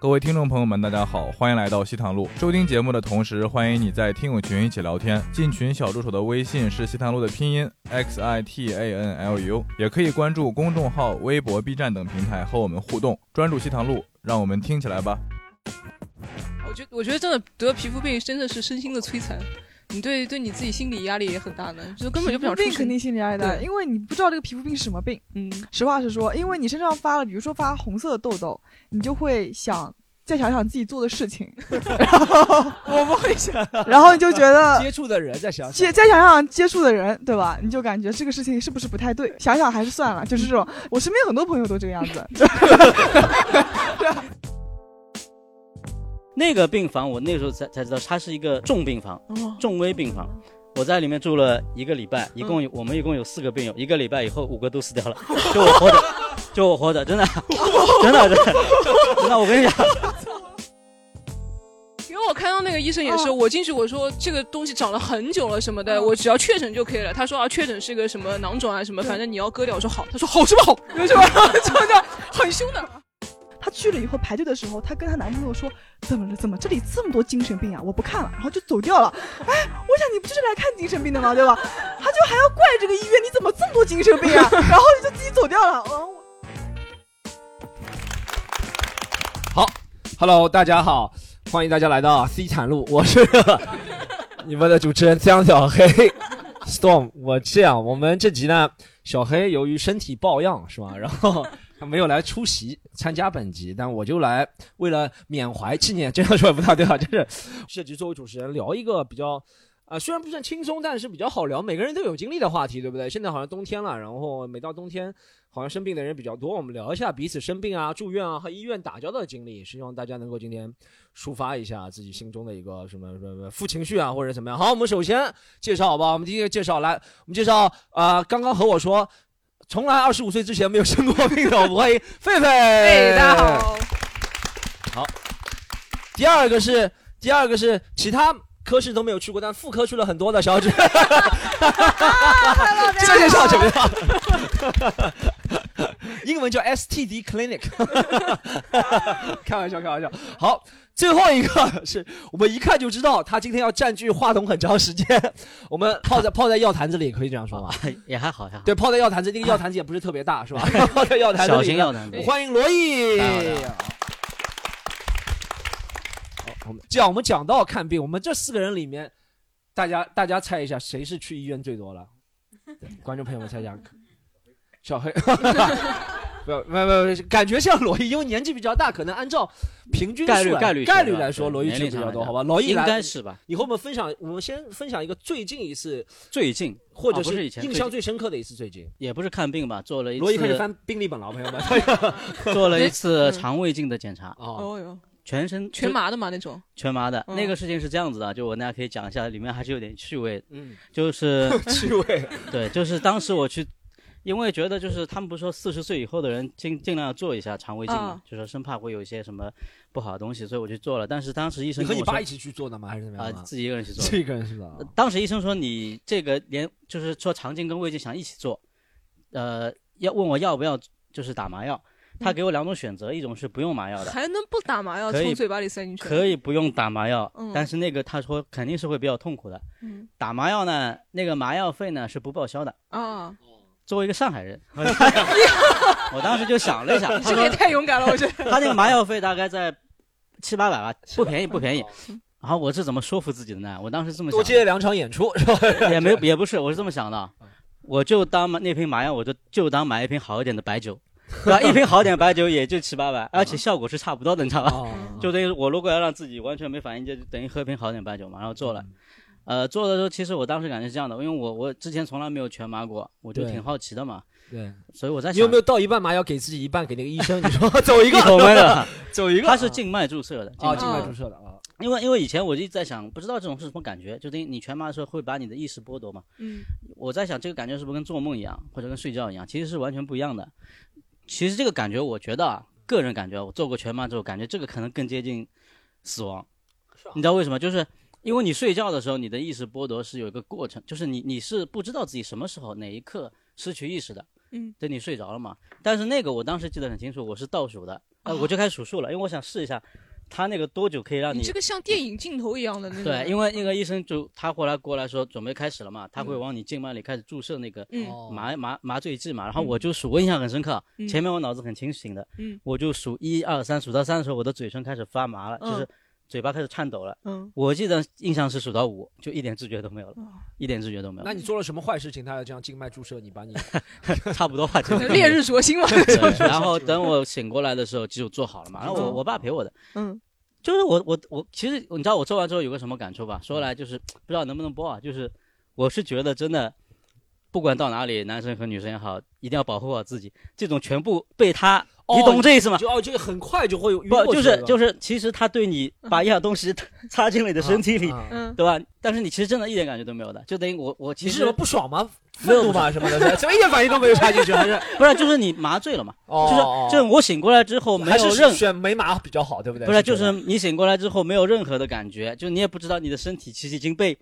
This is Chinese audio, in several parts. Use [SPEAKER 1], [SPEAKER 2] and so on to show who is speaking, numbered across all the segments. [SPEAKER 1] 各位听众朋友们，大家好，欢迎来到西塘路。收听节目的同时，欢迎你在听友群一起聊天。进群小助手的微信是西塘路的拼音 x i t a n l u，也可以关注公众号、微博、B 站等平台和我们互动。专注西塘路，让我们听起来吧。
[SPEAKER 2] 我觉我觉得真的得皮肤病真的是身心的摧残，你对对你自己心理压力也很大呢，就根本就不想出
[SPEAKER 3] 病肯
[SPEAKER 2] 声。
[SPEAKER 3] 定心理压力大，
[SPEAKER 2] 对
[SPEAKER 3] 因为你不知道这个皮肤病是什么病。
[SPEAKER 2] 嗯，
[SPEAKER 3] 实话实说，因为你身上发了，比如说发红色的痘痘，你就会想再想想自己做的事情，
[SPEAKER 4] 我不会想，
[SPEAKER 3] 然后你就觉得
[SPEAKER 4] 接触的人再 想
[SPEAKER 3] 接
[SPEAKER 4] 想，
[SPEAKER 3] 再想想接触的人，对吧？你就感觉这个事情是不是不太对？想想还是算了，就是这种。我身边很多朋友都这个样子，
[SPEAKER 5] 那个病房我那时候才才知道，它是一个重病房、
[SPEAKER 3] 哦
[SPEAKER 5] 重危病房。我在里面住了一个礼拜，一
[SPEAKER 2] 嗯
[SPEAKER 5] 共有、我们一共有四个病友，一个礼拜以后五个都死掉了， 就我活着，就我活 着，真的，真的，真的，真的，我跟你讲，
[SPEAKER 2] 因为我看到那个医生也是，
[SPEAKER 3] 哦
[SPEAKER 2] 我进去我说这个东西长了很久了什么的，
[SPEAKER 3] 嗯
[SPEAKER 2] 我只要确诊就可以了。他说啊，确诊是个什么囊肿啊什么，反正你要割掉。我说好，他说好什么 好，有什么就这样很凶的。
[SPEAKER 3] 她去了以后排队的时候，她跟她男朋友说：“怎么了？怎么这里这么多精神病啊？我不看了。”然后就走掉了。哎，我想你不就是来看精神病的吗？对吧？她就还要怪这个医院，你怎么这么多精神病啊？ 然后就自己走掉了。哦，
[SPEAKER 4] Hello，大家好，欢迎大家来到西坦路，我是 你们的主持人江小黑 Storm。我这样，我们这集呢，小黑由于身体抱恙是吧， 然后他没有来出席参加本集，但我就来为了缅怀纪念，这样说也不大对啊，就是这集作为主持人聊一个比较。啊、虽然不算轻松，但是比较好聊，每个人都有经历的话题，对不对？现在好像冬天了，然后每到冬天，好像生病的人比较多，我们聊一下彼此生病啊、住院啊和医院打交道的经历，希望大家能够今天抒发一下自己心中的一个什么什么负情绪啊，或者怎么样。好，我们首先介绍好吧，我们第一个介绍来，我们介绍啊、呃刚刚和我说从来二十五岁之前没有生过病的，我们欢迎 狒 狒。
[SPEAKER 2] 哎，大家。好，
[SPEAKER 4] 第二个是第二个是其他科室都没有去过，但妇科去了很多的小指。 这个介绍怎么样？英文叫 STD clinic，开玩笑，开玩笑。好，最后一个是我们一看就知道他今天要占据话筒很长时间。我们泡在泡在药坛子里，可以这样说吧？
[SPEAKER 5] 也还好，还好，
[SPEAKER 4] 对，泡在药坛子，那个药坛子也不是特别大，是吧？ 泡在药坛子里。
[SPEAKER 5] 小心要难度。
[SPEAKER 4] 欢迎罗毅。
[SPEAKER 5] 大家好大家
[SPEAKER 4] 好，我们这样，我们讲到看病，我们这四个人里面，大家大家猜一下，谁是去医院最多了？对观众朋友们猜一下，小黑。 不要，不要，不要，感觉像罗毅，因为年纪比较大，可能按照平均数
[SPEAKER 5] 概率
[SPEAKER 4] 来
[SPEAKER 5] 概率
[SPEAKER 4] 概率
[SPEAKER 5] 是吧
[SPEAKER 4] 来说，
[SPEAKER 5] 对
[SPEAKER 4] 罗毅
[SPEAKER 5] 年
[SPEAKER 4] 去
[SPEAKER 5] 龄
[SPEAKER 4] 比较
[SPEAKER 5] 上
[SPEAKER 4] 多，
[SPEAKER 5] 来
[SPEAKER 4] 好吧？罗毅
[SPEAKER 5] 应
[SPEAKER 4] 来，
[SPEAKER 5] 该是吧？
[SPEAKER 4] 以后我们分享，我们先分享一个最近一次
[SPEAKER 5] 最近
[SPEAKER 4] 或者
[SPEAKER 5] 啊不是以前
[SPEAKER 4] 印象最深刻的一次最近。
[SPEAKER 5] 也不是看病吧，做了一
[SPEAKER 4] 罗毅开始
[SPEAKER 5] 次
[SPEAKER 4] 翻病历本了，朋友们。
[SPEAKER 5] 做了一 次
[SPEAKER 2] 嗯
[SPEAKER 5] 肠胃镜的检查，
[SPEAKER 4] 哦，
[SPEAKER 2] 哦哟，
[SPEAKER 5] 全身
[SPEAKER 2] 全麻的嘛那种，
[SPEAKER 5] 全麻的。
[SPEAKER 2] 嗯
[SPEAKER 5] 那个事情是这样子的，就我大家可以讲一下，里面还是有点趣味的，
[SPEAKER 4] 嗯，
[SPEAKER 5] 就是
[SPEAKER 4] 趣味。
[SPEAKER 5] 对，就是当时我去，因为觉得就是他们不是说四十岁以后的人尽尽量要做一下肠胃镜嘛，
[SPEAKER 4] 嗯
[SPEAKER 2] 啊
[SPEAKER 5] 就说生怕会有一些什么不好的东西，所以我去做了。但是当时医生
[SPEAKER 4] 你和
[SPEAKER 5] 跟
[SPEAKER 4] 你
[SPEAKER 5] 我说
[SPEAKER 4] 爸一
[SPEAKER 5] 啊、
[SPEAKER 4] 起去做的吗？还是怎么样的？啊
[SPEAKER 5] 自己一个人去做的。
[SPEAKER 4] 这个人是吧？
[SPEAKER 5] 当时医生说你这个连就是说肠镜跟胃镜想一起做，呃，要问我要不要就是打麻药，
[SPEAKER 4] 嗯
[SPEAKER 5] 他给我两种选择，一种是不用麻药的，
[SPEAKER 2] 还能不打麻药
[SPEAKER 5] 可以
[SPEAKER 2] 从嘴巴里塞进去？
[SPEAKER 5] 可以不用打麻药，
[SPEAKER 2] 嗯
[SPEAKER 5] 但是那个他说肯定是会比较痛苦的。
[SPEAKER 2] 嗯
[SPEAKER 5] 打麻药呢，那个麻药费呢是不报销的。
[SPEAKER 2] 啊，
[SPEAKER 5] 作为一个上海人，我当时就想了一下，他
[SPEAKER 2] 这个也
[SPEAKER 5] 说
[SPEAKER 2] 太勇敢了，我觉得。
[SPEAKER 5] 他那个麻药费大概在七八百吧，不便宜不便宜。然后我是怎么说服自己的呢？我当时这么
[SPEAKER 4] 多接
[SPEAKER 5] 想
[SPEAKER 4] 了两场演出是吧？
[SPEAKER 5] 的， 也没也不是，我是这么想的，我就当买那瓶麻药，我就就当买一瓶好一点的白酒， 对吧？一瓶好一点白酒也就七八百，而且效果是差不多的，你知道吧？
[SPEAKER 4] 啊哦
[SPEAKER 5] 就等于我如果要让自己完全没反应，就等于喝瓶好点白酒嘛，然后做了。
[SPEAKER 4] 嗯
[SPEAKER 5] 呃，做的时候其实我当时感觉是这样的，因为我我之前从来没有全麻过，我就
[SPEAKER 4] 对
[SPEAKER 5] 挺好奇的嘛，
[SPEAKER 4] 对，
[SPEAKER 5] 所以我在
[SPEAKER 4] 你
[SPEAKER 5] 想
[SPEAKER 4] 有没有到一半麻药给自己一半给那个医生？你说走一
[SPEAKER 5] 一
[SPEAKER 4] 个，
[SPEAKER 5] 口闷了？
[SPEAKER 4] 走一个。
[SPEAKER 5] 它是静脉注射的
[SPEAKER 4] 啊，
[SPEAKER 2] 静
[SPEAKER 4] 静
[SPEAKER 2] 脉
[SPEAKER 4] 脉
[SPEAKER 2] 注
[SPEAKER 4] 注射的啊。
[SPEAKER 5] 因为因为以前我一直在想，不知道这种是什么感觉，就等于你全麻的时候会把你的意识剥夺嘛。
[SPEAKER 2] 嗯，
[SPEAKER 5] 我在想这个感觉是不是跟做梦一样，或者跟睡觉一样，其实是完全不一样的。其实这个感觉，我觉得啊，个人感觉啊，我做过全麻之后，感觉这个可能更接近死亡。
[SPEAKER 2] 啊
[SPEAKER 5] 你知道为什么？就是因为你睡觉的时候，你的意识剥夺是有一个过程，就是你你是不知道自己什么时候哪一刻失去意识的。
[SPEAKER 2] 嗯，
[SPEAKER 5] 等你睡着了嘛。但是那个我当时记得很清楚，我是倒数的，呃，我就开始数数了，因为我想试一下，他那个多久可以让
[SPEAKER 2] 你这个像电影镜头一样的那种。
[SPEAKER 5] 对，因为那个医生就他后来过来说准备开始了嘛，他会往你静脉里开始注射那个
[SPEAKER 2] 嗯
[SPEAKER 5] 麻麻麻醉剂嘛。然后我就数，我印象很深刻
[SPEAKER 2] 嗯，
[SPEAKER 5] 前面我脑子很清醒的
[SPEAKER 2] 嗯，
[SPEAKER 5] 我就数一二三，数到三的时候，我的嘴唇开始发麻了，
[SPEAKER 2] 嗯
[SPEAKER 5] 就是嘴巴开始颤抖了。
[SPEAKER 2] 嗯，哦
[SPEAKER 5] 我记得印象是数到五，就一点知觉都没有了，一点知觉都没有。
[SPEAKER 4] 那你做了什么坏事情？他要这样静脉注射你，把你
[SPEAKER 5] 差不多吧，就
[SPEAKER 2] 烈日灼心嘛。
[SPEAKER 5] 对，然后等我醒过来的时候就做好了嘛。然后我
[SPEAKER 2] 嗯
[SPEAKER 5] 我爸陪我的，
[SPEAKER 2] 嗯，
[SPEAKER 5] 就是我我我，其实你知道我做完之后有个什么感触吧？说来就是不知道能不能播啊，就是我是觉得真的，不管到哪里，男生和女生也好，一定要保护好自己。这种全部被他，你懂这意思吗？
[SPEAKER 4] 就哦，这个很快就会晕过
[SPEAKER 5] 不，
[SPEAKER 4] 去
[SPEAKER 5] 就是
[SPEAKER 4] 了
[SPEAKER 5] 就是，其实他对你把一样东西 插进了你的身体里，
[SPEAKER 4] 啊啊
[SPEAKER 2] 嗯，
[SPEAKER 5] 对吧？但是你其实真的一点感觉都没有的，就等于我我其
[SPEAKER 4] 你是
[SPEAKER 5] 实
[SPEAKER 4] 什么不爽吗？
[SPEAKER 5] 没
[SPEAKER 4] 愤
[SPEAKER 5] 有
[SPEAKER 4] 怒吗？什么的，怎么一点反应都没有插进去，还是
[SPEAKER 5] 不是就是你麻醉了嘛？就是
[SPEAKER 4] 哦，
[SPEAKER 5] 就是我醒过来之后没
[SPEAKER 4] 还是
[SPEAKER 5] 有任
[SPEAKER 4] 选美马比较好，对不对？
[SPEAKER 5] 不是，啊就
[SPEAKER 4] 觉
[SPEAKER 5] 是
[SPEAKER 4] 得
[SPEAKER 5] 你醒过来之后没有任何的感觉，就你也不知道你的身体其实已经被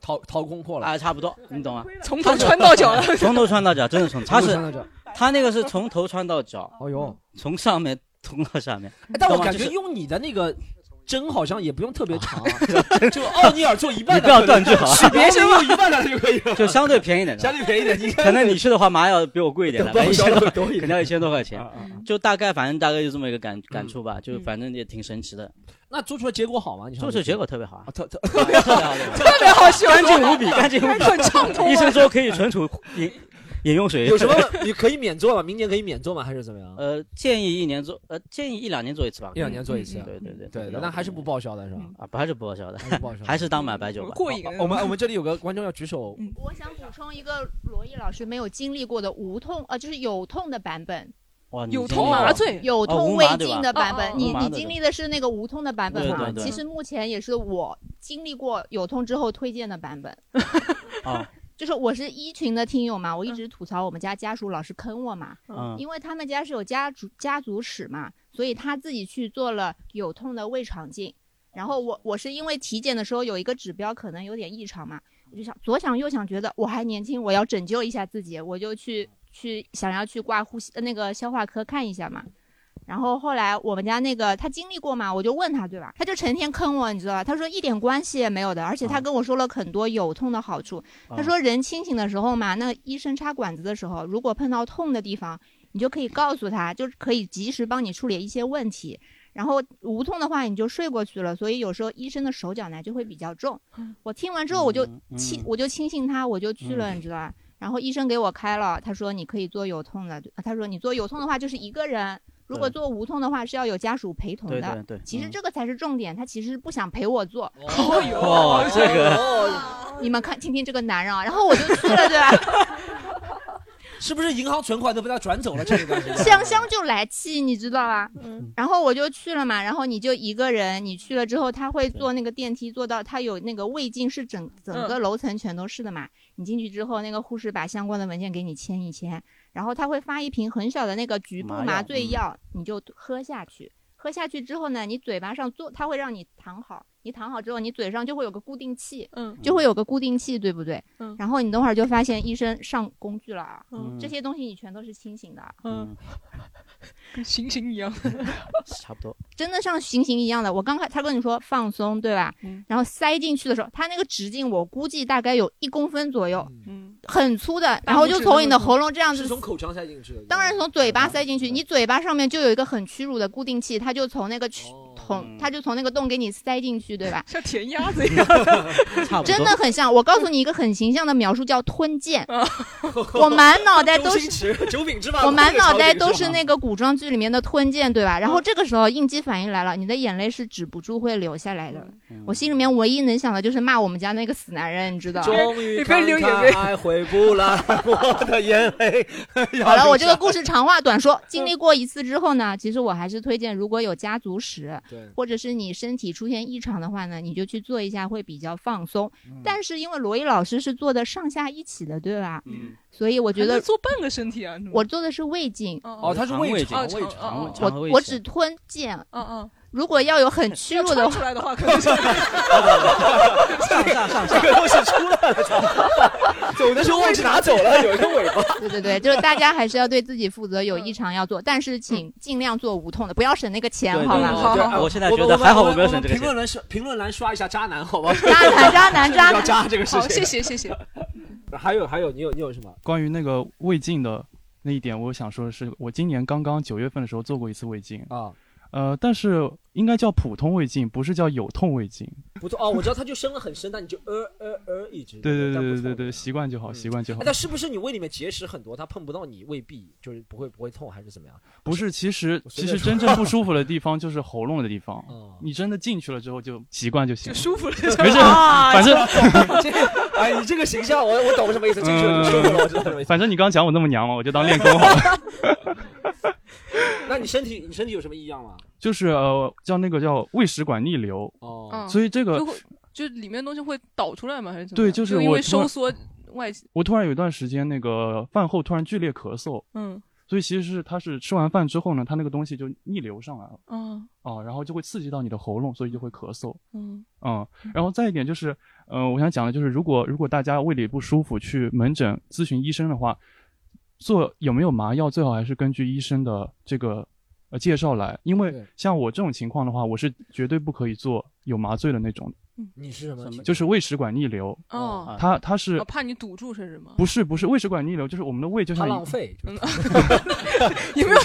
[SPEAKER 4] 掏掏空破了。
[SPEAKER 5] 啊差不多，你懂吗？
[SPEAKER 2] 从头穿到脚了。
[SPEAKER 5] 从头穿到脚，真的从他
[SPEAKER 4] 我
[SPEAKER 5] 是
[SPEAKER 4] 想到这儿，
[SPEAKER 5] 他那个是从头穿到脚，
[SPEAKER 4] 哦呦，
[SPEAKER 5] 从上面通到下面，
[SPEAKER 4] 哎但我
[SPEAKER 5] 懂吗
[SPEAKER 4] 感觉
[SPEAKER 5] 就是
[SPEAKER 4] 用你的那个针好像也不用特别 长啊，就奥尼尔做一半
[SPEAKER 5] 你
[SPEAKER 4] 的，
[SPEAKER 5] 不要断句 好吧？
[SPEAKER 4] 别生 用一半的就可以了，
[SPEAKER 5] 就相对便宜点
[SPEAKER 4] 相
[SPEAKER 5] 的，
[SPEAKER 4] 对便宜点。你看
[SPEAKER 5] 可能你去的话麻药比我贵一点 的，
[SPEAKER 4] 包
[SPEAKER 5] 一
[SPEAKER 4] 销
[SPEAKER 5] 千多，
[SPEAKER 4] 量多
[SPEAKER 5] 肯
[SPEAKER 4] 一
[SPEAKER 5] 定
[SPEAKER 4] 点。
[SPEAKER 5] 要一千多块钱，
[SPEAKER 4] 啊啊嗯啊
[SPEAKER 5] 就大概反正大概就这么一个感感触吧，就反正也挺神奇的，
[SPEAKER 4] 那做出来结果好吗？你
[SPEAKER 5] 做出结果特别好啊
[SPEAKER 4] 嗯啊，，特 特
[SPEAKER 5] 特别好，
[SPEAKER 2] 特别好笑，
[SPEAKER 5] 干净无比，干净无 比，
[SPEAKER 2] 很畅通
[SPEAKER 5] 医
[SPEAKER 2] 啊。
[SPEAKER 5] 生说可以存储饮饮用水，
[SPEAKER 4] 有什么？你可以免做吗？明年可以免做吗？还是怎么样？
[SPEAKER 5] 呃，建议一年做，呃，建议一 两年做一次吧。嗯
[SPEAKER 4] 一两年做一次啊。
[SPEAKER 5] 对对对
[SPEAKER 4] 对，那还是不报销的是吧？
[SPEAKER 5] 啊，不还是不报销的，
[SPEAKER 4] 还是不报 销。
[SPEAKER 5] 还是当买白酒吧。
[SPEAKER 2] 过瘾
[SPEAKER 4] 哦。我们我们这里有个观众要举手
[SPEAKER 2] 嗯
[SPEAKER 6] 我想补充一个罗毅老师没有经历过的无痛，呃，就是有痛的版本，
[SPEAKER 5] 哇，啊你
[SPEAKER 2] 有
[SPEAKER 5] 这
[SPEAKER 2] 痛
[SPEAKER 5] 个
[SPEAKER 2] 麻醉，
[SPEAKER 6] 有
[SPEAKER 5] 哦无
[SPEAKER 6] 痛
[SPEAKER 5] 麻
[SPEAKER 6] 未
[SPEAKER 5] 对吧
[SPEAKER 6] 经的版
[SPEAKER 2] 哦哦
[SPEAKER 6] 本。
[SPEAKER 2] 哦
[SPEAKER 5] 无
[SPEAKER 6] 你
[SPEAKER 5] 麻
[SPEAKER 6] 你
[SPEAKER 5] 的
[SPEAKER 6] 经历的是那个无痛的版本
[SPEAKER 5] 对
[SPEAKER 6] 嘛
[SPEAKER 5] 对？对
[SPEAKER 6] 其实目前也是我经历过有痛之后推荐的版本。
[SPEAKER 5] 啊，
[SPEAKER 6] 就是我是一群的听友嘛，我一直吐槽我们家家属老是坑我嘛，
[SPEAKER 5] 嗯，
[SPEAKER 6] 因为他们家是有家族家族史嘛，所以他自己去做了有痛的胃肠镜。然后我我是因为体检的时候有一个指标可能有点异常嘛，我就想左想右想，觉得我还年轻，我要拯救一下自己，我就去去想要去挂呼吸呃那个消化科看一下嘛。然后后来我们家那个他经历过嘛，我就问他对吧，他就成天坑我，你知道吧？他说一点关系也没有的，而且他
[SPEAKER 5] 啊
[SPEAKER 6] 跟我说了很多有痛的好处，他说人清醒的时候嘛，那医生插管子的时候，如果碰到痛的地方，你就可以告诉他，就是可以及时帮你处理一些问题。然后无痛的话，你就睡过去了，所以有时候医生的手脚呢就会比较重。我听完之后，我就
[SPEAKER 5] 气
[SPEAKER 6] 庆，我就轻信他，我就去了，你知道吧？然后医生给我开了，他说你可以做有痛的，他说你做有痛的话就是一个人，如果
[SPEAKER 5] 对
[SPEAKER 6] 做无痛的话是要有家属陪同
[SPEAKER 5] 对
[SPEAKER 6] 的。
[SPEAKER 5] 对对。
[SPEAKER 6] 其实
[SPEAKER 5] 嗯
[SPEAKER 6] 这个才是重点，他其实不想陪我做，
[SPEAKER 2] 哦哟，
[SPEAKER 5] 哇，这个
[SPEAKER 6] 你们看听听这个男人啊，然后我就去了，对吧？
[SPEAKER 4] 是不是银行存款都被他转走了？这一段时间
[SPEAKER 6] 香香就来气，你知道吧？
[SPEAKER 2] 嗯
[SPEAKER 6] 然后我就去了嘛，然后你就一个人，你去了之后，他会坐那个电梯，坐到他有那个胃镜，是整整个楼层全都是的嘛。你进去之后，那个护士把相关的文件给你签一签，然后他会发一瓶很小的那个局部
[SPEAKER 5] 麻药
[SPEAKER 6] 麻醉
[SPEAKER 5] 嗯
[SPEAKER 6] 药，你就喝下去。喝下去之后呢，你嘴巴上做，他会让你躺好，你躺好之后，你嘴上就会有个固定器，
[SPEAKER 2] 嗯
[SPEAKER 6] 就会有个固定器，对不对？
[SPEAKER 2] 嗯
[SPEAKER 6] 然后你等会儿就发现医生上工具了啊，
[SPEAKER 2] 嗯
[SPEAKER 6] 这些东西你全都是清醒的啊。
[SPEAKER 2] 嗯，，跟行刑一 样。
[SPEAKER 5] 差不多。
[SPEAKER 6] 真的像行刑一样的。我刚开他跟你说放松，对吧？
[SPEAKER 2] 嗯
[SPEAKER 6] 然后塞进去的时候，它那个直径我估计大概有一公分左右，
[SPEAKER 2] 嗯，
[SPEAKER 6] 很粗的，
[SPEAKER 2] 大拇指？
[SPEAKER 6] 然后就从你的喉咙这样
[SPEAKER 4] 是
[SPEAKER 6] 子。
[SPEAKER 4] 从口腔塞进去的。
[SPEAKER 6] 当然是从嘴巴塞进去，
[SPEAKER 4] 对
[SPEAKER 6] 你嘴巴上面就有一个很屈辱的固定器，它就从那个区
[SPEAKER 4] 哦
[SPEAKER 6] 孔，它就从那个洞给你塞进去，对吧
[SPEAKER 2] 嗯 像填鸭子一样。
[SPEAKER 5] 差不多。
[SPEAKER 6] 真的很像，我告诉你一个很形象的描述，叫 吞剑。
[SPEAKER 2] 啊
[SPEAKER 6] 我
[SPEAKER 4] 我
[SPEAKER 6] 满脑袋都是
[SPEAKER 4] 是九品芝麻
[SPEAKER 6] 我
[SPEAKER 4] 官
[SPEAKER 6] 满
[SPEAKER 4] 这个
[SPEAKER 6] 脑袋
[SPEAKER 4] 场景
[SPEAKER 6] 都
[SPEAKER 4] 是嗯
[SPEAKER 6] 是
[SPEAKER 4] 吧
[SPEAKER 6] 那个古装剧里面的吞剑，对吧？然后这个时候应激反应来了，你的眼泪是止不住会流下来的。我心里面唯一能想的就是骂我们家那个死男人，你知道。
[SPEAKER 4] 终于
[SPEAKER 2] 你被
[SPEAKER 4] 看
[SPEAKER 2] 流眼
[SPEAKER 4] 开
[SPEAKER 2] 泪
[SPEAKER 4] 爱回不来我的眼泪。
[SPEAKER 6] 好了，我这个故事长话 短说。经历过一次之后呢，其实我还是推荐，如果有家族史，
[SPEAKER 4] 对
[SPEAKER 6] 或者是你身体出现异常的话呢，你就去做一下，会比较放松。
[SPEAKER 5] 嗯
[SPEAKER 6] 但是因为罗伊老师是做的上下一起的，对吧？
[SPEAKER 5] 嗯，
[SPEAKER 6] 所以我觉
[SPEAKER 2] 还能
[SPEAKER 6] 得
[SPEAKER 2] 做半个身体啊！
[SPEAKER 6] 我做的是胃镜，
[SPEAKER 2] 哦
[SPEAKER 4] 哦，他是
[SPEAKER 5] 肠
[SPEAKER 4] 胃
[SPEAKER 5] 胃
[SPEAKER 4] 肠
[SPEAKER 2] 镜
[SPEAKER 4] 胃
[SPEAKER 2] 哦肠
[SPEAKER 4] 肠
[SPEAKER 5] 肠
[SPEAKER 2] 哦
[SPEAKER 5] 胃
[SPEAKER 2] 哦
[SPEAKER 5] 肠
[SPEAKER 6] 我
[SPEAKER 5] 胃
[SPEAKER 6] 我
[SPEAKER 5] 是
[SPEAKER 6] 只吞剑，
[SPEAKER 2] 嗯嗯，
[SPEAKER 6] 如果要有很屈辱的
[SPEAKER 2] 要穿出来的话可能是
[SPEAKER 4] 上上上， 这个东西出来了， 操走的时候忘记拿走了，有一个尾巴。
[SPEAKER 6] 对 对对，就是大家还是要对自己负责，有
[SPEAKER 2] 嗯
[SPEAKER 6] 异常要做，但是请尽量做无痛的，不要省那个钱，
[SPEAKER 5] 嗯对
[SPEAKER 6] 好
[SPEAKER 5] 对
[SPEAKER 6] 吧？
[SPEAKER 5] 对
[SPEAKER 6] 好
[SPEAKER 5] 对
[SPEAKER 6] 好好
[SPEAKER 5] 我现在觉得还好我没有省这个
[SPEAKER 4] 评
[SPEAKER 5] 钱。
[SPEAKER 4] 论栏刷评论栏刷一下渣男，好吧？
[SPEAKER 6] 渣男渣男渣
[SPEAKER 4] 要
[SPEAKER 6] 男，
[SPEAKER 4] 渣这个事情。
[SPEAKER 2] 好，哦谢。谢谢谢。
[SPEAKER 4] 还有还有，你有你有什么？
[SPEAKER 7] 关于那个胃镜的那一点，我想说的是，我今年刚刚九月份的时候做过一次胃镜，
[SPEAKER 4] 啊，
[SPEAKER 7] 呃，但是应该叫普通胃镜，不是叫有痛胃镜。
[SPEAKER 4] 不错哦，我知道他就深了很深，但你就呃呃呃一直。
[SPEAKER 7] 对对
[SPEAKER 4] 但
[SPEAKER 7] 对对
[SPEAKER 4] 不
[SPEAKER 7] 对
[SPEAKER 4] 痛
[SPEAKER 7] 对，习惯就好，
[SPEAKER 4] 嗯
[SPEAKER 7] 习惯就好
[SPEAKER 4] 哎。但是不是你胃里面结石很多，它碰不到你，未必就是不会不会痛还是怎么样？
[SPEAKER 7] 不是，其实
[SPEAKER 4] 我随
[SPEAKER 7] 其
[SPEAKER 4] 便
[SPEAKER 7] 实
[SPEAKER 4] 说
[SPEAKER 7] 真正不舒服的地方就是喉咙的地方，
[SPEAKER 4] 哦，
[SPEAKER 7] 你真的进去了之后就习惯就
[SPEAKER 2] 就啊
[SPEAKER 7] 行了。
[SPEAKER 2] 舒 服了，
[SPEAKER 7] 没事，反正
[SPEAKER 4] 啊这个哎，你这个形象我我懂什么意 思，这个
[SPEAKER 5] 嗯
[SPEAKER 4] 就说了，我知道什么意思。
[SPEAKER 7] 反正你刚讲我那么娘嘛，我就当练功好了。
[SPEAKER 4] 那你身体你身体有什么异样吗？
[SPEAKER 7] 就是呃，叫那个叫胃食管逆流，
[SPEAKER 4] 哦，
[SPEAKER 2] 嗯，
[SPEAKER 7] 所以这个
[SPEAKER 2] 就会就里面的东西会倒出来吗？还是怎么
[SPEAKER 7] 对
[SPEAKER 2] 样？
[SPEAKER 7] 就是
[SPEAKER 2] 因
[SPEAKER 7] 我
[SPEAKER 2] 为
[SPEAKER 7] 突然
[SPEAKER 2] 收缩外，
[SPEAKER 7] 我突然有一段时间那个饭后突然剧烈咳嗽，
[SPEAKER 2] 嗯
[SPEAKER 7] 所以其实是它是吃完饭之后呢，它那个东西就逆流上来了
[SPEAKER 2] 啊
[SPEAKER 3] 哦
[SPEAKER 7] 啊，然后就会刺激到你的喉咙，所以就会咳嗽。
[SPEAKER 2] 嗯
[SPEAKER 7] 嗯，然后再一点就是，呃，我想讲的就是，如果如果大家胃里不舒服去门诊咨询医生的话，做有没有麻药最好还是根据医生的这个呃介绍来，因为
[SPEAKER 4] 对
[SPEAKER 7] 像我这种情况的话，我是绝对不可以做有麻醉的那种，
[SPEAKER 4] 你是什么
[SPEAKER 5] 什？么
[SPEAKER 7] 就是胃啊食管逆流，
[SPEAKER 2] 嗯哦，
[SPEAKER 7] 它它是
[SPEAKER 2] 我怕你堵住是什么？嗯
[SPEAKER 7] 不是不是胃食管逆流，就是我们的胃就像
[SPEAKER 4] 怕浪
[SPEAKER 7] 一
[SPEAKER 4] 费，就是
[SPEAKER 2] 有 没有？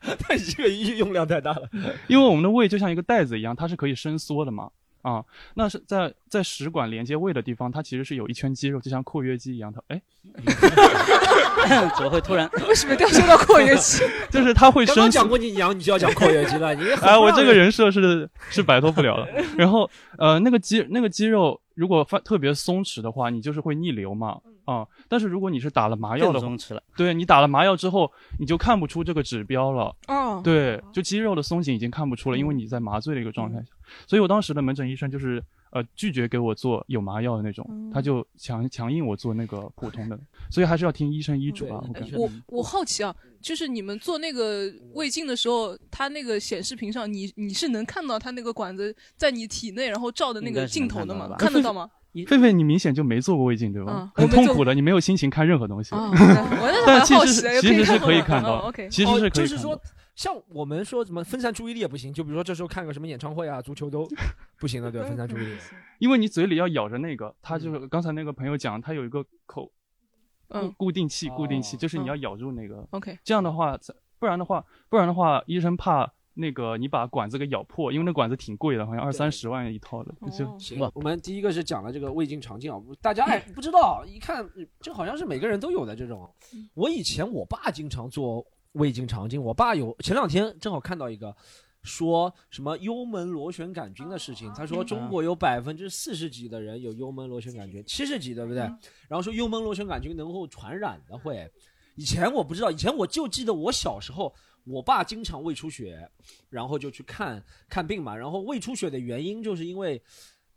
[SPEAKER 4] 它这个用量太大了。
[SPEAKER 7] 因为我们的胃就像一个袋子一样，它是可以伸缩的嘛。啊，那是在在食管连接胃的地方，它其实是有一圈肌肉，就像括约肌一样。它哎，
[SPEAKER 5] 怎么会突然？
[SPEAKER 2] 为什么一定要说到括约肌？
[SPEAKER 7] 就是它会
[SPEAKER 4] 刚
[SPEAKER 7] 伸
[SPEAKER 4] 刚
[SPEAKER 7] 缩
[SPEAKER 4] 讲。过你娘，你就要讲括约肌 了，你很
[SPEAKER 7] 哎，我
[SPEAKER 4] 不让
[SPEAKER 7] 这个
[SPEAKER 4] 人
[SPEAKER 7] 人设是是摆脱不 了的。然后呃，那个肌那个肌肉如果发特别松弛的话，你就是会逆流嘛。
[SPEAKER 4] 嗯
[SPEAKER 7] 啊，但是如果你是打了麻药
[SPEAKER 5] 更
[SPEAKER 7] 的话，
[SPEAKER 5] 松弛了，
[SPEAKER 7] 对你打了麻药之后，你就看不出这个指标了。
[SPEAKER 2] 哦，
[SPEAKER 7] 对，就肌肉的松紧已经看不出了，因为你在麻醉的一个状态下。
[SPEAKER 4] 嗯
[SPEAKER 7] 所以我当时的门诊医生就是呃拒绝给我做有麻药的那种，
[SPEAKER 4] 嗯
[SPEAKER 7] 他就强强硬我做那个普通的，所以还是要听医生医嘱啊。我
[SPEAKER 4] 对
[SPEAKER 7] 感觉
[SPEAKER 2] 我我好奇啊，就是你们做那个胃镜的时候，它那个显示屏上，你你是能看到它那个管子在你体内，然后照的那个镜头的吗？
[SPEAKER 5] 应该
[SPEAKER 2] 看
[SPEAKER 7] 看
[SPEAKER 5] 是能
[SPEAKER 2] 得
[SPEAKER 7] 得
[SPEAKER 2] 到
[SPEAKER 7] 到
[SPEAKER 2] 吗？
[SPEAKER 7] 狒狒，你明显就没做过胃镜对吧
[SPEAKER 2] 嗯？
[SPEAKER 7] 很
[SPEAKER 2] 我没做
[SPEAKER 7] 痛苦的，你没有心情看任何东西。
[SPEAKER 2] 啊，我那时候
[SPEAKER 7] 但
[SPEAKER 2] 还
[SPEAKER 7] 其
[SPEAKER 2] 好
[SPEAKER 7] 实
[SPEAKER 2] 奇的，
[SPEAKER 7] 是其实是可以
[SPEAKER 2] 看嗯
[SPEAKER 7] 看到，
[SPEAKER 2] OK，
[SPEAKER 7] 其实
[SPEAKER 4] 哦
[SPEAKER 7] 是可
[SPEAKER 4] 就
[SPEAKER 7] 以
[SPEAKER 4] 是
[SPEAKER 7] 看到。
[SPEAKER 4] 说，像我们说什么分散注意力也不行，就比如说这时候看个什么演唱会啊、足球都不行的，对吧，分散注意力。
[SPEAKER 7] 因为你嘴里要咬着那个，他就是刚才那个朋友讲，他有一个口固
[SPEAKER 2] 嗯
[SPEAKER 7] 固定器，固定器
[SPEAKER 4] 哦
[SPEAKER 7] 就是
[SPEAKER 2] 嗯
[SPEAKER 7] 你要咬住那个。
[SPEAKER 2] ，OK，
[SPEAKER 7] 这样的话，不然的话，不然的话，医生怕那个你把管子给咬破，因为那管子挺贵的，好像二三十万一套的。就
[SPEAKER 2] 哦
[SPEAKER 4] 行
[SPEAKER 5] 哇，
[SPEAKER 4] 我们第一个是讲了这个胃镜肠镜啊，大家哎不知道，一看嗯这好像是每个人都有的这种。啊我以前我爸经常做胃镜肠镜，我爸有前两天正好看到一个。说什么幽门螺旋杆菌的事情？他说中国有百分之四十几的人有幽门螺旋杆菌，七十几对不对？然后说幽门螺旋杆菌能够传染的会，以前我不知道，以前我就记得我小时候，我爸经常胃出血，然后就去看看病嘛。然后胃出血的原因就是因为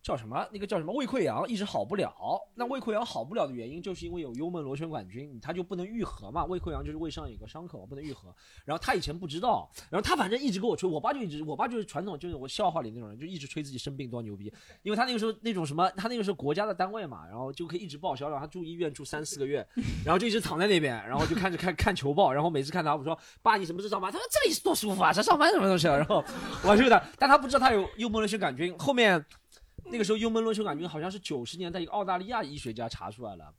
[SPEAKER 4] 叫什么那个叫什么胃溃疡一直好不了。那胃溃疡好不了的原因就是因为有幽门螺旋杆菌，它就不能愈合嘛。胃溃疡就是胃上有个伤口不能愈合。然后他以前不知道，然后他反正一直给我吹，我爸就一直，我爸就是传统就是我笑话里那种人，就一直吹自己生病多牛逼。因为他那个时候那种什么，他那个时候国家的单位嘛，然后就可以一直报销，然后他住医院住三四个月，然后就一直躺在那边，然后就看着看看球报，然后每次看他，我说爸你什么时候上班？他说这里多舒服啊，这上班什么东西啊？然后我就他，但他不知道他有幽门螺旋杆菌。后面那个时候幽门螺旋杆菌好像是九十年代一个澳大利亚医学家查出来了。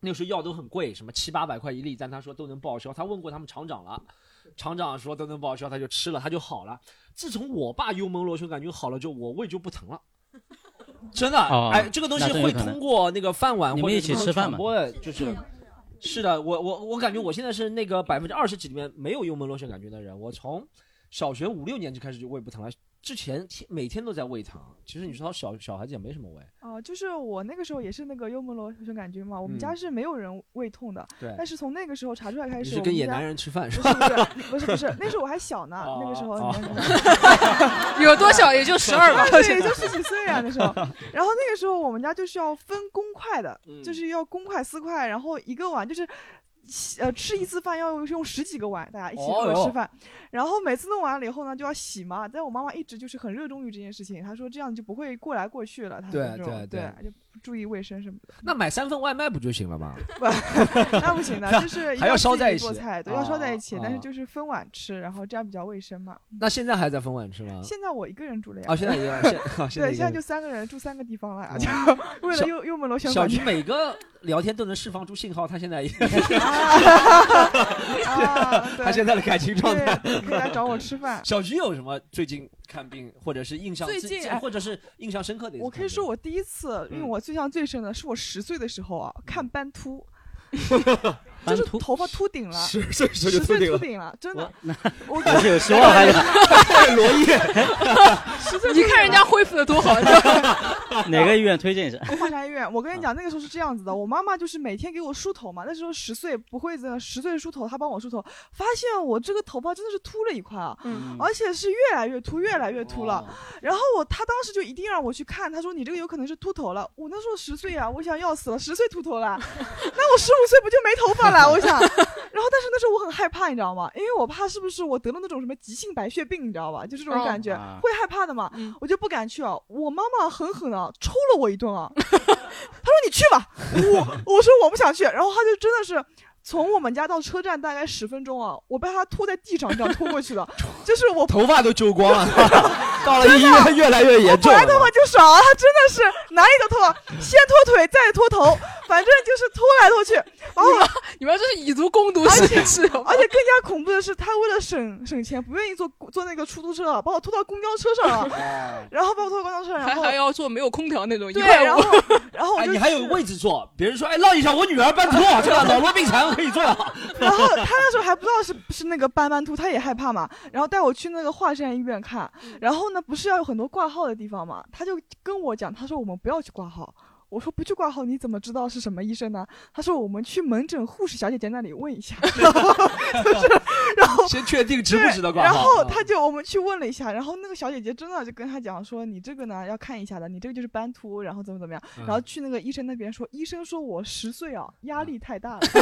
[SPEAKER 4] 那个时候药都很贵，什么七八百块一粒，但他说都能报销。他问过他们厂长了，厂长说都能报销，他就吃了，他就好了。自从我爸幽门螺旋杆菌好了之后，我胃就不疼了。真的，
[SPEAKER 7] 哦
[SPEAKER 4] 哎，这个东西
[SPEAKER 5] 那真有
[SPEAKER 4] 会
[SPEAKER 5] 可能
[SPEAKER 4] 通过那个饭碗
[SPEAKER 5] 你
[SPEAKER 4] 或
[SPEAKER 5] 们
[SPEAKER 4] 者
[SPEAKER 5] 一起
[SPEAKER 4] 什么
[SPEAKER 5] 吃饭
[SPEAKER 4] 传
[SPEAKER 5] 嘛
[SPEAKER 4] 播的，就是是的，我我我感觉我现在是那个百分之二十几里面没有幽门螺旋杆菌的人。我从小学五六年级开始就胃不疼了，之前天每天都在胃疼。其实你说小小孩子也没什么胃，
[SPEAKER 3] 啊、就是我那个时候也是那个幽门螺旋杆菌嘛，我们
[SPEAKER 4] 嗯
[SPEAKER 3] 家是没有人胃痛的，
[SPEAKER 4] 对
[SPEAKER 3] 但是从那个时候查出来开
[SPEAKER 4] 你
[SPEAKER 3] 始，
[SPEAKER 4] 是
[SPEAKER 3] 我
[SPEAKER 4] 跟
[SPEAKER 3] 们
[SPEAKER 4] 野
[SPEAKER 3] 家
[SPEAKER 4] 男人吃饭是
[SPEAKER 3] 不
[SPEAKER 4] 吧？
[SPEAKER 3] 是不是不是不是，那时候我还小呢，那个时候
[SPEAKER 4] 哦哦
[SPEAKER 3] 你们
[SPEAKER 2] 有多小也就十二吧，
[SPEAKER 3] 对，就十几岁啊那时候。然后那个时候我们家就是要分公筷的，
[SPEAKER 4] 嗯
[SPEAKER 3] 就是要公筷私筷，然后一个碗就是。洗呃吃一次饭要用十几个碗，大家一起
[SPEAKER 8] 哦
[SPEAKER 3] 来
[SPEAKER 8] 哟
[SPEAKER 3] 吃饭，然后每次弄完了以后呢，就要洗嘛。但我妈妈一直就是很热衷于这件事情，她说这样就不会过来过去了，她
[SPEAKER 4] 对
[SPEAKER 3] 说这种
[SPEAKER 4] 对
[SPEAKER 3] 对，就注意卫生什么的。
[SPEAKER 4] 那买三份外卖不就行了吗？
[SPEAKER 3] 那不行的，就是一定
[SPEAKER 4] 还要烧
[SPEAKER 3] 自己
[SPEAKER 4] 在一起
[SPEAKER 3] 做菜，对，
[SPEAKER 4] 哦
[SPEAKER 3] 要烧在一起
[SPEAKER 4] 哦，
[SPEAKER 3] 但是就是分碗吃，然后这样比较卫生嘛。
[SPEAKER 4] 那现在还在分碗吃吗？
[SPEAKER 3] 现在我一个人住了呀。
[SPEAKER 4] 哦现在一个人现哦现在一个人
[SPEAKER 3] 对，现在就三个人住三个地方了 呀，
[SPEAKER 4] 哦
[SPEAKER 3] 就为了幽幽门楼选
[SPEAKER 4] 小
[SPEAKER 3] 房
[SPEAKER 4] 鱼
[SPEAKER 3] 间。
[SPEAKER 4] 每 个聊天都能释放出信号，他现在也， 他现在的感情状态，
[SPEAKER 3] 啊对可以来找我吃饭
[SPEAKER 4] 小菊有什么最近看病或者是印象
[SPEAKER 3] 最
[SPEAKER 4] 自
[SPEAKER 3] 近
[SPEAKER 4] 自
[SPEAKER 3] 哎
[SPEAKER 4] 或者是印象深刻的一次看病？
[SPEAKER 3] 我可以说，我第一次，因
[SPEAKER 4] 嗯
[SPEAKER 3] 为我印象最深的是我十岁的时候啊，看斑 秃，就是头发秃顶了，
[SPEAKER 4] 十
[SPEAKER 3] 岁
[SPEAKER 4] 岁
[SPEAKER 3] 十
[SPEAKER 4] 时候就秃顶了
[SPEAKER 3] 秃顶了，真的， 我
[SPEAKER 5] 还是有希望 还是
[SPEAKER 4] 罗毅，
[SPEAKER 3] 十 岁
[SPEAKER 2] 你看人家恢复的多好，你知道吗
[SPEAKER 5] 哪个医院推荐一下？
[SPEAKER 3] 华山医院，我跟你讲，那个时候是这样子的，我妈妈就是每天给我梳头嘛，那时候十岁不会的，十岁梳头，她帮我梳头，发现我这个头发真的是秃了一块啊，
[SPEAKER 2] 嗯
[SPEAKER 3] 而且是越来越秃，越来越秃了。然后我她当时就一定让我去看，她说你这个有可能是秃头了。我那时候十岁啊，我想要死了，十岁秃头了，那我十五岁不就没头发了？我想，然后但是那时候我很害怕，你知道吗？因为我怕是不是我得了那种什么急性白血病，你知道吧？就这种
[SPEAKER 2] 哦
[SPEAKER 3] 感觉，
[SPEAKER 2] 啊
[SPEAKER 3] 会害怕的嘛，我就不敢去啊。我妈妈狠狠的抽了我一顿啊， 她说你去吧，我我说我不想去，然后她就真的是。从我们家到车站大概十分钟啊，我被她拖在地上这样拖过去的，就是我
[SPEAKER 4] 头发都揪光了， 到了医院越来越严重
[SPEAKER 3] 本
[SPEAKER 4] 了
[SPEAKER 3] 来头发就少啊，他真的是哪里都脱，先脱腿，再脱头，反正就是脱来脱去。然后我
[SPEAKER 2] 你们这是以毒攻毒，
[SPEAKER 3] 而
[SPEAKER 2] 是
[SPEAKER 3] 且
[SPEAKER 2] 不是？
[SPEAKER 3] 而且更加恐怖的是，他为了省省钱，不愿意坐坐那个出租车啊，把我拖到公交车上
[SPEAKER 4] 哦
[SPEAKER 3] 了，然后把我拖到公交车上，
[SPEAKER 2] 还
[SPEAKER 3] 然后
[SPEAKER 2] 还要做没有空调那种，
[SPEAKER 3] 对，
[SPEAKER 2] 一块五
[SPEAKER 3] 然后然后我
[SPEAKER 4] 哎，
[SPEAKER 3] 就
[SPEAKER 4] 你还有位置坐，别人说哎让一下，我女儿办托，这个老弱病残可以坐。
[SPEAKER 3] 然后他那时候还不知道是是那个斑斑秃，他也害怕嘛，然后带我去那个华山医院看，然后呢不是要有很多挂号的地方嘛，他就跟我讲，他说我们不要去挂号。我说不去挂号，你怎么知道是什么医生呢？他说我们去门诊护士小姐姐那里问一下， 然后
[SPEAKER 4] 先确定值不值 得挂
[SPEAKER 3] 然
[SPEAKER 4] 号嗯啊
[SPEAKER 3] 后他就我们去问了一下，然后那个小姐姐真的就跟他讲说，你这个呢要看一下的，你这个就是斑秃，然后怎么怎么样，
[SPEAKER 4] 嗯
[SPEAKER 3] 然后去那个医生那边说，医生说我十岁啊，压力太 大了，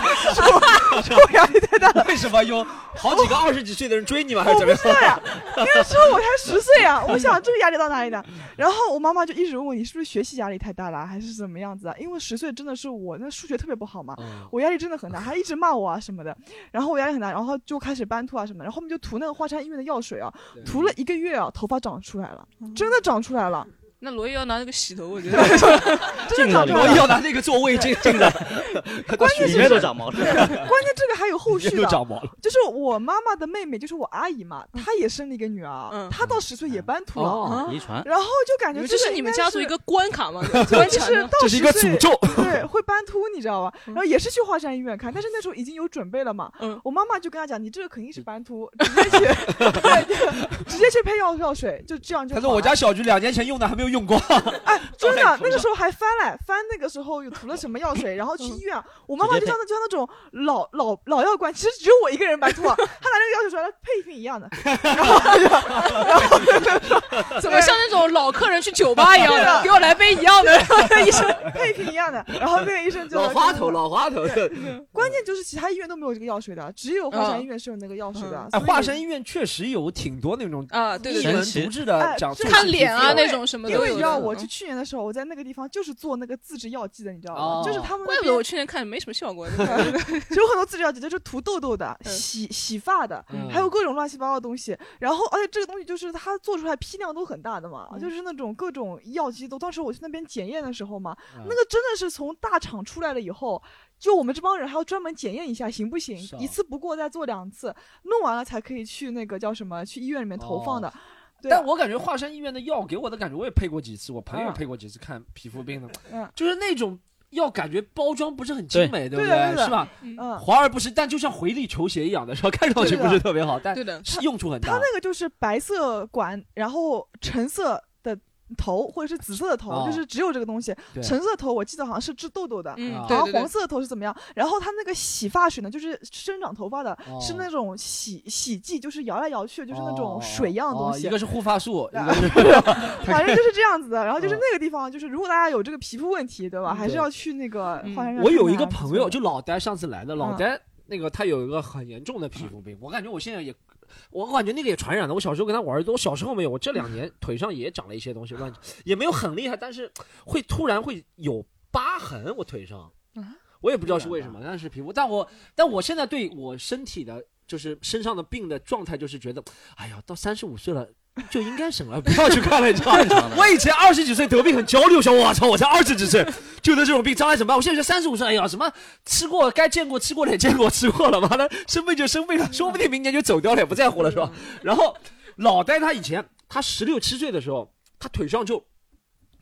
[SPEAKER 3] 我压力太大
[SPEAKER 4] 了。为什么有好几个二十几岁的人追你吗？还是怎么样？
[SPEAKER 3] 啊那个时候我才十岁 啊，我想这个压力到哪里呢？然后我妈妈就一直问我，你是不是学习压力太大了，还是怎么样子啊？因为十岁真的是我那数学特别不好嘛，
[SPEAKER 4] 嗯
[SPEAKER 3] 我压力真的很大，她一直骂我啊什么的，然后我压力很大，然后就开始斑秃啊什么的，然后我们就涂那个华山医院的药水啊，涂了一个月啊，头发长出来了，
[SPEAKER 2] 嗯
[SPEAKER 3] 真的长出来了。
[SPEAKER 2] 那罗毅要拿那个洗头，我觉 得
[SPEAKER 3] 真的长出来了
[SPEAKER 4] 我要拿那个做胃镜，进来，
[SPEAKER 3] 关键是
[SPEAKER 4] 里面
[SPEAKER 3] 这
[SPEAKER 4] 都长毛了
[SPEAKER 3] 对 关键这个还有后续
[SPEAKER 4] 里面
[SPEAKER 3] 的，
[SPEAKER 4] 都长毛了
[SPEAKER 3] 就是我妈妈的妹妹，就是我阿姨嘛，
[SPEAKER 2] 嗯
[SPEAKER 3] 她也生了一个女儿，啊她到十岁
[SPEAKER 4] 嗯
[SPEAKER 3] 也斑秃
[SPEAKER 5] 哦
[SPEAKER 3] 了，
[SPEAKER 5] 遗传
[SPEAKER 3] 然后就感
[SPEAKER 2] 你
[SPEAKER 3] 觉
[SPEAKER 2] 们这是
[SPEAKER 3] 个
[SPEAKER 2] 你
[SPEAKER 3] 应
[SPEAKER 2] 们
[SPEAKER 3] 该
[SPEAKER 2] 家
[SPEAKER 3] 是
[SPEAKER 2] 族一个关卡吗？
[SPEAKER 3] 对，
[SPEAKER 2] 关
[SPEAKER 3] 就
[SPEAKER 2] 卡
[SPEAKER 3] 是
[SPEAKER 2] 呢嗯
[SPEAKER 3] 到
[SPEAKER 4] 这是一
[SPEAKER 3] 10
[SPEAKER 4] 个
[SPEAKER 3] 岁
[SPEAKER 4] 诅咒
[SPEAKER 3] 对，会斑秃，你知道吧？然后也是去华山医院看，但是那时候已经有准备了嘛。我妈妈就跟她讲，你这个肯定
[SPEAKER 4] 嗯
[SPEAKER 3] 是斑秃，直接去， 对，直接去配药药水，就这样就好
[SPEAKER 4] 他
[SPEAKER 3] 了。
[SPEAKER 4] 说我家小菊两年前用的还没有用光，
[SPEAKER 3] 真的，那个时候还翻嘞，翻那个时候有涂了什么药水，然后去
[SPEAKER 4] 嗯
[SPEAKER 3] 医院，我妈妈就像那就像那种老老老药罐，其实只有我一个人白吐啊，她拿那个药水出来，配一瓶一样的，
[SPEAKER 2] 怎么像那种老客人去酒吧一样
[SPEAKER 3] 对
[SPEAKER 2] 的
[SPEAKER 3] 的，
[SPEAKER 2] 给我来杯一样的，然后医生
[SPEAKER 3] 配一瓶一样的，然后那个医生就
[SPEAKER 4] 老花头，老花 头。
[SPEAKER 3] 关键就是其他医院都没有这个药水的，啊只有华
[SPEAKER 2] 嗯
[SPEAKER 3] 山医院是有那个药水的。
[SPEAKER 4] 哎，
[SPEAKER 3] 所以
[SPEAKER 4] 华山医院确实有挺多那种
[SPEAKER 2] 啊对对对
[SPEAKER 4] 一门独治的
[SPEAKER 3] 哎
[SPEAKER 4] 讲
[SPEAKER 3] 这
[SPEAKER 4] 做
[SPEAKER 2] 看
[SPEAKER 4] 事
[SPEAKER 2] 脸啊
[SPEAKER 4] 情的
[SPEAKER 2] 那种什么都
[SPEAKER 3] 因为
[SPEAKER 2] 有
[SPEAKER 3] 你知道，
[SPEAKER 2] 的嗯
[SPEAKER 3] 我去去年的时候，我在那个地方就是做那个自制药剂的，你知道
[SPEAKER 2] 哦
[SPEAKER 3] 吗？就是他们
[SPEAKER 2] 怪
[SPEAKER 3] 那
[SPEAKER 2] 不得
[SPEAKER 3] 边
[SPEAKER 2] 我去年看没什么 效果。
[SPEAKER 3] 有很多自制药剂，就是涂痘痘的、洗洗发的，
[SPEAKER 2] 嗯
[SPEAKER 3] 还有各种乱七八糟的东西。然后，而且这个东西就是它做出来批量都很大的嘛，就是那种各种药剂都。当时我去那边检验的时候嘛，
[SPEAKER 4] 嗯
[SPEAKER 3] 那个真的是从大厂出来了以后。就我们这帮人还要专门检验一下行不行，
[SPEAKER 4] 啊
[SPEAKER 3] 一次不过再做两次，弄完了才可以去那个叫什么，去医院里面投
[SPEAKER 4] 哦
[SPEAKER 3] 放的。对啊
[SPEAKER 4] 但我感觉华山医院的药给我的感觉，我也配过几次，我朋友
[SPEAKER 3] 啊
[SPEAKER 4] 配过几次看皮肤病的，
[SPEAKER 3] 嗯
[SPEAKER 4] 就是那种药感觉包装不是很精美，
[SPEAKER 3] 对
[SPEAKER 4] 不
[SPEAKER 3] 的对的
[SPEAKER 4] 是吧？
[SPEAKER 3] 嗯，
[SPEAKER 4] 华而不实，但就像回力球鞋一样的，是吧？看上去不是特别好，但
[SPEAKER 3] 对的
[SPEAKER 4] 啊是用处很
[SPEAKER 3] 它
[SPEAKER 4] 大。
[SPEAKER 3] 那个就是白色管，然后橙色的头或者是紫色的头，
[SPEAKER 4] 哦
[SPEAKER 3] 就是只有这个东西。
[SPEAKER 4] 对
[SPEAKER 3] 橙色头我记得好像是治痘痘的，
[SPEAKER 2] 嗯
[SPEAKER 4] 啊
[SPEAKER 3] 然
[SPEAKER 2] 对
[SPEAKER 3] 后
[SPEAKER 2] 对对
[SPEAKER 3] 黄色的头是怎么样？然后它那个洗发水呢，就是生长头发的，
[SPEAKER 4] 哦
[SPEAKER 3] 是那种洗洗剂，就是摇来摇去，就是那
[SPEAKER 4] 哦
[SPEAKER 3] 种水一样的东
[SPEAKER 4] 哦
[SPEAKER 3] 西。
[SPEAKER 4] 一个是 护发素，一
[SPEAKER 3] 对
[SPEAKER 4] 个是
[SPEAKER 3] 反正就是这样子的。然后就是
[SPEAKER 4] 嗯
[SPEAKER 3] 那个地方，就是如果大家有这个皮肤问题，对吧？还是
[SPEAKER 4] 对
[SPEAKER 3] 要去那个
[SPEAKER 2] 嗯
[SPEAKER 3] 华山。
[SPEAKER 4] 我有一个朋友，就老呆，上次来的老呆，那个他有一个很严重的皮肤病，我感觉我现在也，我感觉那个也传染了。我小时候跟他玩的，我小时候没有，我这两年腿上也长了一些东西，我感觉也没有很厉害，但是会突然会有疤痕，我腿上
[SPEAKER 2] 啊，
[SPEAKER 4] 我也不知道是为什么，但是皮肤，但我但我现在对我身体的。就是身上的病的状态，就是觉得，哎呀，到三十五岁了就应该省了，不要去看了，你 知道吗？ 我以前二十几岁得病很焦虑，我想我操，我才二十几岁就得这种病，将来怎么办？我现在就三十五岁，哎呀，什么吃过该见过，吃过的也见过，吃过了，妈的，生病就生病了，说不定明年就走掉了，也不在乎了，是吧？然后老呆他以前他十六七岁的时候，他腿上就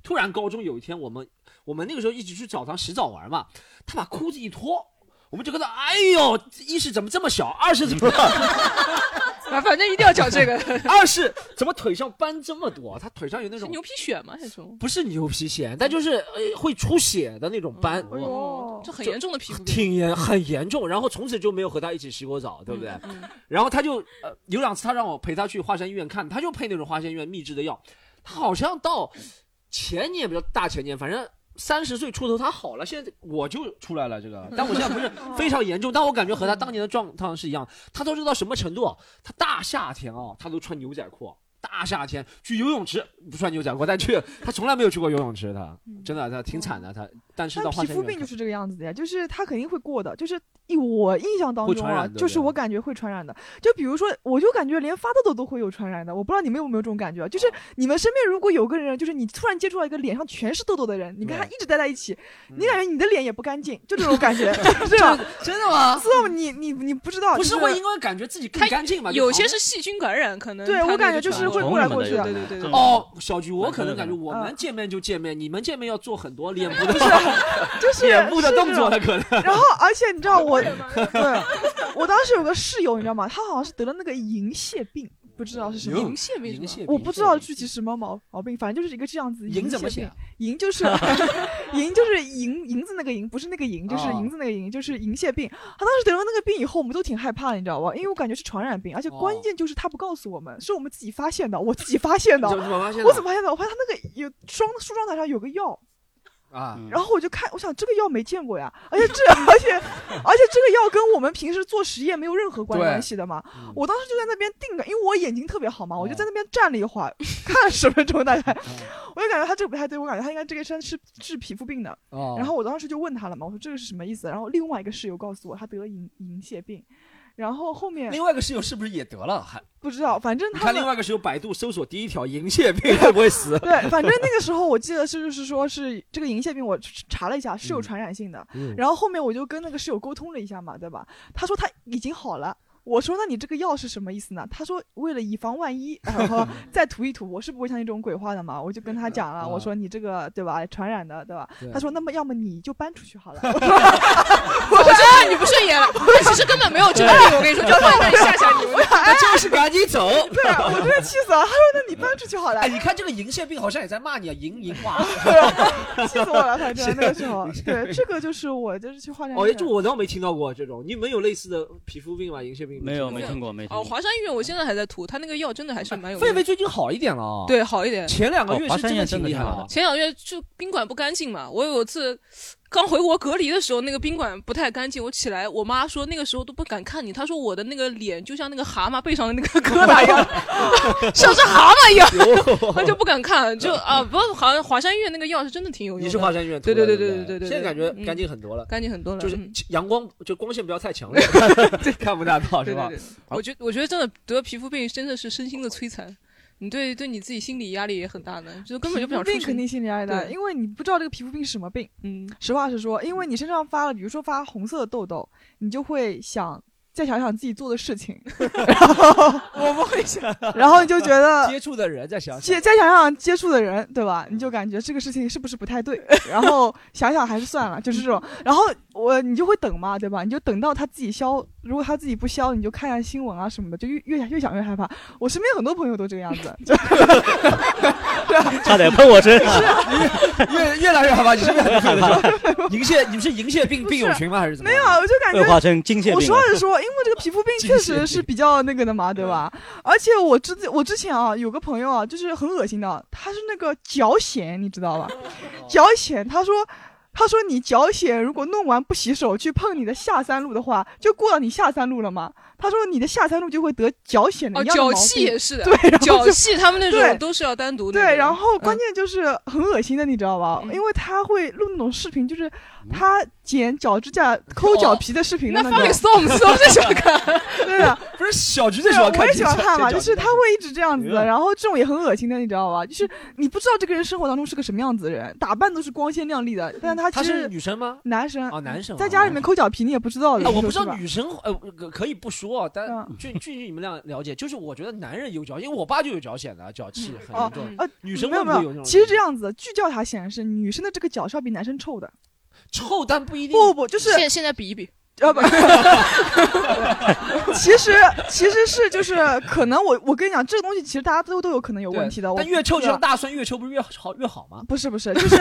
[SPEAKER 4] 突然高中有一天，我们我们那个时候一起去澡堂洗澡玩嘛，他把裤子一脱。我们就跟他，哎呦，一是怎么这么小，二是怎 么，
[SPEAKER 2] 啊，反正一定要讲这个，
[SPEAKER 4] 二是怎么腿上斑这么多？啊他腿上有那
[SPEAKER 2] 是
[SPEAKER 4] 种
[SPEAKER 2] 牛皮癣吗？还是什么？
[SPEAKER 4] 不是牛皮癣，但就是呃会出血的那种斑，
[SPEAKER 2] 哎呦，这很严重的皮肤病，
[SPEAKER 4] 挺严很严重。然后从此就没有和他一起洗过澡，对不对？
[SPEAKER 2] 嗯？嗯
[SPEAKER 4] 然后他就呃有两次他让我陪他去华山医院看，他就配那种华山医院秘制的药，他好像到前年比较大前年，反正。三十岁出头，他好了，现在我就出来了这个，但我现在不是非常严重，但我感觉和他当年的状况是一样。他都知道什么程度啊？他大夏天啊，他都穿牛仔裤，大夏天去游泳池不穿牛仔裤，但去他从来没有去过游泳池，他真的他挺惨的，他但是到
[SPEAKER 3] 但
[SPEAKER 4] 华
[SPEAKER 3] 皮
[SPEAKER 4] 山医
[SPEAKER 3] 肤
[SPEAKER 4] 院
[SPEAKER 3] 病
[SPEAKER 4] 看
[SPEAKER 3] 就是这个样子的呀，就是它肯定会过的，就是以我印象当
[SPEAKER 4] 会
[SPEAKER 3] 中
[SPEAKER 4] 传
[SPEAKER 3] 啊，
[SPEAKER 4] 染的
[SPEAKER 3] 就是
[SPEAKER 4] 对
[SPEAKER 3] 我感觉会传染的。就比如说，我就感觉连发痘痘都会有传染的，我不知道你们有没有这种感觉啊，
[SPEAKER 4] 哦
[SPEAKER 3] 就是你们身边如果有个人，就是你突然接触到一个脸上全是痘痘的人，你跟他一直待在一起，
[SPEAKER 4] 嗯
[SPEAKER 3] 你感觉你的脸也不干净，就这种感 觉，是吧？
[SPEAKER 4] 真的吗？
[SPEAKER 3] 所以你你你不知道，
[SPEAKER 4] 不
[SPEAKER 3] 就是
[SPEAKER 4] 会因为感觉自己更
[SPEAKER 2] 他
[SPEAKER 4] 干净嘛？就
[SPEAKER 2] 有
[SPEAKER 4] 旁
[SPEAKER 2] 些
[SPEAKER 4] 边
[SPEAKER 2] 是细菌感染，可能
[SPEAKER 3] 对
[SPEAKER 2] 它
[SPEAKER 3] 我
[SPEAKER 2] 那
[SPEAKER 3] 感
[SPEAKER 2] 个
[SPEAKER 3] 觉就
[SPEAKER 2] 传
[SPEAKER 3] 是
[SPEAKER 2] 染
[SPEAKER 3] 会
[SPEAKER 5] 虫
[SPEAKER 3] 过来
[SPEAKER 5] 什么
[SPEAKER 3] 过
[SPEAKER 5] 的
[SPEAKER 3] 去的
[SPEAKER 5] 有可
[SPEAKER 2] 对
[SPEAKER 5] 能
[SPEAKER 2] 对对
[SPEAKER 5] 这种
[SPEAKER 4] 哦，小菊，我
[SPEAKER 5] 蛮
[SPEAKER 4] 可能
[SPEAKER 5] 多的
[SPEAKER 4] 感觉我们
[SPEAKER 3] 嗯
[SPEAKER 4] 见面就见面，你们见面要做 很多脸部的
[SPEAKER 3] 就是
[SPEAKER 4] 脸部的动
[SPEAKER 3] 是这
[SPEAKER 4] 作
[SPEAKER 3] 种
[SPEAKER 4] 的可 能。
[SPEAKER 3] 然 后，而且你知道我， 对，我当时有个室友，你知道吗？他好像是得了那个银屑病，不知道是什么
[SPEAKER 4] 哟
[SPEAKER 2] 银。屑没什么
[SPEAKER 4] 银屑病
[SPEAKER 3] 我不知道具体什么毛毛病，反正就是一个这样子。
[SPEAKER 4] 银
[SPEAKER 3] 银
[SPEAKER 4] 怎么
[SPEAKER 3] 屑
[SPEAKER 4] 写
[SPEAKER 3] 病
[SPEAKER 4] 啊？
[SPEAKER 3] 银 就是银就是银银子那个银，不是那个银，就是
[SPEAKER 4] 哦
[SPEAKER 3] 银子那个银，就是银屑病。他当时得了那个病以后，我们都挺害怕的，你知道吧？因为我感觉是传染病，而且关
[SPEAKER 4] 哦
[SPEAKER 3] 键就是他不告诉我们，是我们自己发现的，我自己发现的
[SPEAKER 4] 你。怎么发现的？
[SPEAKER 3] 我怎么发现的？我发现他那个有装梳妆台上有个药，
[SPEAKER 4] 啊？
[SPEAKER 5] 嗯
[SPEAKER 3] 然后我就看，我想这个药没见过呀，而且这 而且而且这个药跟我们平时做实验没有任何关
[SPEAKER 4] 对
[SPEAKER 3] 关系的嘛
[SPEAKER 4] 嗯。
[SPEAKER 3] 我当时就在那边定了，因为我眼睛特别好嘛，我就
[SPEAKER 4] 哦
[SPEAKER 3] 在那边站了一会儿， 看了十分钟大概，
[SPEAKER 4] 嗯
[SPEAKER 3] 我就感觉他这个不太对，我感觉他应该这个身是治皮肤病的。
[SPEAKER 4] 哦
[SPEAKER 3] 然后我当时就问他了嘛，我说这个是什么意思？然后另外一个室友告诉我他得了银银屑病，然后后面
[SPEAKER 4] 另外一个室友是不是也得了？还
[SPEAKER 3] 不知道，反正
[SPEAKER 4] 你
[SPEAKER 3] 嗯他
[SPEAKER 4] 看
[SPEAKER 3] 们
[SPEAKER 4] 另外一个室友百度搜索第一条银屑病会不会死？
[SPEAKER 3] 对，反正那个时候我记得是就是说是这个银屑病，我查了一下是有传染性的。
[SPEAKER 4] 嗯
[SPEAKER 3] 然后后面我就跟那个室友沟通了一下嘛，对吧？他说他已经好了。我说：“那你这个药是什么意思呢？”他说：“为了以防万一，然 后再涂一涂。”我是不会相信这种鬼话的嘛，我就跟他讲了，我说：“你这个对吧，传染的对吧？”
[SPEAKER 4] 啊对
[SPEAKER 3] 他说：“那么要么你就搬出去 好了。
[SPEAKER 2] 我就看你不顺眼了，但其实根本没有这个病，我跟你说，就慢慢吓吓你们。
[SPEAKER 4] 那就是赶紧走。”
[SPEAKER 3] 对，啊我真的气死了。他说：“那你搬出去好了
[SPEAKER 4] 哎，。你看这个银屑病好像也在骂你啊，银银哇！”
[SPEAKER 3] 啊气死我了，反正那个时候，对，这个就是我就是去化妆
[SPEAKER 4] 哦，
[SPEAKER 3] 店。
[SPEAKER 4] 这我倒没听到过这种。你们有类似的皮肤病吗？银屑病
[SPEAKER 5] 没有
[SPEAKER 4] 听
[SPEAKER 5] 没
[SPEAKER 4] 过
[SPEAKER 5] 听过没听
[SPEAKER 2] 哦，
[SPEAKER 5] 过。
[SPEAKER 2] 华山医院我现在还在涂，它那个药真的还是蛮有
[SPEAKER 4] 狒
[SPEAKER 2] 用的
[SPEAKER 4] 狒最近好一点了啊。，
[SPEAKER 2] 对好一点。
[SPEAKER 4] 前两个
[SPEAKER 5] 哦
[SPEAKER 4] 月
[SPEAKER 5] 华
[SPEAKER 4] 是
[SPEAKER 5] 山
[SPEAKER 4] 真的
[SPEAKER 5] 院真
[SPEAKER 4] 挺
[SPEAKER 5] 的
[SPEAKER 4] 厉
[SPEAKER 5] 挺
[SPEAKER 4] 害
[SPEAKER 5] 好
[SPEAKER 4] 的
[SPEAKER 5] 的。
[SPEAKER 2] 前两个月就宾馆不干净嘛，我有一次刚回国隔离的时候，那个宾馆不太干净，我起来，我妈说那个时候都不敢看你，她说我的那个脸就像那个蛤蟆背上的那个 疙瘩一样，像是蛤蟆一样， 她
[SPEAKER 4] 哦
[SPEAKER 2] 就不敢看，就啊，不过好像华山医院那个药是真的挺有用的，
[SPEAKER 4] 嗯你是华山医院涂
[SPEAKER 2] 对
[SPEAKER 4] 的
[SPEAKER 2] 对对
[SPEAKER 4] 对
[SPEAKER 2] 对
[SPEAKER 4] 不
[SPEAKER 2] 对对对
[SPEAKER 4] 现在感觉
[SPEAKER 2] 嗯
[SPEAKER 4] 干净很多了。
[SPEAKER 2] 干净很多了，
[SPEAKER 4] 就是
[SPEAKER 2] 嗯
[SPEAKER 4] 阳光就光线不要太强 烈， 看不大
[SPEAKER 2] 对
[SPEAKER 4] 到是
[SPEAKER 2] 对
[SPEAKER 4] 吧
[SPEAKER 2] 对？，我觉我觉得真的得皮肤病真的是身心的摧残，你对对你自己心理压力也很大的，就根本就不想
[SPEAKER 3] 皮
[SPEAKER 2] 出
[SPEAKER 3] 肤病
[SPEAKER 2] 去
[SPEAKER 3] 肯定心理压力大，
[SPEAKER 2] 对
[SPEAKER 3] 因为你不知道这个皮肤病是什么病。
[SPEAKER 2] 嗯，
[SPEAKER 3] 实话实说，因为你身上发了，比如说发红色的痘痘，你就会想再想想自己做的事情， 然后
[SPEAKER 4] 我不会 想
[SPEAKER 3] 然后你就觉得
[SPEAKER 4] 哦 接触的人再想
[SPEAKER 3] 接再想想接触的人，对吧？你就感觉这个事情是不是不太对，然后想想还是算了，就是这种。然后我你就会等嘛，对吧？你就等到他自己消，如果他自己不消，你就看看新闻啊什么的，就越越想越想越害怕。我身边很多朋友都这个样子，就
[SPEAKER 5] 差点喷我身 上。
[SPEAKER 4] 越越来越害怕，你是不是很害怕？银屑，你们是银屑病病友群吗？还是怎么
[SPEAKER 3] 没
[SPEAKER 4] 样？
[SPEAKER 3] 有，啊，我就感觉
[SPEAKER 5] 恶化成精
[SPEAKER 3] 我
[SPEAKER 5] 血病
[SPEAKER 3] 说
[SPEAKER 5] 了。
[SPEAKER 3] 是说，因为这个皮 肤病确实是比较那个的嘛，对吧？而且我之我之前啊，有个朋友啊，就是很恶心的，他是那个脚癣，你知道吧？
[SPEAKER 5] 哦
[SPEAKER 3] 脚癣，他说。他说：“你脚癣如果弄完不洗手去碰你的下三路的话，就过了你下三路了嘛。”他说：“你的下三路就会得脚癣的
[SPEAKER 2] 哦，
[SPEAKER 3] 一样的毛
[SPEAKER 2] 脚
[SPEAKER 3] 病。
[SPEAKER 2] 气也 是的，
[SPEAKER 3] 对
[SPEAKER 4] 啊
[SPEAKER 3] 然后
[SPEAKER 2] 脚
[SPEAKER 3] 就
[SPEAKER 2] 气他们那
[SPEAKER 3] 对
[SPEAKER 2] 种都是要单独的。
[SPEAKER 3] 对，然后关
[SPEAKER 2] 嗯
[SPEAKER 3] 键就是很恶心的，你知道吧？
[SPEAKER 2] 嗯
[SPEAKER 3] 因为他会录那种视频，就是
[SPEAKER 4] 嗯
[SPEAKER 3] 他剪脚指甲、抠脚皮的视频的
[SPEAKER 2] 哦那发
[SPEAKER 3] 那
[SPEAKER 2] 给
[SPEAKER 3] 种。
[SPEAKER 2] Storm，Storm 最喜欢 看。
[SPEAKER 3] 对的，
[SPEAKER 4] 不是小菊
[SPEAKER 3] 对啊
[SPEAKER 4] 最喜欢
[SPEAKER 3] 我
[SPEAKER 4] 看
[SPEAKER 3] 也
[SPEAKER 4] 这
[SPEAKER 3] 喜
[SPEAKER 4] 种，
[SPEAKER 3] 欢看嘛，
[SPEAKER 4] 这
[SPEAKER 3] 就
[SPEAKER 4] 种
[SPEAKER 3] 是他会一直这样子的，
[SPEAKER 4] 嗯
[SPEAKER 3] 然后这种也很恶心的，你知道吧？就是你不知道这个人生活当中是个什么样子的人，打扮都是光鲜亮丽的，但他
[SPEAKER 4] 她
[SPEAKER 3] 其
[SPEAKER 4] 是
[SPEAKER 3] 实
[SPEAKER 4] 女生吗？
[SPEAKER 3] 男生，
[SPEAKER 4] 哦，男生啊
[SPEAKER 3] 在家里面抠脚皮你也不知道的，
[SPEAKER 4] 啊，我不
[SPEAKER 3] 是
[SPEAKER 4] 知道
[SPEAKER 3] 吧
[SPEAKER 4] 女生呃可可以不说，啊但
[SPEAKER 3] 嗯
[SPEAKER 4] 据据你们俩了解，就是我觉得男人有脚，因为我爸就有脚癣的，啊脚气很
[SPEAKER 3] 哦
[SPEAKER 4] 严重。
[SPEAKER 3] 呃，
[SPEAKER 4] 女生
[SPEAKER 3] 没有
[SPEAKER 4] 会
[SPEAKER 3] 没
[SPEAKER 4] 不会
[SPEAKER 3] 有
[SPEAKER 4] 这，种？
[SPEAKER 3] 其实这样子，据调查显示，女生的这个脚是要比男生臭的。
[SPEAKER 4] 臭，但不一定。
[SPEAKER 3] 不不不，就是
[SPEAKER 2] 现现在比一比，
[SPEAKER 3] 呃不，其实其实是就是可能我我跟你讲，这个东西其实大家都都有可能有
[SPEAKER 4] 对
[SPEAKER 3] 问题的。我
[SPEAKER 4] 但越臭就像
[SPEAKER 3] 对吧
[SPEAKER 4] 大蒜，越臭不是越好越好吗？
[SPEAKER 3] 不是不是，就是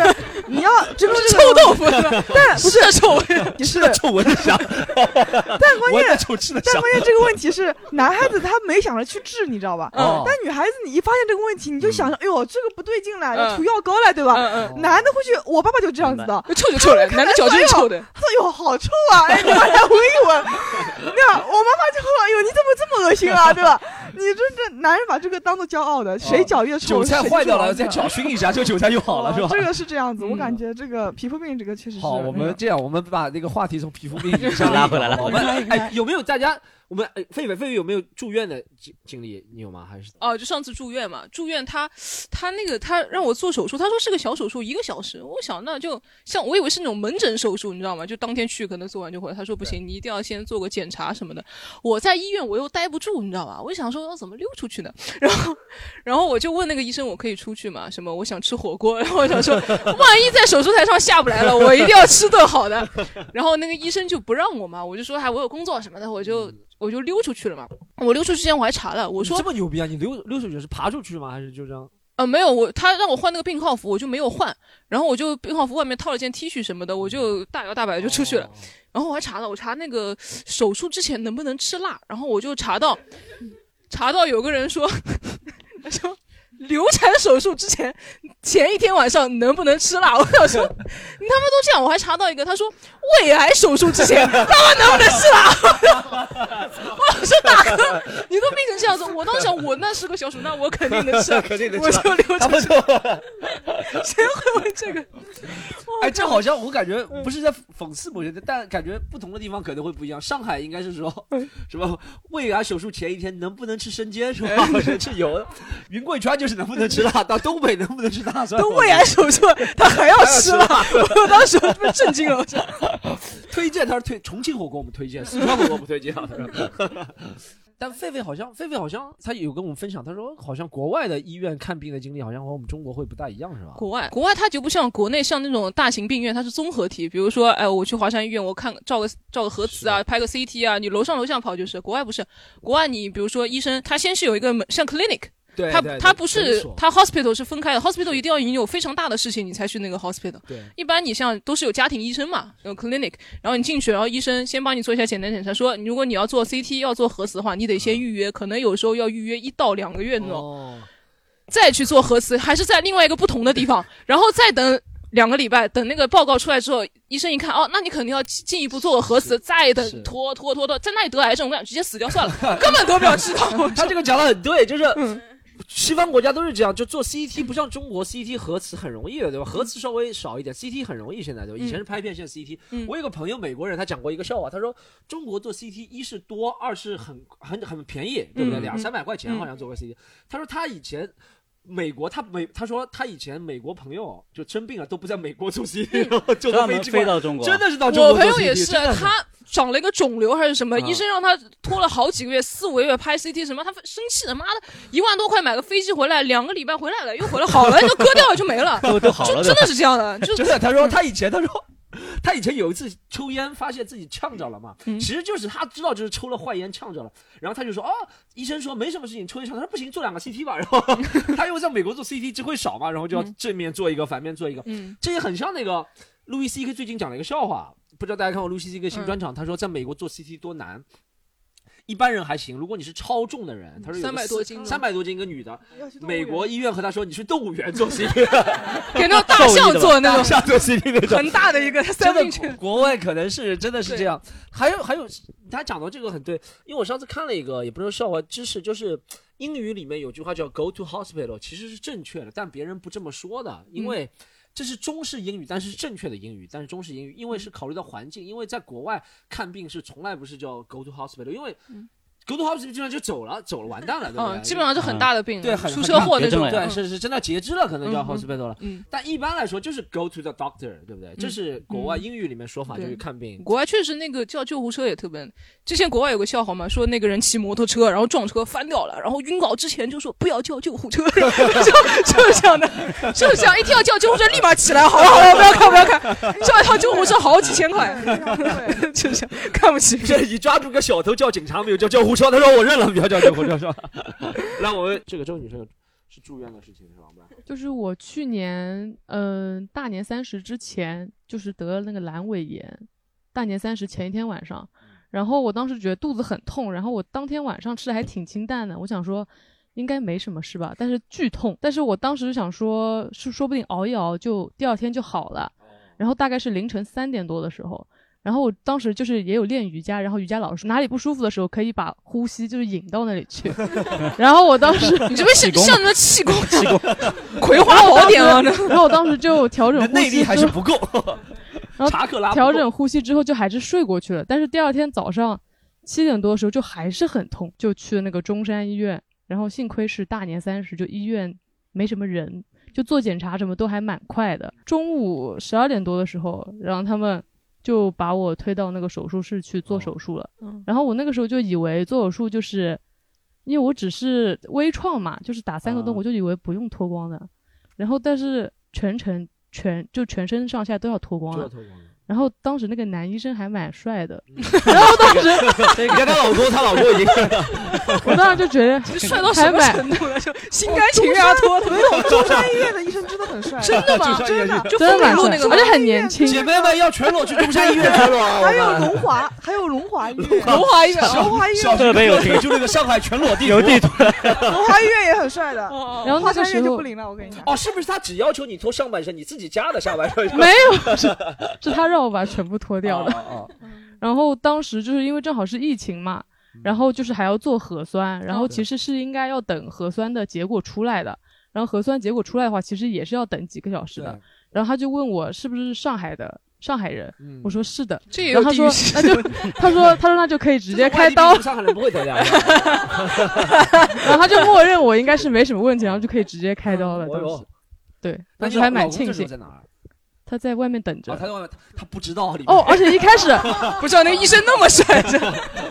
[SPEAKER 3] 你要 这不是
[SPEAKER 2] 臭豆腐是吧？
[SPEAKER 3] 但
[SPEAKER 2] 是
[SPEAKER 3] 不是
[SPEAKER 2] 的臭味。
[SPEAKER 3] 你是
[SPEAKER 4] 臭闻着香，
[SPEAKER 3] 但关
[SPEAKER 4] 闻
[SPEAKER 3] 键
[SPEAKER 4] 着臭，吃的
[SPEAKER 3] 但
[SPEAKER 4] 香。
[SPEAKER 3] 关键这个问题是，男孩子他没想着去治，你知道吧？
[SPEAKER 4] 哦
[SPEAKER 3] 但女孩子你一发现这个问题，你就
[SPEAKER 4] 嗯
[SPEAKER 3] 想着，哎呦，这个不对劲了，要
[SPEAKER 2] 嗯
[SPEAKER 3] 涂药膏了，对吧？
[SPEAKER 2] 嗯
[SPEAKER 4] 哦
[SPEAKER 3] 男的会去，我爸爸就这样子的，
[SPEAKER 2] 嗯，臭就臭了，男的脚就是臭的。
[SPEAKER 3] 他说：“哎哟，好臭啊！哎，你把它闻一闻。”那我妈妈就说：“哎呦，你怎么这么恶心啊？对吧？你这这男人把这个当做骄傲的，谁脚越臭，
[SPEAKER 4] 哦韭菜
[SPEAKER 3] 谁就
[SPEAKER 4] 坏掉了，
[SPEAKER 3] 往
[SPEAKER 4] 再
[SPEAKER 3] 上
[SPEAKER 4] 搅熏一下，这韭菜就好了，是吧
[SPEAKER 3] 哦？这个是这样子，我
[SPEAKER 2] 嗯
[SPEAKER 3] 感觉这个皮肤病这个确实是
[SPEAKER 4] 好，我
[SPEAKER 3] 那
[SPEAKER 4] 们
[SPEAKER 3] 个
[SPEAKER 4] 这样，我们把那个话题从皮肤病上
[SPEAKER 5] 拉回来
[SPEAKER 4] 了。
[SPEAKER 5] 拉
[SPEAKER 4] 我
[SPEAKER 5] 回
[SPEAKER 4] 们哎哎，有没有大家？我们哎，狒狒狒狒有没有住院的经经历？你有吗？还是
[SPEAKER 2] 哦，就上次住院嘛，住院他他那个他让我做手术，他说是个小手术，一个小时。我想那就像我以为是那种门诊手术，你知道吗？就当天去可能做完就回来。他说不行，你一定要先做个检查什么的。我在医院我又待不住，你知道吧？我想说要怎么溜出去呢？ 然后然后我就问那个医生，我可以出去吗？什么我想吃火锅， 然后我想说万一在手术台上下不来了，我一定要吃顿好的。 然后那个医生就不让我嘛，我就说哎我有工作什么的，我就。我就溜出去了嘛，我溜出去之前我还查了，我说
[SPEAKER 4] 你这么牛逼啊？你溜溜出去是爬出去吗？还是就这样？
[SPEAKER 2] 呃，没有，我他让我换那个病号服，我就没有换，然后我就病号服外面套了件 T 恤什么的，我就大摇大摆就出去了。
[SPEAKER 4] 嗯哦。
[SPEAKER 2] 然后我还查了，我查那个手术之前能不能吃辣，然后我就查到，查到有个人说，他说流产手术之前前一天晚上能不能吃辣？我想说，你他妈都这样，我还查到一个，他说胃癌哎手术之前他们能不能吃辣？我想说大 哥， 你都病成这样子，我当时想我那是个小鼠，那我肯定能吃，啊
[SPEAKER 4] 肯定能吃啊
[SPEAKER 2] 我就流
[SPEAKER 4] 他
[SPEAKER 2] 产
[SPEAKER 4] 们
[SPEAKER 2] 手
[SPEAKER 4] 就
[SPEAKER 2] 术， 谁会问这个？
[SPEAKER 4] 哎，这好像我感觉
[SPEAKER 2] 嗯
[SPEAKER 4] 不是在讽刺某些人，但感觉不同的地方可能会不一样。上海应该是说
[SPEAKER 2] 嗯
[SPEAKER 4] 什么胃癌手术前一天能不能吃生煎是吧？
[SPEAKER 2] 哎
[SPEAKER 4] 我觉得这有。云贵川就是能不能吃辣，到东北能不能吃大蒜？
[SPEAKER 2] 都胃癌手术，他还要吃辣，我当时被震惊了。我说
[SPEAKER 4] 推荐他是推重庆火锅，我们推荐四川火锅不推荐啊。 但狒狒好像，狒狒好像，他有跟我们分享，他说好像国外的医院看病的经历好像和我们中国会不大一样，是吧？
[SPEAKER 2] 国外，国外它就不像国内像那种大型病院，它是综合体。比如说，哎，我去华山医院，我看照个照个核磁啊，拍个 CT 啊，你楼上楼下跑就是。国外不是，国外你比如说医生，他先是有一个门，像 clinic，
[SPEAKER 4] 对，
[SPEAKER 2] 他
[SPEAKER 4] 对
[SPEAKER 2] 他
[SPEAKER 4] 对
[SPEAKER 2] 不
[SPEAKER 4] 诊
[SPEAKER 2] 是
[SPEAKER 4] 所
[SPEAKER 2] 他 hospital 是分开的，hospital 一定要你有非常大的事情你才去那个 hospital。
[SPEAKER 4] 对
[SPEAKER 2] 一般你像都是有家庭医生嘛，有 clinic，然后你进去，然后医生先帮你做一下简单检查，说如果你要做 CT 要做核磁的话，你得先预约，可能有时候要预约一到两个月那种。
[SPEAKER 4] 哦，
[SPEAKER 2] 再去做核磁，还是在另外一个不同的地方，然后再等两个礼拜，等那个报告出来之后，医生一看，哦，那你肯定要进进一步做个核磁，再
[SPEAKER 4] 是
[SPEAKER 2] 等拖拖拖拖，在那里得癌症，我跟你讲，直接死掉算了，根本得不了治疗。我
[SPEAKER 4] 他这个讲的很对，就是。
[SPEAKER 2] 嗯
[SPEAKER 4] 西方国家都是这样，就做 CT 不像中国 CT 核磁很容易的，对
[SPEAKER 2] 嗯
[SPEAKER 4] 吧？核磁稍微少一点，CT 很容易。现在对吧？以前是拍片，现在 CT。
[SPEAKER 2] 嗯
[SPEAKER 4] 我有个朋友美国人，他讲过一个笑话，他说中国做 CT 一是多，二是很很很便宜，对不对？
[SPEAKER 2] 嗯
[SPEAKER 4] 两
[SPEAKER 2] 嗯
[SPEAKER 4] 三百块钱
[SPEAKER 2] 嗯
[SPEAKER 4] 好像做个 CT。他说他以前。美国，他美他说他以前美国朋友就生病了，都不在美国做 CT，、然后 就
[SPEAKER 5] 专
[SPEAKER 4] 到
[SPEAKER 5] 门
[SPEAKER 4] 飞机
[SPEAKER 5] 飞
[SPEAKER 4] 过来，
[SPEAKER 5] 到中国，
[SPEAKER 4] 真的是到中
[SPEAKER 2] 嗯
[SPEAKER 4] 国
[SPEAKER 2] 我
[SPEAKER 4] 做
[SPEAKER 2] 朋
[SPEAKER 4] CT,
[SPEAKER 2] 友也是，啊
[SPEAKER 4] 真的
[SPEAKER 2] 他长了一个肿瘤还是什么，
[SPEAKER 4] 啊
[SPEAKER 2] 医生让他拖了好几个月，四五个月拍 CT 什么，他生气了，妈的，一万多块买个飞机回来，两个礼拜回来 了，又回来好了，就割掉了就没了，
[SPEAKER 5] 都都好
[SPEAKER 2] 就
[SPEAKER 5] 了，
[SPEAKER 2] 真
[SPEAKER 5] 对吧
[SPEAKER 2] 的是这样的，就
[SPEAKER 4] 真的，他说他以前他说。他以前有一次抽烟，发现自己呛着了嘛，
[SPEAKER 2] 嗯
[SPEAKER 4] 其实就是他知道就是抽了坏烟呛着了，然后他就说哦，医生说没什么事情，抽一抽，他说不行，做两个 CT 吧，然 后他因为在美国做 CT 机会少嘛，然后就要
[SPEAKER 2] 嗯
[SPEAKER 4] 正面做一个，反面做一个，
[SPEAKER 2] 嗯
[SPEAKER 4] 这也很像那个路易 C K 最近讲了一个笑话，不知道大家看过路易 C K 新专场，
[SPEAKER 2] 嗯
[SPEAKER 4] 他说在美国做 CT 多难。一般人还行，如果你是超重的人，他说有个
[SPEAKER 2] 300多斤的
[SPEAKER 4] 三百多斤一个女的，
[SPEAKER 3] 要去动物园
[SPEAKER 4] 美国医院和他说你去动物园做 CT，
[SPEAKER 2] 给那种大象做的那种
[SPEAKER 4] 下做 CT 那种，
[SPEAKER 2] 很大的一个塞
[SPEAKER 4] 真
[SPEAKER 2] 不
[SPEAKER 4] 的
[SPEAKER 2] 进去
[SPEAKER 4] 国，国外可能是真的是这样。还有还有，他讲到这个很对，因为我上次看了一个，也不是笑话，知识就是英语里面有句话叫 “go to hospital”，其实是正确的，但别人不这么说的，
[SPEAKER 2] 嗯
[SPEAKER 4] 因为。这是中式英语，但是正确的英语，但是中式英语，因为是考虑到环境，因为在国外看病是从来不是叫 go to hospital，因为 go to hospital 基本上就走了，走了完蛋了，对不对？
[SPEAKER 2] 嗯，基本上是很大的病，
[SPEAKER 4] 对很
[SPEAKER 2] 出车祸那种，
[SPEAKER 5] 很大
[SPEAKER 4] 对，是是真的截肢了，可能叫
[SPEAKER 2] 嗯
[SPEAKER 4] hospital 了。
[SPEAKER 2] 嗯，
[SPEAKER 4] 但一般来说就是 go to the doctor，对不对？这是国外
[SPEAKER 2] 嗯
[SPEAKER 4] 英语里面说法，就
[SPEAKER 2] 对
[SPEAKER 4] 是看病。
[SPEAKER 2] 国外确实那个叫救护车也特别。之前国外有个笑话嘛，说那个人骑摩托车，然后撞车翻掉了，然后晕倒之前就说不要叫救护车，就就是这样的， 就是这样，一听到叫救护车立马起来，好了好了，不要看不要看，叫一趟救护车好几千 块，就是这样看不起。
[SPEAKER 4] 这你抓住个小偷叫警察没有叫救护车，他说我认了，不要叫救护车是吧？那我们这个周女生有是住院的事情是吧？
[SPEAKER 8] 就是我去年，嗯、大年三十之前，就是得了那个阑尾炎，大年三十前一天晚上，然后我当时觉得肚子很痛，然后我当天晚上吃的还挺清淡的，我想说应该没什么事吧，但是剧痛，但是我当时就想说，是说不定熬一熬就第二天就好了，然后大概是凌晨三点多的时候。然后我当时就是也有练瑜伽，然后瑜伽老师说哪里不舒服的时候可以把呼吸就是引到那里去。然后我当时
[SPEAKER 2] 你这不是
[SPEAKER 5] 功
[SPEAKER 2] 像什么气功？气功， 葵花宝 典啊！这
[SPEAKER 8] 然后我当时就调
[SPEAKER 4] 你的
[SPEAKER 8] 整呼
[SPEAKER 4] 内力
[SPEAKER 8] 吸
[SPEAKER 4] 还
[SPEAKER 8] 之
[SPEAKER 4] 是
[SPEAKER 8] 后，
[SPEAKER 4] 不够，
[SPEAKER 8] 然后
[SPEAKER 4] 查克拉不够
[SPEAKER 8] 调整呼吸之后就还是睡过去了。但是第二天早上七点多的时候就还是很痛，就去了那个中山医院。然后幸亏是大年三十，就医院没什么人，就做检查什么都还蛮快的。中午十二点多的时候，然后他们就把我推到那个手术室去
[SPEAKER 4] 哦
[SPEAKER 8] 做手术了。
[SPEAKER 2] 嗯
[SPEAKER 4] 嗯
[SPEAKER 8] 然后我那个时候就以为做手术就是，因为我只是微创嘛，就是打三个洞，
[SPEAKER 4] 啊
[SPEAKER 8] 我就以为不用脱光的。然后但是全程全就全身上下都要脱光了。然后当时那个男医生还蛮帅的，
[SPEAKER 4] 嗯
[SPEAKER 8] 然后 当时
[SPEAKER 4] 你看她老公，她老公已经。
[SPEAKER 8] 我当时就觉得
[SPEAKER 2] 帅到什
[SPEAKER 8] 还
[SPEAKER 2] 么
[SPEAKER 8] 蛮
[SPEAKER 2] 程度了？就心甘情愿啊脱脱
[SPEAKER 3] 没有，中山医院的医生真的很帅，
[SPEAKER 2] 真 的吗？
[SPEAKER 3] 真的。
[SPEAKER 2] 就
[SPEAKER 8] 真
[SPEAKER 2] 风
[SPEAKER 8] 的蛮
[SPEAKER 2] 里路那
[SPEAKER 8] 帅
[SPEAKER 2] 个，
[SPEAKER 8] 而且很年轻
[SPEAKER 4] 姐妹们要 全裸去中山医院 全裸啊！我
[SPEAKER 3] 还有
[SPEAKER 4] 们
[SPEAKER 3] 龙华，还有龙华医 院，
[SPEAKER 2] 龙华医
[SPEAKER 4] 啊
[SPEAKER 2] 院。
[SPEAKER 3] 龙华医院，
[SPEAKER 4] 特别有听，就那个上海全裸地有地图啊
[SPEAKER 3] 龙华医院也很帅的。
[SPEAKER 2] 然
[SPEAKER 8] 然后
[SPEAKER 3] 华
[SPEAKER 8] 那个
[SPEAKER 3] 山医
[SPEAKER 8] 时
[SPEAKER 3] 院就
[SPEAKER 8] 候
[SPEAKER 3] 不灵了，我跟你讲。
[SPEAKER 4] 哦，是不是他只要求你脱上半身，你自己加的下半身？
[SPEAKER 8] 没 有，是是他让我把全部脱掉的。
[SPEAKER 4] 哦
[SPEAKER 8] 然后当时就是因为正好是疫情嘛，
[SPEAKER 4] 嗯
[SPEAKER 8] 然后就是还要做核酸，然
[SPEAKER 2] 哦
[SPEAKER 8] 后
[SPEAKER 4] 对
[SPEAKER 8] 其实是应该要等核酸的结果出来的。然后核酸结果出来的话，其实也是要等几个小时的。然后他就问我是不是上海的上海人，
[SPEAKER 4] 嗯
[SPEAKER 8] 我说是的。
[SPEAKER 2] 这也
[SPEAKER 8] 然
[SPEAKER 2] 有
[SPEAKER 8] 后他
[SPEAKER 2] 地域
[SPEAKER 8] 说
[SPEAKER 2] 性
[SPEAKER 8] 那就 他说他说那就可以直接开刀。
[SPEAKER 4] 上海人不会得的。
[SPEAKER 8] 然后他就默认我应该是没什么问题，然后就可以直接开刀了。
[SPEAKER 4] 我
[SPEAKER 8] 当时
[SPEAKER 4] 有，
[SPEAKER 8] 对，
[SPEAKER 4] 哦那
[SPEAKER 8] 当
[SPEAKER 4] 你
[SPEAKER 8] 时
[SPEAKER 4] 老
[SPEAKER 8] 还
[SPEAKER 4] 老
[SPEAKER 8] 蛮
[SPEAKER 4] 公这
[SPEAKER 8] 庆
[SPEAKER 4] 时候
[SPEAKER 8] 幸。
[SPEAKER 4] 在哪儿？
[SPEAKER 8] 他在外面等着
[SPEAKER 4] 哦，他。在外面，他他不知道里面
[SPEAKER 8] 哦，，而且一开 始，
[SPEAKER 2] 不知道那个医生那么帅，这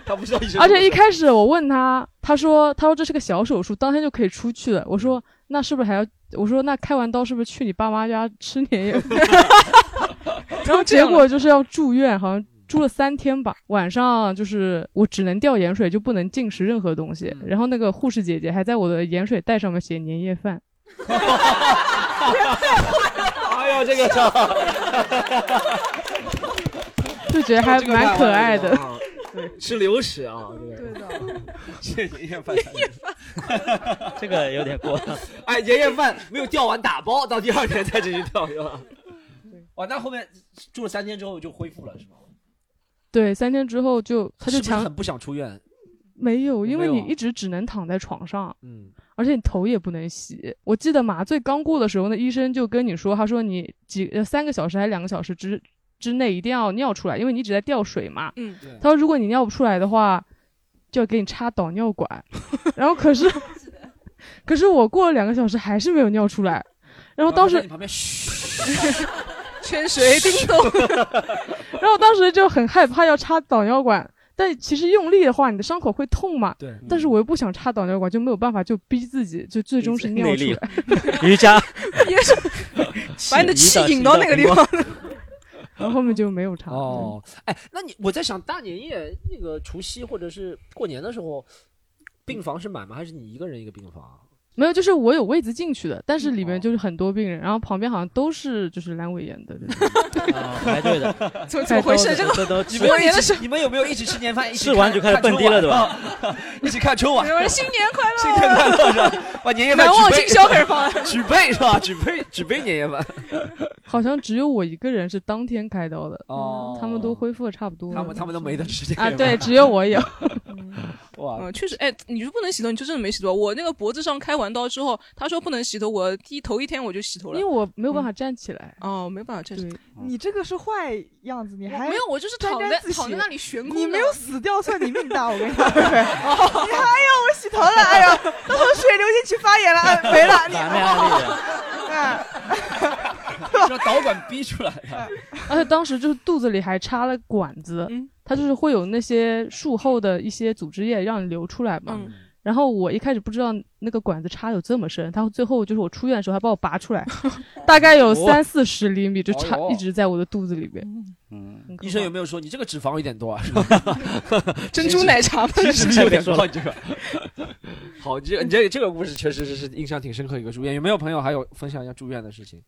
[SPEAKER 4] 他不知道医生。
[SPEAKER 8] 而且一开始我问他，他说他说这是个小手术，当天就可以出去了。我
[SPEAKER 4] 嗯
[SPEAKER 8] 说那是不是还要？我说那开完刀是不是去你爸妈家吃年夜 饭？然后结果就是要住院，好像。住了三天吧，晚上就是我只能吊盐水，就不能进食任何东西。
[SPEAKER 4] 嗯
[SPEAKER 8] 然后那个护士姐姐还在我的盐水袋上面写年夜饭，
[SPEAKER 4] 哎呦，这个 操，
[SPEAKER 8] 就觉得还
[SPEAKER 4] 这个
[SPEAKER 8] 蛮可爱的。
[SPEAKER 4] 啊。吃流食啊，
[SPEAKER 3] 对的，
[SPEAKER 4] 这个年夜饭才能。
[SPEAKER 5] 这个有点过了。
[SPEAKER 4] 哎，年夜饭没有吊完打包，到第二天才继续吊，是 吧？哦，那后面住了三天之后就恢复了，是吗？
[SPEAKER 8] 对，三天之后就他就是
[SPEAKER 4] 不是
[SPEAKER 8] 强
[SPEAKER 4] 很不想出院，
[SPEAKER 8] 没有，因
[SPEAKER 4] 没
[SPEAKER 8] 为
[SPEAKER 4] 有
[SPEAKER 8] 你
[SPEAKER 4] 啊
[SPEAKER 8] 一直只能躺在床上，
[SPEAKER 4] 嗯，
[SPEAKER 8] 而且你头也不能洗。我记得麻醉刚过的时候，那医生就跟你说，他说你几呃三个小时还是两个小时之之内一定要尿出来，因为你一直在掉水嘛。
[SPEAKER 2] 嗯
[SPEAKER 4] 对
[SPEAKER 8] 他说如果你尿不出来的话，就要给你插导尿管。 然后可是，可是我过了两个小时还是没有尿出来。然后当时
[SPEAKER 4] 在你旁边嘘，
[SPEAKER 2] 圈水叮咚，
[SPEAKER 8] 然后当时就很害怕要插导尿管，但其实用力的话，你的伤口会痛嘛。
[SPEAKER 4] 对，
[SPEAKER 8] 但
[SPEAKER 2] 嗯
[SPEAKER 8] 是我又不想插导尿管，就没有办法，就逼自己，就最终是尿
[SPEAKER 5] 内
[SPEAKER 8] 出
[SPEAKER 5] 力
[SPEAKER 8] 来。
[SPEAKER 5] 瑜伽，
[SPEAKER 2] 也是把你的气引到那个地方。
[SPEAKER 8] 然后后面就没有查。嗯
[SPEAKER 4] 哦，哎，那你我在想，大年夜那个除夕或者是过年的时候，病房是满吗？还是你一个人一个病房啊？
[SPEAKER 8] 没有，就是我有位子进去的，但是里
[SPEAKER 4] 哦
[SPEAKER 8] 面就是很多病人，然后旁边好像都是就是阑尾炎的人，，
[SPEAKER 4] 啊
[SPEAKER 5] 排队 的
[SPEAKER 8] 怎么怎么回事这个
[SPEAKER 5] 这都
[SPEAKER 8] 你们过年的时
[SPEAKER 4] 候，你们有没有一起吃年饭？一起
[SPEAKER 5] 吃完就开始蹦迪了，对吧？
[SPEAKER 4] 啊 一起看春晚，
[SPEAKER 2] 有人新年快乐，
[SPEAKER 4] 新年快乐是吧？把年夜饭
[SPEAKER 2] 难忘
[SPEAKER 4] 举杯
[SPEAKER 2] 今宵开始放
[SPEAKER 4] 举杯是吧？举杯举杯年 夜饭。
[SPEAKER 8] 好像只有我一个人是当天开刀的，
[SPEAKER 4] 哦
[SPEAKER 8] 他们都恢复的差不多了，
[SPEAKER 4] 他们他们都没得吃这个
[SPEAKER 8] 啊，
[SPEAKER 4] 是吧
[SPEAKER 8] 对，只有 我有。
[SPEAKER 4] 哇
[SPEAKER 2] 嗯，确实，哎，你就不能洗头，你就真的没洗头。我那个脖子上开完刀之后，他说不能洗头，我第一头一天我就洗头了，
[SPEAKER 8] 因 为我没有办法站起来。
[SPEAKER 4] 嗯
[SPEAKER 2] 哦，没办法站起
[SPEAKER 8] 来。
[SPEAKER 3] 你这个是坏样子，你还
[SPEAKER 2] 没有我就是
[SPEAKER 3] 沾
[SPEAKER 2] 躺
[SPEAKER 3] 沾
[SPEAKER 2] 在
[SPEAKER 3] 自喜
[SPEAKER 2] 躺在那里悬空
[SPEAKER 3] 你
[SPEAKER 2] 的
[SPEAKER 3] 没有死掉算你命大，我跟 你讲。你还哎呀，我洗头了，哎呀，到时候水流进去发炎了，哎 没了，你
[SPEAKER 5] 反面案例的
[SPEAKER 4] 让导管逼出来的。
[SPEAKER 2] 嗯
[SPEAKER 8] 而且当时就是肚子里还插了管子，它就是会有那些术后的一些组织液让你流出来嘛。
[SPEAKER 2] 嗯
[SPEAKER 8] 然后我一开始不知道那个管子插有这么深，它最后就是我出院的时候，它把我拔 出来，大概有
[SPEAKER 4] 哦
[SPEAKER 8] 三四十厘米，就插
[SPEAKER 4] 哎呦
[SPEAKER 8] 一直在我的肚子里边。
[SPEAKER 4] 嗯，医生有没有说你这个脂肪有点多啊？是吧
[SPEAKER 2] 珍珠奶茶吗
[SPEAKER 4] 体脂率有点
[SPEAKER 2] 是不
[SPEAKER 4] 高，
[SPEAKER 2] 是
[SPEAKER 4] 你这个。好，你这个你这个这个故事确实是是印象挺深刻一个住院。有没有朋友还有分享一下住院的事情？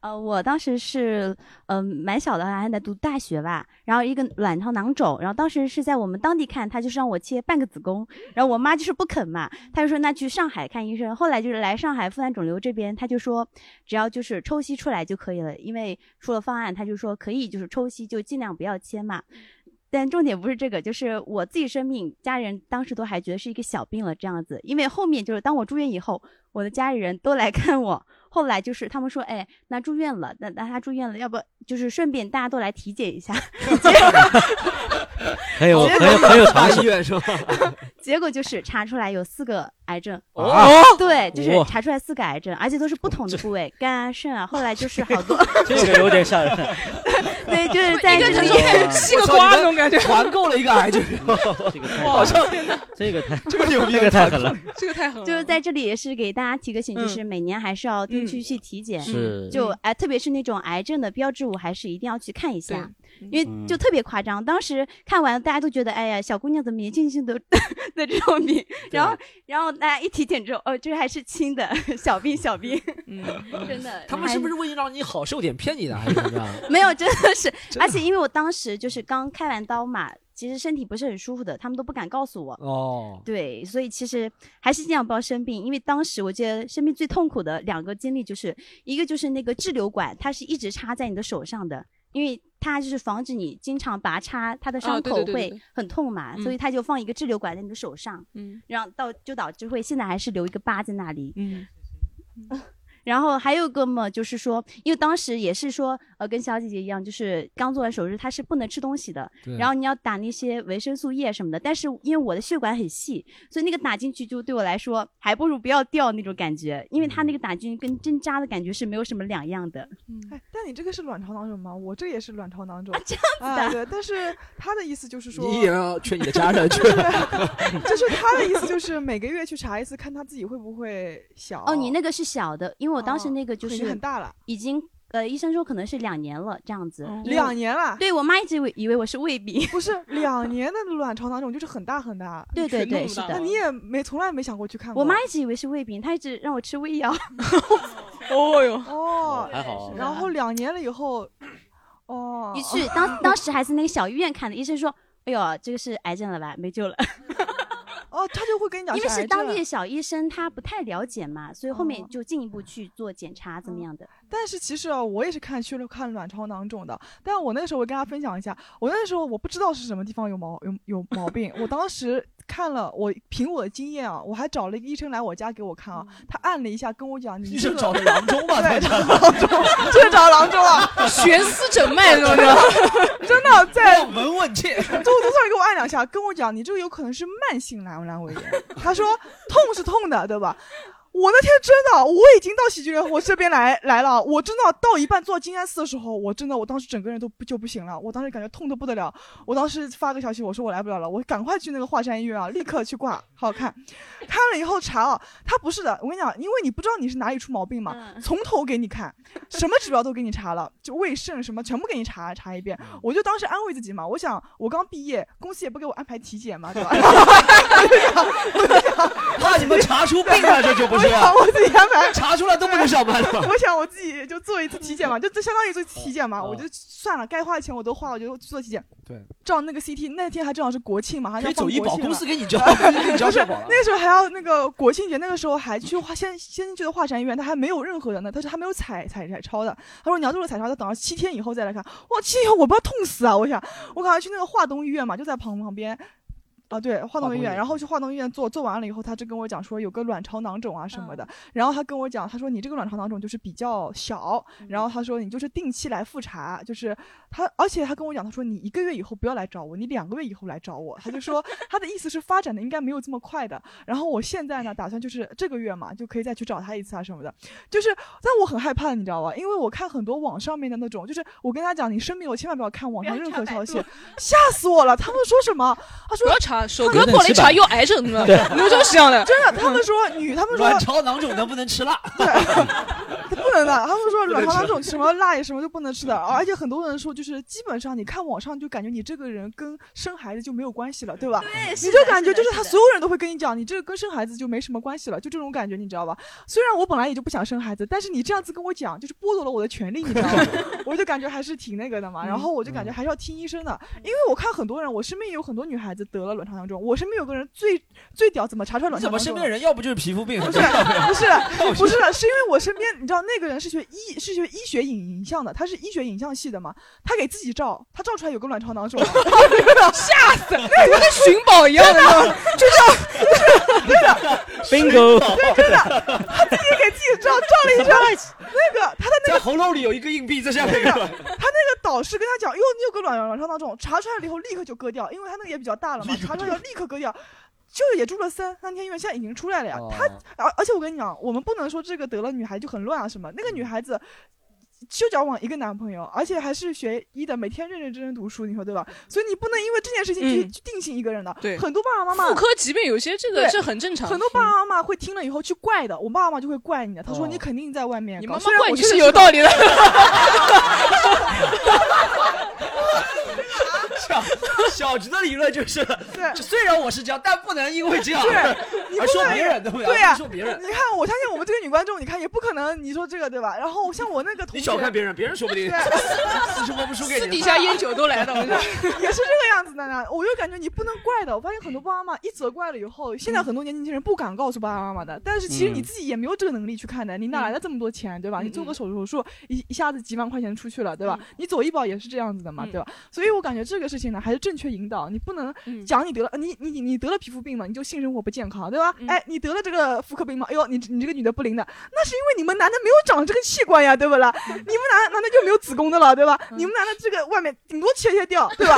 [SPEAKER 9] 呃，我当时是嗯、呃蛮小的，还在读大学吧，然后一个卵巢囊肿，然后当时是在我们当地看，他就是让我切半个子宫，然后我妈就是不肯嘛，她就说那去上海看医生，后来就是来上海妇产肿瘤这边，她就说只要就是抽吸出来就可以了，因为出了方案，她就说可以就是抽吸，就尽量不要切嘛。但重点不是这个，就是我自己生病，家人当时都还觉得是一个小病了这样子。因为后面就是当我住院以后，我的家里人都来 看我。后来就是他们说，哎，那住院了，那那他住院了，要不就是顺便大家都来体检一下。
[SPEAKER 5] 很有
[SPEAKER 9] 结果
[SPEAKER 5] 很有很有常识
[SPEAKER 4] 大医院是吧？
[SPEAKER 9] 结果就是查出来有四个癌症。
[SPEAKER 5] 哦
[SPEAKER 9] 对，就是
[SPEAKER 5] 哇
[SPEAKER 9] 查出来四个癌症，而且都是不同的部位，肝啊、肾啊。后来就是 好多，
[SPEAKER 5] 这个有点吓人。哦
[SPEAKER 9] 对，就是在
[SPEAKER 2] 一个人
[SPEAKER 9] 这
[SPEAKER 2] 一
[SPEAKER 9] 种
[SPEAKER 2] 天吸个瓜那种感觉，
[SPEAKER 4] 团购了一个癌症，
[SPEAKER 5] 这个太
[SPEAKER 2] 哇，天哪，
[SPEAKER 5] 这个太
[SPEAKER 4] 这个牛逼，
[SPEAKER 5] 这个太狠了。
[SPEAKER 2] 这个太狠了，嗯
[SPEAKER 9] 就是在这里也是给大家提个醒，就是每年还是要定期去体检，
[SPEAKER 5] 是
[SPEAKER 9] 就哎，特别是那种癌症的标志物，还是一定要去看一下，因
[SPEAKER 4] 嗯
[SPEAKER 9] 为就特别夸张。当时看完，大家都觉得哎呀，小姑娘怎么年轻轻的的这种病，然后然后大家一体检之后，哦，这还是轻的小病小病，
[SPEAKER 2] 嗯
[SPEAKER 3] 嗯
[SPEAKER 9] 真的。
[SPEAKER 4] 他们是不是为了让你好受点骗你的，还是怎么样？
[SPEAKER 9] 没有，真的是，而且因为我当时就是刚开完刀嘛，其实身体不是很舒服的，他们都不敢告诉我。
[SPEAKER 4] 哦，
[SPEAKER 9] 对，所以其实还是尽量不要生病，因为当时我记得生病最痛苦的两个经历，就是一个就是那个滞留管，它是一直插在你的手上的，因为它就是防止你经常拔插，它的
[SPEAKER 2] 啊
[SPEAKER 9] 伤
[SPEAKER 2] 对
[SPEAKER 9] 口
[SPEAKER 2] 对对对
[SPEAKER 9] 会
[SPEAKER 2] 对
[SPEAKER 9] 很痛嘛，所以
[SPEAKER 2] 嗯
[SPEAKER 9] 它就放一个滞留管在你的手上，
[SPEAKER 2] 嗯
[SPEAKER 9] 让到就导致会现在还是留一个疤在那里。
[SPEAKER 2] 嗯。
[SPEAKER 9] 然后还有个嘛，就是说，因为当时也是说，呃，跟小姐姐一样，就是刚做完手术，她是不能吃东西的
[SPEAKER 10] 对，
[SPEAKER 9] 然后你要打那些维生素液什么的。但是因为我的血管很细，所以那个打进去就对我来说，还不如不要掉那种感觉，因为它
[SPEAKER 3] 嗯
[SPEAKER 9] 那个打进去跟针扎的感觉是没有什么两样的。
[SPEAKER 2] 嗯
[SPEAKER 3] 哎，但你这个是卵巢囊肿吗？我这也是卵巢囊
[SPEAKER 2] 啊
[SPEAKER 3] 肿。
[SPEAKER 9] 这样
[SPEAKER 3] 子的、对，但是他的意思就是 说，
[SPEAKER 4] 你也要劝你的家 人去。
[SPEAKER 3] 就是他的意思就是每个月去查一次，看他自己会不会小。
[SPEAKER 9] 哦，你那个是小的，因为我当时那个就
[SPEAKER 3] 哦
[SPEAKER 9] 是
[SPEAKER 3] 很大了，哦
[SPEAKER 9] 已经呃，医生说可能是两年了这样子，因为
[SPEAKER 3] 两年了。
[SPEAKER 9] 对我妈一直以为以为我是胃病，
[SPEAKER 3] 不 是两年的卵巢囊肿就是很大很大，
[SPEAKER 9] 对对对是的
[SPEAKER 3] 那你也没从来没想过去看过。
[SPEAKER 9] 我妈一直以为是胃病，她一直让我吃 胃药。
[SPEAKER 2] 哦哟，
[SPEAKER 3] 哦，
[SPEAKER 4] 哎
[SPEAKER 5] 还好
[SPEAKER 3] 然后两年了以后，哦，
[SPEAKER 9] 一去 当当时还是那个小医院看的，医生说：“哎呦，这个是癌症了吧，没救了。
[SPEAKER 3] 哦，他就会跟你”讲，
[SPEAKER 9] 因为是当地的。小医生，他不太了解嘛，所以后
[SPEAKER 3] 哦
[SPEAKER 9] 面就进一步去做检查，
[SPEAKER 3] 嗯
[SPEAKER 9] 怎么样的？
[SPEAKER 3] 但是其实啊，我也是看去了看卵巢囊肿的，但我那个时候我跟大家分享一下，我那时候我不知道是什么地方有毛有有毛病，我当时看了，我凭我的经验啊，我还找了一个医生来我家给我看啊，
[SPEAKER 9] 嗯
[SPEAKER 3] 他按了一下跟我讲，你
[SPEAKER 4] 医
[SPEAKER 3] 这
[SPEAKER 4] 生
[SPEAKER 3] 个
[SPEAKER 4] 找的郎中 吧，
[SPEAKER 3] 对，
[SPEAKER 4] 在
[SPEAKER 3] 找
[SPEAKER 4] 这
[SPEAKER 3] 到郎中，真的找到郎 中了，
[SPEAKER 2] 悬丝诊脉那种的，
[SPEAKER 3] 真的在
[SPEAKER 4] 望闻问切。
[SPEAKER 3] 就我从小给我按两下，跟我讲你这个有可能是慢性阑尾阑尾炎。他说痛是痛的，对吧？我我那天真的，我已经到喜剧联合国这边来来了，我真的到一半做静安寺的时候，我真的我当时整个人都不就不行了，我当时感觉痛得不得了，我当时发个消息我说我来不了了，我赶快去那个华山医院啊，立刻去挂好看，看了以后查啊，他不是的，我跟你讲，因为你不知道你是哪里出毛病嘛，从头给你看，什么指标都给你查了，就胃肾什么全部给你查查一遍，我就当时安慰自己嘛，我想我刚毕业，公司也不给我安排体检嘛，对吧？
[SPEAKER 4] 怕 你们查出病来，这就不是 啊
[SPEAKER 3] 我想我自己 安排，
[SPEAKER 4] 查出来都不能上班了 啊
[SPEAKER 3] 我想我自己就做一次体检嘛，就这相当于做一次体检嘛，我就算了，该花的钱我都花，我就做体检。
[SPEAKER 4] 对，
[SPEAKER 3] 照那个 CT，那天还正好是国庆嘛，马上要放
[SPEAKER 4] 可以走医
[SPEAKER 3] 国
[SPEAKER 4] 保
[SPEAKER 3] 庆
[SPEAKER 4] 公
[SPEAKER 3] 了
[SPEAKER 4] 司给你交给你 交
[SPEAKER 3] 不是
[SPEAKER 4] 社保啊了
[SPEAKER 3] 那个时候还要那个国庆节，那个时候还去华先先去的华山医院，他还没有任何的呢，他是还没有彩彩彩超的。他说你要做了彩超，要等到七天以后再来看。哇，七天以后我不要痛死啊！我想，我赶快去那个华东医院嘛，就在旁旁边。啊，对，华东医
[SPEAKER 10] 东医
[SPEAKER 3] 院，
[SPEAKER 10] 院
[SPEAKER 3] 然后去华东医院做，做完了以后，他就跟我讲说有个卵巢囊肿啊什么的，然后他跟我讲，他说你这个卵巢囊肿就是比较小，然后他说你就是定期来复查，就是他，而且他跟我讲，他说你一个月以后不要来找我，你两个月以后来找我，他就说他的意思是发展的应该没有这么快的，然后我现在呢，打算就是这个月嘛，就可以再去找他一次啊什么的，就是，但我很害怕的，你知道吧？因为我看很多网上面的那种，就是我跟他讲，你生病我千万不要看网上任何消息，吓死我了，他们说什么？他说
[SPEAKER 2] 不要查，首歌破了一查又癌症了，
[SPEAKER 4] 对
[SPEAKER 2] 你们这想的？
[SPEAKER 3] 真的，他们 说女，他们说
[SPEAKER 4] 卵巢囊肿能不能吃辣？
[SPEAKER 3] 不能的，他们说
[SPEAKER 4] 不能
[SPEAKER 3] 卵
[SPEAKER 4] 吃
[SPEAKER 3] 巢囊肿什么辣也什么就不能吃的，而且很多人说就是基本上你看网上就感觉你这个人跟生孩子就没有关系了，对吧？
[SPEAKER 10] 对是
[SPEAKER 3] 你
[SPEAKER 10] 的
[SPEAKER 3] 就感觉就是
[SPEAKER 10] 是的
[SPEAKER 3] 他
[SPEAKER 10] 是的
[SPEAKER 3] 所有人都会跟你讲，你这个跟生孩子就没什么关系了，就这种感觉，你知道吧？虽然我本来也就不想生孩子，但是你这样子跟我讲，就是剥夺了我的权利，你知道吗？ 我就感觉还是挺那个的嘛，然后我就感觉还是要听医生的，因为我看很多人，我身边也有很多女孩子得了卵巢囊肿，我身边有个人最最屌，怎么查出来
[SPEAKER 4] 你
[SPEAKER 3] 卵巢
[SPEAKER 4] 怎
[SPEAKER 3] 囊
[SPEAKER 4] 么
[SPEAKER 3] 肿
[SPEAKER 4] 身
[SPEAKER 3] 了
[SPEAKER 4] 边人要不就是皮肤病？
[SPEAKER 3] 不是啊不是不是，是因为我身边你知道那个人是学医是学医学影影像的，他是医学影像系的嘛，他给自己照，他照出来有个卵巢 囊肿，吓死，那
[SPEAKER 2] 跟寻宝一样的
[SPEAKER 3] 真的，就
[SPEAKER 4] 冰狗
[SPEAKER 3] 啊真的，他自己给自己照照了一张，那个他的那
[SPEAKER 4] 在
[SPEAKER 3] 个
[SPEAKER 4] 喉咙里有一个硬币在下面
[SPEAKER 3] 对。 的，他那个导师跟他讲，哟，你有个卵卵巢囊肿，查出来了以后立刻就割掉，因为他那个也比较大了嘛，查出来以后立刻割掉。就也住了三三天院，现在已经出来了呀。他而而且我跟你讲，我们不能说这个得了女孩就很乱啊什么。那个女孩子就交往一个男朋友，而且还是学医的，每天认认真真读书，你说对吧？所以你不能因为这件事情去、
[SPEAKER 2] 嗯
[SPEAKER 3] 去定性一个人的。
[SPEAKER 2] 对
[SPEAKER 3] 很多爸爸妈妈
[SPEAKER 2] 妇科疾病有些这个
[SPEAKER 3] 对
[SPEAKER 2] 是很正常，
[SPEAKER 3] 很多爸爸妈妈会听了以后去怪的，我爸妈就会怪你的。他说
[SPEAKER 2] 哦
[SPEAKER 3] 你肯定在外面搞，
[SPEAKER 2] 你妈妈
[SPEAKER 3] 虽然
[SPEAKER 2] 怪
[SPEAKER 3] 我
[SPEAKER 2] 你
[SPEAKER 3] 确实
[SPEAKER 2] 是有道理的
[SPEAKER 4] 小小侄的理论就是，
[SPEAKER 3] 对
[SPEAKER 4] 虽然我是这样，但不能因为 这样
[SPEAKER 3] 对，你
[SPEAKER 4] 而
[SPEAKER 3] 不
[SPEAKER 4] 说
[SPEAKER 3] 能
[SPEAKER 4] 别人，对不对？
[SPEAKER 3] 对呀、
[SPEAKER 4] 而说别人
[SPEAKER 3] 你，看，我相信我们这个女观众，你看也不可能，你说这个对吧？然后 像我那个同学，
[SPEAKER 4] 你小看别人，别人说不定
[SPEAKER 3] 对
[SPEAKER 4] 四十分不输给你。
[SPEAKER 2] 私底下烟酒都来的，我跟你讲
[SPEAKER 3] 也是这个样子的呢。我就感觉你不能怪的。我发现很多爸爸妈妈一责怪了以后，现在很多年轻人不敢告诉爸爸妈妈的。但是其实你
[SPEAKER 10] 嗯
[SPEAKER 3] 自己也没有这个能力去看的，你哪
[SPEAKER 2] 嗯
[SPEAKER 3] 来的这么多钱，对吧？你做个手手术，一一下子几万块钱出去了，对
[SPEAKER 2] 嗯
[SPEAKER 3] 吧？你走医保也是这样子的嘛，对吧？所以我感觉这个事情呢，还是正确引导，你不能
[SPEAKER 2] 嗯
[SPEAKER 3] 讲你得了，呃你你你你得了皮肤病嘛，你就性生活不健康，对
[SPEAKER 2] 嗯
[SPEAKER 3] 吧？哎，你得了这个妇科病嘛，哎呦，你你这个女的不灵的，那是因为你们男的没有长这个器官呀，对不啦？
[SPEAKER 2] 嗯
[SPEAKER 3] 你们男男的就没有子宫的了，对吧？你们男的这个外面顶多切切掉，对吧？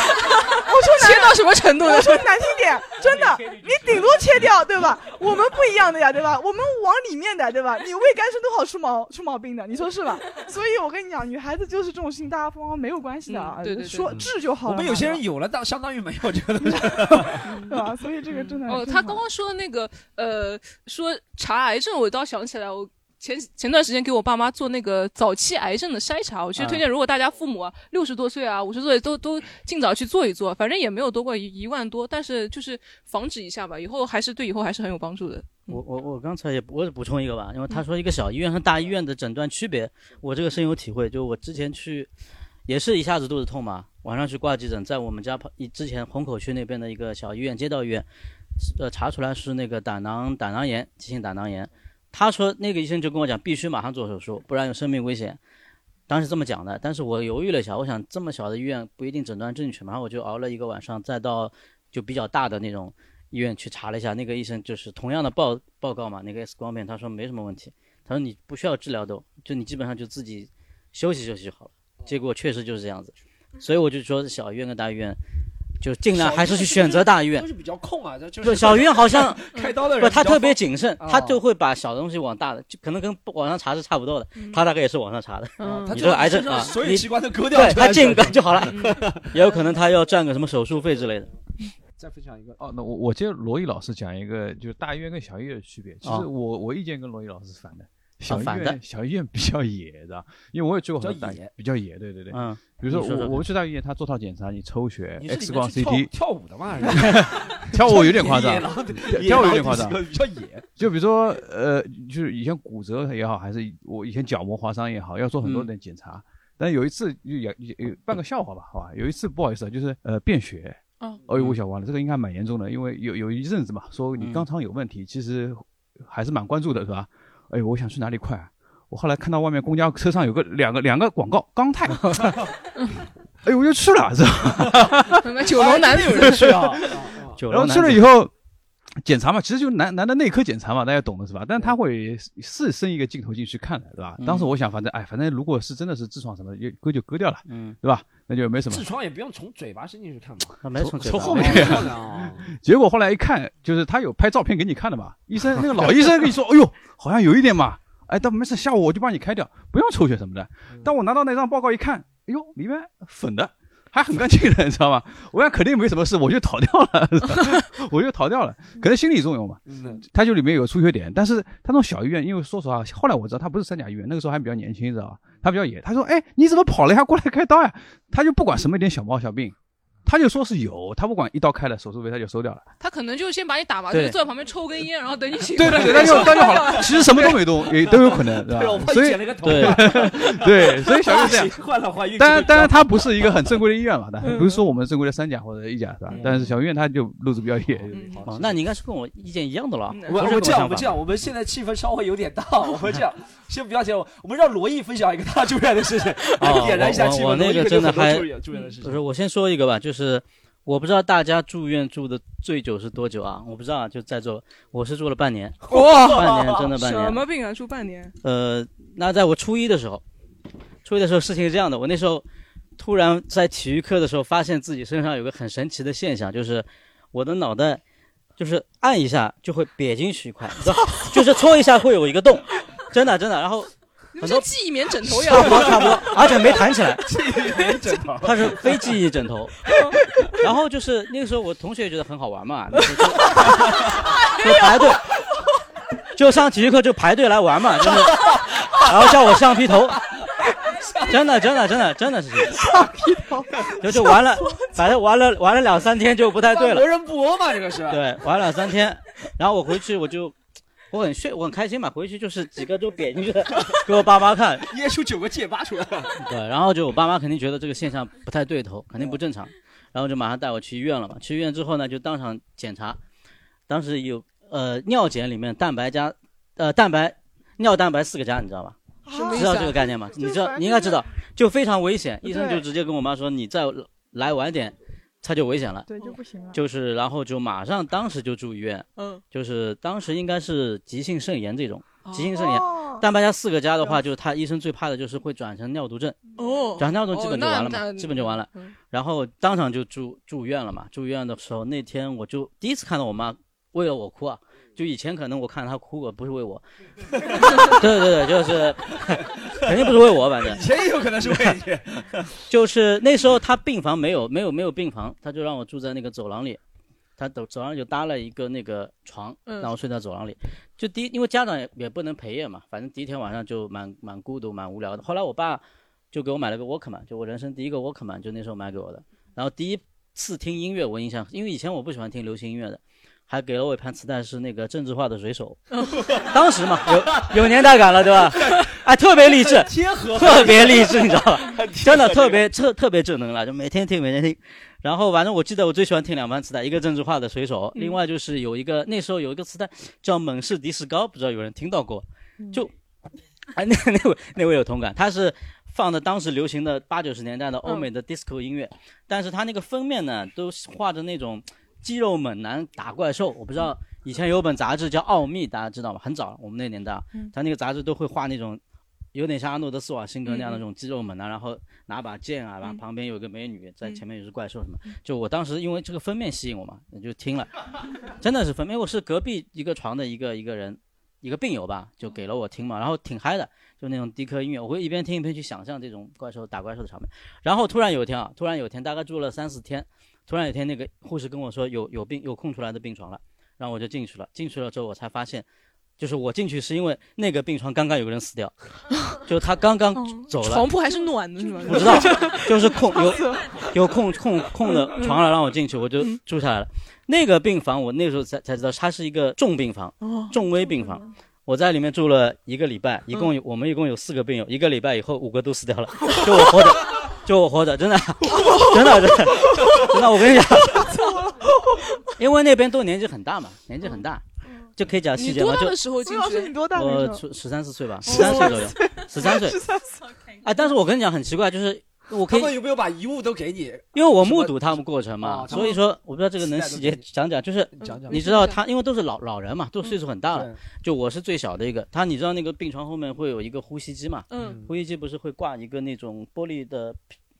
[SPEAKER 3] 我说难
[SPEAKER 2] 切到什么程度呢
[SPEAKER 3] 我说难听点，真的，你顶多切掉，对吧？我们不一样的呀，对吧？我们往里面的，对吧？你未干生都好出毛出毛病的，你说是吧？所以我跟你讲，女孩子就是这种事情，大家方方没有关系的啊，
[SPEAKER 2] 嗯对对对
[SPEAKER 3] 说治就好了
[SPEAKER 4] 我
[SPEAKER 3] 嘛。
[SPEAKER 4] 们有些人
[SPEAKER 3] 对
[SPEAKER 4] 有了，但相当于没有这个东西。
[SPEAKER 3] 吧，对吧？所以这个真的
[SPEAKER 2] 哦，他刚刚说的那个呃，说查癌症，我倒想起来，我前前段时间给我爸妈做那个早期癌症的筛查，我其实推荐，
[SPEAKER 10] 嗯
[SPEAKER 2] 如果大家父母六、十多岁啊、五十岁都都尽早去做一做，反正也没有多过一一万多，但是就是防止一下吧，以后还是对以后还是很有帮助的。
[SPEAKER 5] 我我我刚才也我也补充一个吧，因为他说一个小医院和大医院的诊断区别，我这个深有体会。就我之前去，也是一下子肚子痛嘛，晚上去挂急诊，在我们家旁一之前虹口区那边的一个小医院，街道医院，呃，查出来是那个胆囊胆囊炎，急性胆囊炎。他说那个医生就跟我讲，必须马上做手术，不然有生命危险。当时这么讲的，但是我犹豫了一下，我想这么小的医院不一定诊断正确嘛，然后我就熬了一个晚上，再到就比较大的那种医院去查了一下，那个医生就是同样的报报告嘛，那个 X 光片，他说没什么问题，他说你不需要治疗的，就你基本上就自己休息休息就好了。结果确实就是这样子，所以我就说小医院跟大医院就尽量还是去选择大医院
[SPEAKER 4] 都。是比较空啊，就
[SPEAKER 5] 对，
[SPEAKER 4] 是
[SPEAKER 5] 小医院好像
[SPEAKER 4] 开刀的人
[SPEAKER 5] 不，
[SPEAKER 4] 比较
[SPEAKER 5] 他
[SPEAKER 4] 放，
[SPEAKER 5] 特别谨慎，
[SPEAKER 4] 啊
[SPEAKER 5] 他就会把小东西往大的，就可能跟网上查是差不多的，他大概也是网上查的。
[SPEAKER 4] 嗯他
[SPEAKER 5] 你
[SPEAKER 4] 就
[SPEAKER 5] 这个癌症
[SPEAKER 4] 把
[SPEAKER 5] 啊，
[SPEAKER 4] 所有
[SPEAKER 5] 你
[SPEAKER 4] 器官都割掉
[SPEAKER 5] 对
[SPEAKER 4] 出来
[SPEAKER 5] 他进一
[SPEAKER 4] 就
[SPEAKER 5] 个
[SPEAKER 4] 行
[SPEAKER 5] 就好 了，也有可能他要赚个什么手术费之类的。
[SPEAKER 4] 再分享一个
[SPEAKER 10] 哦，那我我接着罗毅 老师讲一个，就是大医院跟小医院的区别。其
[SPEAKER 5] 啊
[SPEAKER 10] 实我我意见跟罗毅老师是反的，小医
[SPEAKER 5] 哦反
[SPEAKER 10] 院
[SPEAKER 5] 的
[SPEAKER 10] 小医院比较野的，因为我也去过很多大
[SPEAKER 5] 比较野
[SPEAKER 10] 比较野，对对对。
[SPEAKER 5] 嗯
[SPEAKER 10] 比如说
[SPEAKER 5] 你说说
[SPEAKER 10] 我
[SPEAKER 5] 看
[SPEAKER 10] 我们去大医院，他做套检查，你抽血、
[SPEAKER 4] 你是里
[SPEAKER 10] X
[SPEAKER 4] 面
[SPEAKER 10] 光、
[SPEAKER 4] 去跳
[SPEAKER 10] CT，
[SPEAKER 4] 跳舞的嘛？是
[SPEAKER 10] 跳舞有点夸张
[SPEAKER 4] 野狼的，
[SPEAKER 10] 跳
[SPEAKER 4] 野
[SPEAKER 10] 跳舞有
[SPEAKER 4] 狼
[SPEAKER 10] 点
[SPEAKER 4] 的
[SPEAKER 10] 夸
[SPEAKER 4] 这
[SPEAKER 10] 张
[SPEAKER 4] 个。比较野，
[SPEAKER 10] 就比如说，呃，就是以前骨折也好，还是我以前角膜划伤也好，要做很多
[SPEAKER 5] 嗯
[SPEAKER 10] 的检查。但有一次就有有有半个笑话吧，好吧，有一次不好意思，啊，就是呃便血，
[SPEAKER 2] 哦
[SPEAKER 10] 哎
[SPEAKER 5] 嗯
[SPEAKER 10] 呦我想完了，这个应该蛮严重的，因为有有一阵子嘛，说你肛肠有问题，其实还是蛮关注的，是吧？哎呦，我想去哪里快、啊？我后来看到外面公交车上有个两个两个广告，钢 泰，哎呦，我就去了，是吧？
[SPEAKER 2] 什么九龙男
[SPEAKER 4] 有人去
[SPEAKER 2] 子，
[SPEAKER 4] 啊，
[SPEAKER 5] 九
[SPEAKER 10] 然后
[SPEAKER 5] 龙
[SPEAKER 10] 去
[SPEAKER 5] 嗯男
[SPEAKER 10] 了
[SPEAKER 5] 子
[SPEAKER 10] 以后，检查嘛，其实就是男男的内科检查嘛，大家懂的是吧？但他会是伸一个镜头进去看的，对吧？
[SPEAKER 5] 嗯
[SPEAKER 10] 当时我想，反正哎，反正如果是真的是痔疮什么的，也割就割掉了，
[SPEAKER 5] 嗯，
[SPEAKER 10] 对吧？那就没什么
[SPEAKER 4] 痔。疮也不用从嘴巴伸进去看嘛，
[SPEAKER 5] 那啊没从嘴
[SPEAKER 10] 从
[SPEAKER 5] 巴
[SPEAKER 10] 后面
[SPEAKER 4] 哦这样 啊
[SPEAKER 10] 结果后来一看，就是他有拍照片给你看的嘛，医生那个老医生跟你说，哎呦，好像有一点嘛，哎，但没事，下午我就帮你开掉，不用抽血什么 的。但我拿到那张报告一看，哎呦，里面粉的。还很干净的，你知道吗？我想肯定没什么事，我就逃掉 了，我就逃掉了，可能心理作用嘛。
[SPEAKER 4] 嗯
[SPEAKER 10] 它就里面有出血点，但是他那种小医院，因为说实话，后来我知道他不是三甲医院，那个时候还比较年轻，知道吧？他比较野，他说：“哎，你怎么跑了呀？过来开刀呀！”他就不管什么一点小毛小病，他就说是有，他不管一刀开了，手术费他就收掉了。
[SPEAKER 2] 他可能就先把你打麻醉，
[SPEAKER 5] 对
[SPEAKER 2] 坐在旁边抽根烟，然后等你醒。
[SPEAKER 10] 对对对，他就他就好了。其实什么 都没动，也都有可能，对
[SPEAKER 4] 对，我
[SPEAKER 10] 吧？
[SPEAKER 4] 帮
[SPEAKER 10] 所
[SPEAKER 4] 你
[SPEAKER 10] 以
[SPEAKER 4] 剪了个头
[SPEAKER 5] 对
[SPEAKER 4] 发，
[SPEAKER 10] 对，所以小
[SPEAKER 4] 发
[SPEAKER 10] 院这样
[SPEAKER 4] 型。换了换运气
[SPEAKER 10] 当然，
[SPEAKER 4] 比较
[SPEAKER 10] 当然，它不是一个很正规的医院嘛，但不是说我们正规的三甲或者一甲是吧
[SPEAKER 5] 嗯？
[SPEAKER 10] 但是小医院它就路子比较野，
[SPEAKER 2] 嗯
[SPEAKER 5] 哦，那你应该是跟我意见一样的了。
[SPEAKER 2] 嗯
[SPEAKER 4] 我
[SPEAKER 5] 不是
[SPEAKER 4] 我这
[SPEAKER 5] 想
[SPEAKER 4] 样，我
[SPEAKER 5] 法
[SPEAKER 4] 们这样，我们现在气氛稍微有点大，我们这样，先不要紧，我我们让罗毅分享一个他住院的事情，
[SPEAKER 5] 哦
[SPEAKER 4] 点燃一下气氛。
[SPEAKER 5] 我我我那个真的还
[SPEAKER 4] 罗毅有很多住院住院的事
[SPEAKER 5] 不
[SPEAKER 4] 情，
[SPEAKER 5] 是，我先说一个吧，就是我不知道大家住院住的最久是多久啊？我不知道，就在座，我是住了半年，
[SPEAKER 2] 哇，
[SPEAKER 5] 半年真的半
[SPEAKER 2] 什
[SPEAKER 5] 年。
[SPEAKER 2] 么病啊？住半年，
[SPEAKER 5] 呃，那在我初一的时候，初一的时候事情是这样的，我那时候突然在体育课的时候发现自己身上有个很神奇的现象，就是我的脑袋就是按一下就会瘪进去一块，你知道就是搓一下会有一个洞，真的真的。然后
[SPEAKER 2] 你
[SPEAKER 5] 很
[SPEAKER 2] 们
[SPEAKER 5] 多
[SPEAKER 2] 是记忆棉枕头
[SPEAKER 5] 差不
[SPEAKER 2] 呀？
[SPEAKER 5] 多差不多，而 且没弹起来。
[SPEAKER 4] 枕 头
[SPEAKER 5] 它是非记忆枕头。然后就是那个时候，我同学也觉得很好玩嘛，那时候就就 排队，就上体育课就排队来玩嘛，就是，然后叫我橡皮头，真的真的真的真的是橡皮头，就就玩了，反正玩了玩了两三天 就不太对了
[SPEAKER 4] 博，人博嘛，这个是。
[SPEAKER 5] 对，玩了两三天，然后我回去我就。我很炫，我很开心嘛。回去就是几个都瘪进去了，给我爸妈看，
[SPEAKER 4] 捏出九个戒疤出来，
[SPEAKER 5] 对，然后就我爸妈肯定觉得这个现象不太对头，肯定不正常，然后就马上带我去医院了嘛。去医院之后呢，就当场检查，当时有呃尿检里面蛋白加呃蛋白尿蛋白四个加，你知道吧？
[SPEAKER 2] 什么意思
[SPEAKER 5] 知道这
[SPEAKER 2] 啊
[SPEAKER 5] 个？概念吗？
[SPEAKER 3] 就是
[SPEAKER 5] 你知道
[SPEAKER 3] 反
[SPEAKER 5] 你应该
[SPEAKER 3] 正
[SPEAKER 5] 知道，就非常危险。
[SPEAKER 3] 对
[SPEAKER 5] 医生就直接跟我妈说，你再来晚点，他就危险了。
[SPEAKER 3] 对就不行了。
[SPEAKER 5] 就是然后就马上当时就住医院，
[SPEAKER 2] 嗯，
[SPEAKER 5] 就是当时应该是急性肾炎这种急性肾炎。
[SPEAKER 3] 哦，
[SPEAKER 5] 蛋白加四个加的话，就是他医生最怕的就是会转成尿毒症。
[SPEAKER 2] 哦，
[SPEAKER 5] 转尿动基本就完了
[SPEAKER 2] 哦
[SPEAKER 5] 嘛，
[SPEAKER 2] 那
[SPEAKER 5] 基本就完了
[SPEAKER 2] 嗯。
[SPEAKER 5] 然后当场就住住院了嘛。住院的时候，那天我就第一次看到我妈为了我哭啊。就以前可能我看她哭过，不是 为我。对对对，就是肯定不是为我，反正
[SPEAKER 4] 以前也有可能是为你。
[SPEAKER 5] 就是那时候她病房没有没有没有病房，她就让我住在那个走廊里。她走走廊就搭了一个那个床，
[SPEAKER 2] 嗯
[SPEAKER 5] 让我睡在走廊里。就第一，因为家长也也不能陪夜嘛，反正第一天晚上就蛮蛮孤独、蛮无聊的。后来我爸就给我买了个 Walkman，就我人生第一个 Walkman，就那时候买给我的。然后第一次听音乐，我印象，因为以前我不喜欢听流行音乐的，还给了我一盘磁带，是那个郑智化的《水手》， 当时嘛， 有有年代感了，对吧？哎，特别励志，
[SPEAKER 4] 贴合
[SPEAKER 5] 特别励志，你知道 吧？真的特别特特别正能量，就每天听每天听。然后反正我记得我最喜欢听两盘磁带，一个郑智化的《水手》，另外就是有一个那时候有一个磁带叫《猛士迪士高》，不知道有人听到过？就， 哎，那那位那位有同感，他是放的当时流行的八九十年代的欧美的 disco 音乐，但是他那个封面呢都是画着那种肌肉猛男打怪兽，我不知道。以前有本杂志叫《奥秘》，大家知道吗？很早，我们那年代啊，他那个杂志都会画那种有点像阿诺德斯瓦辛格那样的那种肌肉猛男，然后拿把剑啊，然后旁边有个美女，在前面有只怪兽什么。就我当时因为这个封面吸引我嘛，就听了，真的是封面。我是隔壁一个床的一个一个人，一个病友吧，就给了我听嘛，然后挺嗨的，就那种迪克音乐，我会一边听一边去想象这种怪兽打怪兽的场面。然后突然有一天啊，突然有一天大概住了三四天，突然有一天那个护士跟我说有有病有空出来的病床了，然后我就进去了。进去了之后我才发现，就是我进去是因为那个病床刚刚有个人死掉，就是他刚刚走了，
[SPEAKER 2] 哦床铺还是暖的是吗？
[SPEAKER 5] 不知道，就是 空有有空空空的床了，让我进去，我就
[SPEAKER 2] 嗯
[SPEAKER 5] 住下来了。那个病房我那时候才才知道，它是一个重病房
[SPEAKER 2] 哦，
[SPEAKER 5] 重危病房。我在里面住了一个礼
[SPEAKER 2] 嗯
[SPEAKER 5] 拜，一共有我们一共有四个病友，一个礼拜以后五个都死掉了，
[SPEAKER 2] 哦
[SPEAKER 5] 就我 活着，就我活着，真的，真的，真的，真的，我跟你讲，因为那边都年纪很大嘛，年纪很大，就可以讲
[SPEAKER 2] 嗯
[SPEAKER 5] 细
[SPEAKER 2] 你
[SPEAKER 5] 节嘛
[SPEAKER 2] 多，大
[SPEAKER 5] 就
[SPEAKER 2] 的时候哦进去？你多
[SPEAKER 5] 我十十三四岁吧，十三岁左右，十三岁，
[SPEAKER 3] 三
[SPEAKER 5] 啊，但是我跟你讲很奇怪，就是我可以
[SPEAKER 4] 他们有没有把遗物都给你？
[SPEAKER 5] 因为我目睹他们过程嘛，
[SPEAKER 4] 哦他们
[SPEAKER 5] 所以说我不知道这个能细节讲讲，就是
[SPEAKER 4] 讲讲
[SPEAKER 5] 你知道他，因为都是老老人嘛，都岁数很大了，
[SPEAKER 4] 对
[SPEAKER 5] 就我是最小的一个。他你知道那个病床后面会有一个呼吸机嘛？
[SPEAKER 2] 嗯
[SPEAKER 5] 呼吸机不是会挂一个那种玻璃的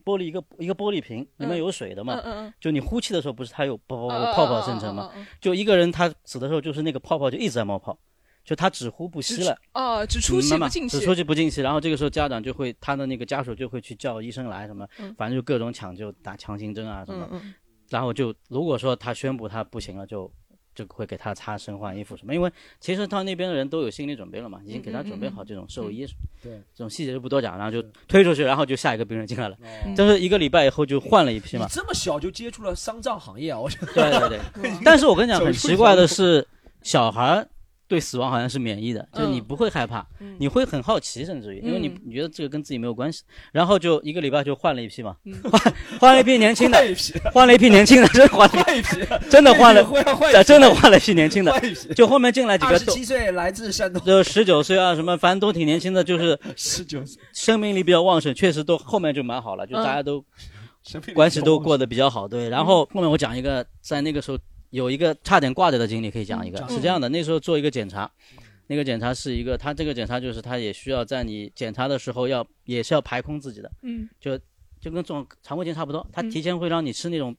[SPEAKER 5] 玻璃一个一个玻璃瓶，里面有水的嘛？
[SPEAKER 2] 嗯嗯
[SPEAKER 5] 就你呼气的时候，不是它有泡泡
[SPEAKER 2] 嗯，
[SPEAKER 5] 泡泡生成嘛？
[SPEAKER 2] 嗯？嗯嗯嗯
[SPEAKER 5] 就一个人他死的时候，就是那个泡泡就一直在冒泡，就他只呼不吸了。
[SPEAKER 2] 哦，只出气
[SPEAKER 5] 嗯
[SPEAKER 2] 不
[SPEAKER 5] 妈妈
[SPEAKER 2] 进
[SPEAKER 5] 只
[SPEAKER 2] 气。
[SPEAKER 5] 出去不进去。然后这个时候家长就会，他的那个家属就会去叫医生来什么，
[SPEAKER 2] 嗯
[SPEAKER 5] 反正就各种抢救、打强心针啊什么。
[SPEAKER 2] 嗯嗯
[SPEAKER 5] 然后就如果说他宣布他不行了，就就会给他擦身换衣服什么，因为其实他那边的人都有心理准备了嘛，已经
[SPEAKER 2] 嗯
[SPEAKER 5] 给他准备好这种兽医什么，
[SPEAKER 4] 对
[SPEAKER 5] 这种细节就不多讲，然后就推出去，然后就下一个病人进来了，
[SPEAKER 2] 嗯
[SPEAKER 5] 就是一个礼拜以后就换了一批
[SPEAKER 4] 你
[SPEAKER 5] 嘛，
[SPEAKER 4] 这么小就接触了丧葬行业啊！我觉得
[SPEAKER 5] 对对对。 但是我跟你讲，很奇怪的是，小孩儿对死亡好像是免疫的，就是你
[SPEAKER 2] 嗯
[SPEAKER 5] 不会害怕，
[SPEAKER 2] 嗯
[SPEAKER 5] 你会很好奇，甚至于，因为你
[SPEAKER 2] 嗯
[SPEAKER 5] 你觉得这个跟自己没有关系，然后就一个礼拜就换了一批嘛，换 换了一批年轻的，
[SPEAKER 4] 嗯一批，
[SPEAKER 5] 换了一批年轻的， 真的换了一批，
[SPEAKER 4] 一批，
[SPEAKER 5] 真的换了，
[SPEAKER 4] 换换
[SPEAKER 5] 真真的换了一批年轻的，
[SPEAKER 4] 换一批。
[SPEAKER 5] 就后面进来几
[SPEAKER 4] 二
[SPEAKER 5] 个
[SPEAKER 4] 十
[SPEAKER 5] 都
[SPEAKER 4] 七岁，来自山东，
[SPEAKER 5] 就十九岁啊什么，反正都挺年轻的，就是
[SPEAKER 4] 十九岁，
[SPEAKER 5] 生命力比较旺盛，确实都后面就蛮好了，就
[SPEAKER 2] 嗯
[SPEAKER 5] 大家都 关系都过得比较好，对。然后后面我讲一个，在那个时候有一个差点挂掉的经历，可以讲一个。
[SPEAKER 4] 嗯
[SPEAKER 5] 是这样的，那时候做一个检查，那个检查是一个，他这个检查就是他也需要在你检查的时候要也是要排空自己的，
[SPEAKER 2] 嗯
[SPEAKER 5] 就跟这种常规检查差不多。他
[SPEAKER 2] 嗯
[SPEAKER 5] 提前会让你吃那种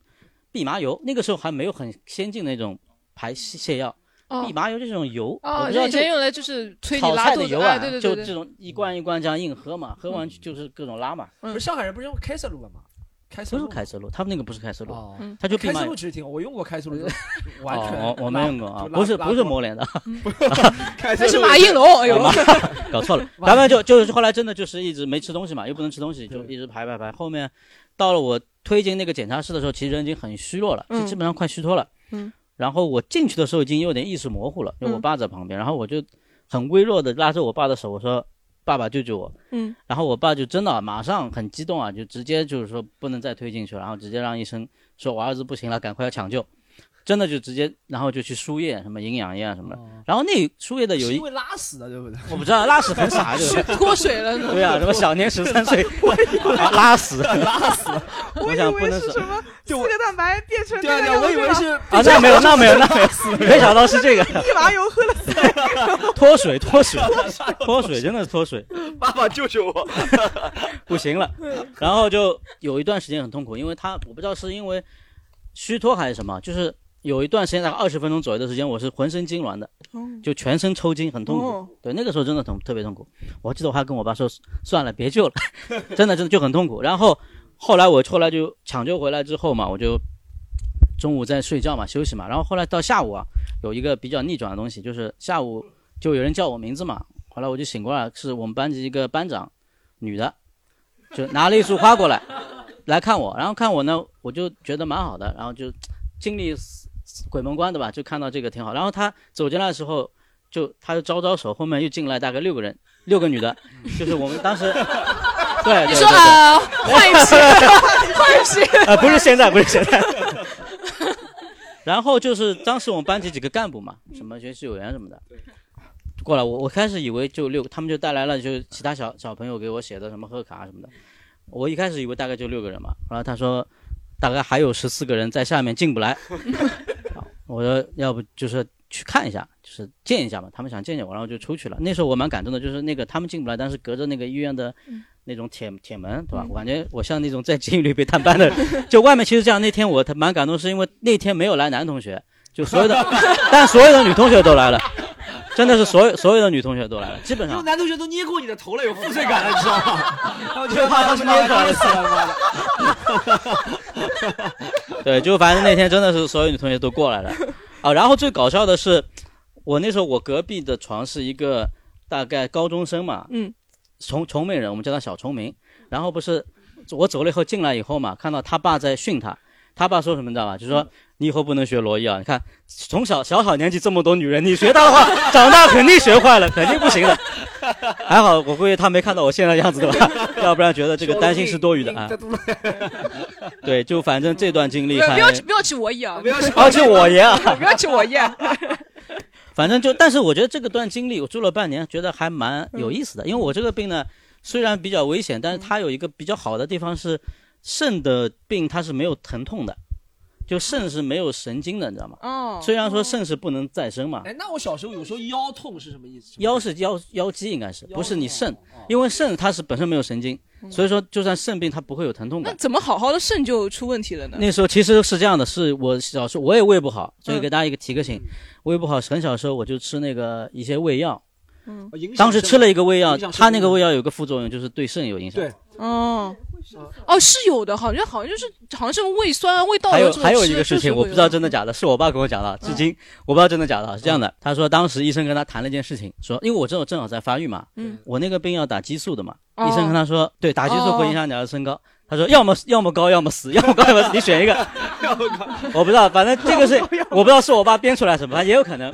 [SPEAKER 5] 蓖麻油，那个时候还没有很先进那种排泻药，
[SPEAKER 2] 哦
[SPEAKER 5] 蓖麻油就是这种油，我
[SPEAKER 2] 哦，
[SPEAKER 5] 不知道
[SPEAKER 2] 以
[SPEAKER 5] 这
[SPEAKER 2] 前
[SPEAKER 5] 个
[SPEAKER 2] 用来就是催你
[SPEAKER 5] 炒
[SPEAKER 2] 拉
[SPEAKER 5] 菜
[SPEAKER 2] 肚
[SPEAKER 5] 的
[SPEAKER 2] 子，
[SPEAKER 5] 油
[SPEAKER 2] 哎，
[SPEAKER 5] 啊，
[SPEAKER 2] 对对
[SPEAKER 5] 就
[SPEAKER 2] 对
[SPEAKER 5] 这
[SPEAKER 2] 对，
[SPEAKER 5] 种一罐一罐这样硬喝
[SPEAKER 4] 啊
[SPEAKER 5] 嘛，喝完就是各种拉嘛。
[SPEAKER 4] 不是上海人不是用开塞露的吗？开塞
[SPEAKER 5] 不是
[SPEAKER 4] 露
[SPEAKER 5] 凯瑟路，他们那个不是凯瑟路，
[SPEAKER 4] 哦，
[SPEAKER 2] 嗯
[SPEAKER 5] 他就
[SPEAKER 4] 开
[SPEAKER 5] 蓖麻
[SPEAKER 4] 塞
[SPEAKER 5] 油
[SPEAKER 4] 露。其实挺好，我用过开塞露， 完全
[SPEAKER 5] 哦，我我没用过啊，
[SPEAKER 4] 就拉
[SPEAKER 5] 不是
[SPEAKER 4] 拉
[SPEAKER 5] 不是
[SPEAKER 4] 过嗯
[SPEAKER 5] 磨 脸的， 啊
[SPEAKER 2] 那是马应龙，哎呦，
[SPEAKER 4] 哦
[SPEAKER 5] 妈搞错了。咱们就就是后来真的就是一直没吃东西嘛，又不能吃东西，就一直排排排。后面到了我推进那个检查室的时候，其实人已经很虚弱了，就
[SPEAKER 2] 嗯
[SPEAKER 5] 基本上快虚脱了。
[SPEAKER 2] 嗯。
[SPEAKER 5] 然后我进去的时候已经有点意识模糊了，因为我
[SPEAKER 2] 嗯
[SPEAKER 5] 爸在旁边，然后我就很微弱的拉着我爸的手，我说：“爸爸救救我。”
[SPEAKER 2] 嗯。
[SPEAKER 5] 然后我爸就真的啊马上很激动啊，就直接就是说不能再推进去了，然后直接让医生说我儿子不行了，赶快要抢救。真的就直接，然后就去输液，什么营养液啊什么的。然后那输液的有
[SPEAKER 4] 是
[SPEAKER 5] 一
[SPEAKER 4] 因，为拉屎的，对不对？
[SPEAKER 5] 我不知道，拉屎很傻，这个。
[SPEAKER 2] 脱水了呢。
[SPEAKER 5] 对啊，什么小年十 三岁拉 拉屎，拉屎，我
[SPEAKER 3] 我以
[SPEAKER 5] 想不
[SPEAKER 3] 为
[SPEAKER 5] 能
[SPEAKER 3] 是
[SPEAKER 5] 是
[SPEAKER 3] 什么四
[SPEAKER 4] 对我
[SPEAKER 3] 个蛋白变成
[SPEAKER 4] 对
[SPEAKER 3] 那
[SPEAKER 4] 啊，
[SPEAKER 3] 个
[SPEAKER 4] 对啊
[SPEAKER 3] 样
[SPEAKER 4] 我
[SPEAKER 3] 子
[SPEAKER 4] 以
[SPEAKER 3] 是
[SPEAKER 4] 为
[SPEAKER 3] 吧？
[SPEAKER 4] 是
[SPEAKER 5] 啊，那没有，那没有，那 没有， 没想到是这个
[SPEAKER 3] 一麻油喝了四个，
[SPEAKER 5] 脱水，脱水，脱水，真的是脱水，
[SPEAKER 4] 爸爸救 救我！
[SPEAKER 5] 不行了。然后就有一段时间很痛苦，因为他我不知道是因为虚脱还是什么，就是有一段时间大概二十分钟左右的时间，我是浑身痉挛的，
[SPEAKER 2] 嗯
[SPEAKER 11] 嗯
[SPEAKER 5] 就全身抽筋，很痛苦。
[SPEAKER 2] 哦
[SPEAKER 5] 对，那个时候真的痛，特别痛苦。我记得我还跟我爸说，算了，别救了， 真的真的就很痛苦。然后后来我后来就抢救回来之后嘛，我就中午在睡觉嘛，休息嘛。然后后来到下午啊，有一个比较逆转的东西，就是下午就有人叫我名字嘛。后来我就醒过来，是我们班级一个班长，女的，就拿了一束花过来，来看我。然后看我呢，我就觉得蛮好的，然后就经历鬼门关对吧？就看到这个挺好。然后他走进来的时候，就他就招招手，后面又进来大概六个人， 六个女的，就是我们当 时，对，
[SPEAKER 2] 你
[SPEAKER 5] 对
[SPEAKER 2] 说
[SPEAKER 5] 对对
[SPEAKER 2] 啊，换一批，换一批，
[SPEAKER 5] 啊，不是现在，不是现在。 然后就是当时我们班级几个干部嘛，什么学习委员什么的，过来我我开始以为就六，他们就带来了就是其他小小朋友给我写的什么贺卡什么的，我一开始以为大概就六个人嘛，然后他说 大概还有十四个人在下面进不来，我说要不就是去看一下，就是见一下嘛。他们想见见我，然后就出去了。那时候我蛮感动的，就是那个他们进不来，但是隔着那个医院的
[SPEAKER 2] 嗯
[SPEAKER 5] 那种铁铁门，对吧？我感觉我像那种在监狱里被探班的人，就外面其实这样。那天我他蛮感动，是因为那天没有来男同学，就所有的， 但所有的女同学都来了，真的是所有所有的女同学都来了，基本
[SPEAKER 4] 因为
[SPEAKER 5] 上。
[SPEAKER 4] 男同学都捏过你的头了，有负罪感了，你知道吗？ 我觉得
[SPEAKER 5] 怕他
[SPEAKER 4] 他
[SPEAKER 5] 是
[SPEAKER 4] 是
[SPEAKER 5] 捏
[SPEAKER 4] 捏
[SPEAKER 5] 过
[SPEAKER 4] 过
[SPEAKER 5] 来的
[SPEAKER 4] 来的，
[SPEAKER 5] 对，就反正那天真的是所有女同学都过来了啊。然后最搞笑的是，我那时候我隔壁的床是一个大概高中生嘛，
[SPEAKER 2] 嗯，
[SPEAKER 5] 崇崇明人，我们叫他小崇明。然后不是我走了以后进来以后嘛，看到他爸在训他，他爸说什么你知道吧？就
[SPEAKER 2] 嗯
[SPEAKER 5] 说你以后不能学罗伊啊！你看从小小小年纪这么多女人，你学她的话，长大肯定学坏了，肯定不行的。还好我估计他没看到我现在的样子对 吧？要不然觉得这个担心是多余的啊。对，就反正这段经历
[SPEAKER 2] 不要
[SPEAKER 5] 还
[SPEAKER 2] 不要去不要去我爷啊！不要
[SPEAKER 5] 啊，就我爷啊。
[SPEAKER 2] 不要去我爷。
[SPEAKER 5] 反正就，但是我觉得这个段经历我住了半年，觉得还蛮有意思的。因为我这个病呢，虽然比较危险，但是它有一个比较好的地方是，肾的病它是没有疼痛的，就肾是没有神经的，你知道吗？
[SPEAKER 2] 哦
[SPEAKER 5] 虽然说肾是不能再生嘛，
[SPEAKER 4] 哎，那我小时候有时候腰痛是什么意思？
[SPEAKER 5] 腰是腰腰哦嗯肌应该是，不是你肾，因为肾它是本身没有神经，所以说就算肾病它不会有疼痛
[SPEAKER 2] 那
[SPEAKER 5] 感。
[SPEAKER 2] 怎么好好的肾就出问题了呢？
[SPEAKER 5] 那时候其实是这样的，是我小时候我也胃不好，所以给大家一个提个醒，胃不好很小时候我就吃那个一些胃药，
[SPEAKER 2] 嗯，
[SPEAKER 5] 当时吃了一个胃药，
[SPEAKER 4] 影响
[SPEAKER 5] 它那
[SPEAKER 4] 肾
[SPEAKER 5] 个
[SPEAKER 4] 功
[SPEAKER 5] 胃药有个副作用，就是对肾有影响。
[SPEAKER 4] 对，
[SPEAKER 2] 哦，哦，是有的，好像好像就是好像什么胃酸啊、胃倒
[SPEAKER 5] 还
[SPEAKER 2] 流
[SPEAKER 5] 有
[SPEAKER 2] 这种
[SPEAKER 5] 还有一
[SPEAKER 2] 吃
[SPEAKER 5] 个
[SPEAKER 2] 就
[SPEAKER 5] 事
[SPEAKER 2] 是
[SPEAKER 5] 情，
[SPEAKER 2] 会
[SPEAKER 5] 我不知道
[SPEAKER 2] 有嗯
[SPEAKER 5] 真的假的，是我爸跟我讲的，至今我不知道真的假的。是这样的，他说当时医生跟他谈了一件事情，说因为我正好正好在发育嘛，
[SPEAKER 2] 嗯
[SPEAKER 5] 我那个病要打激素的嘛，
[SPEAKER 2] 哦
[SPEAKER 5] 医生跟他说，对，打激素会影响你的身高。他说：“要么要么高，要么死，要么高，要么死，你选一 个。我不知道，反正这个是我不知道是我爸编出来什么，反正也有可能，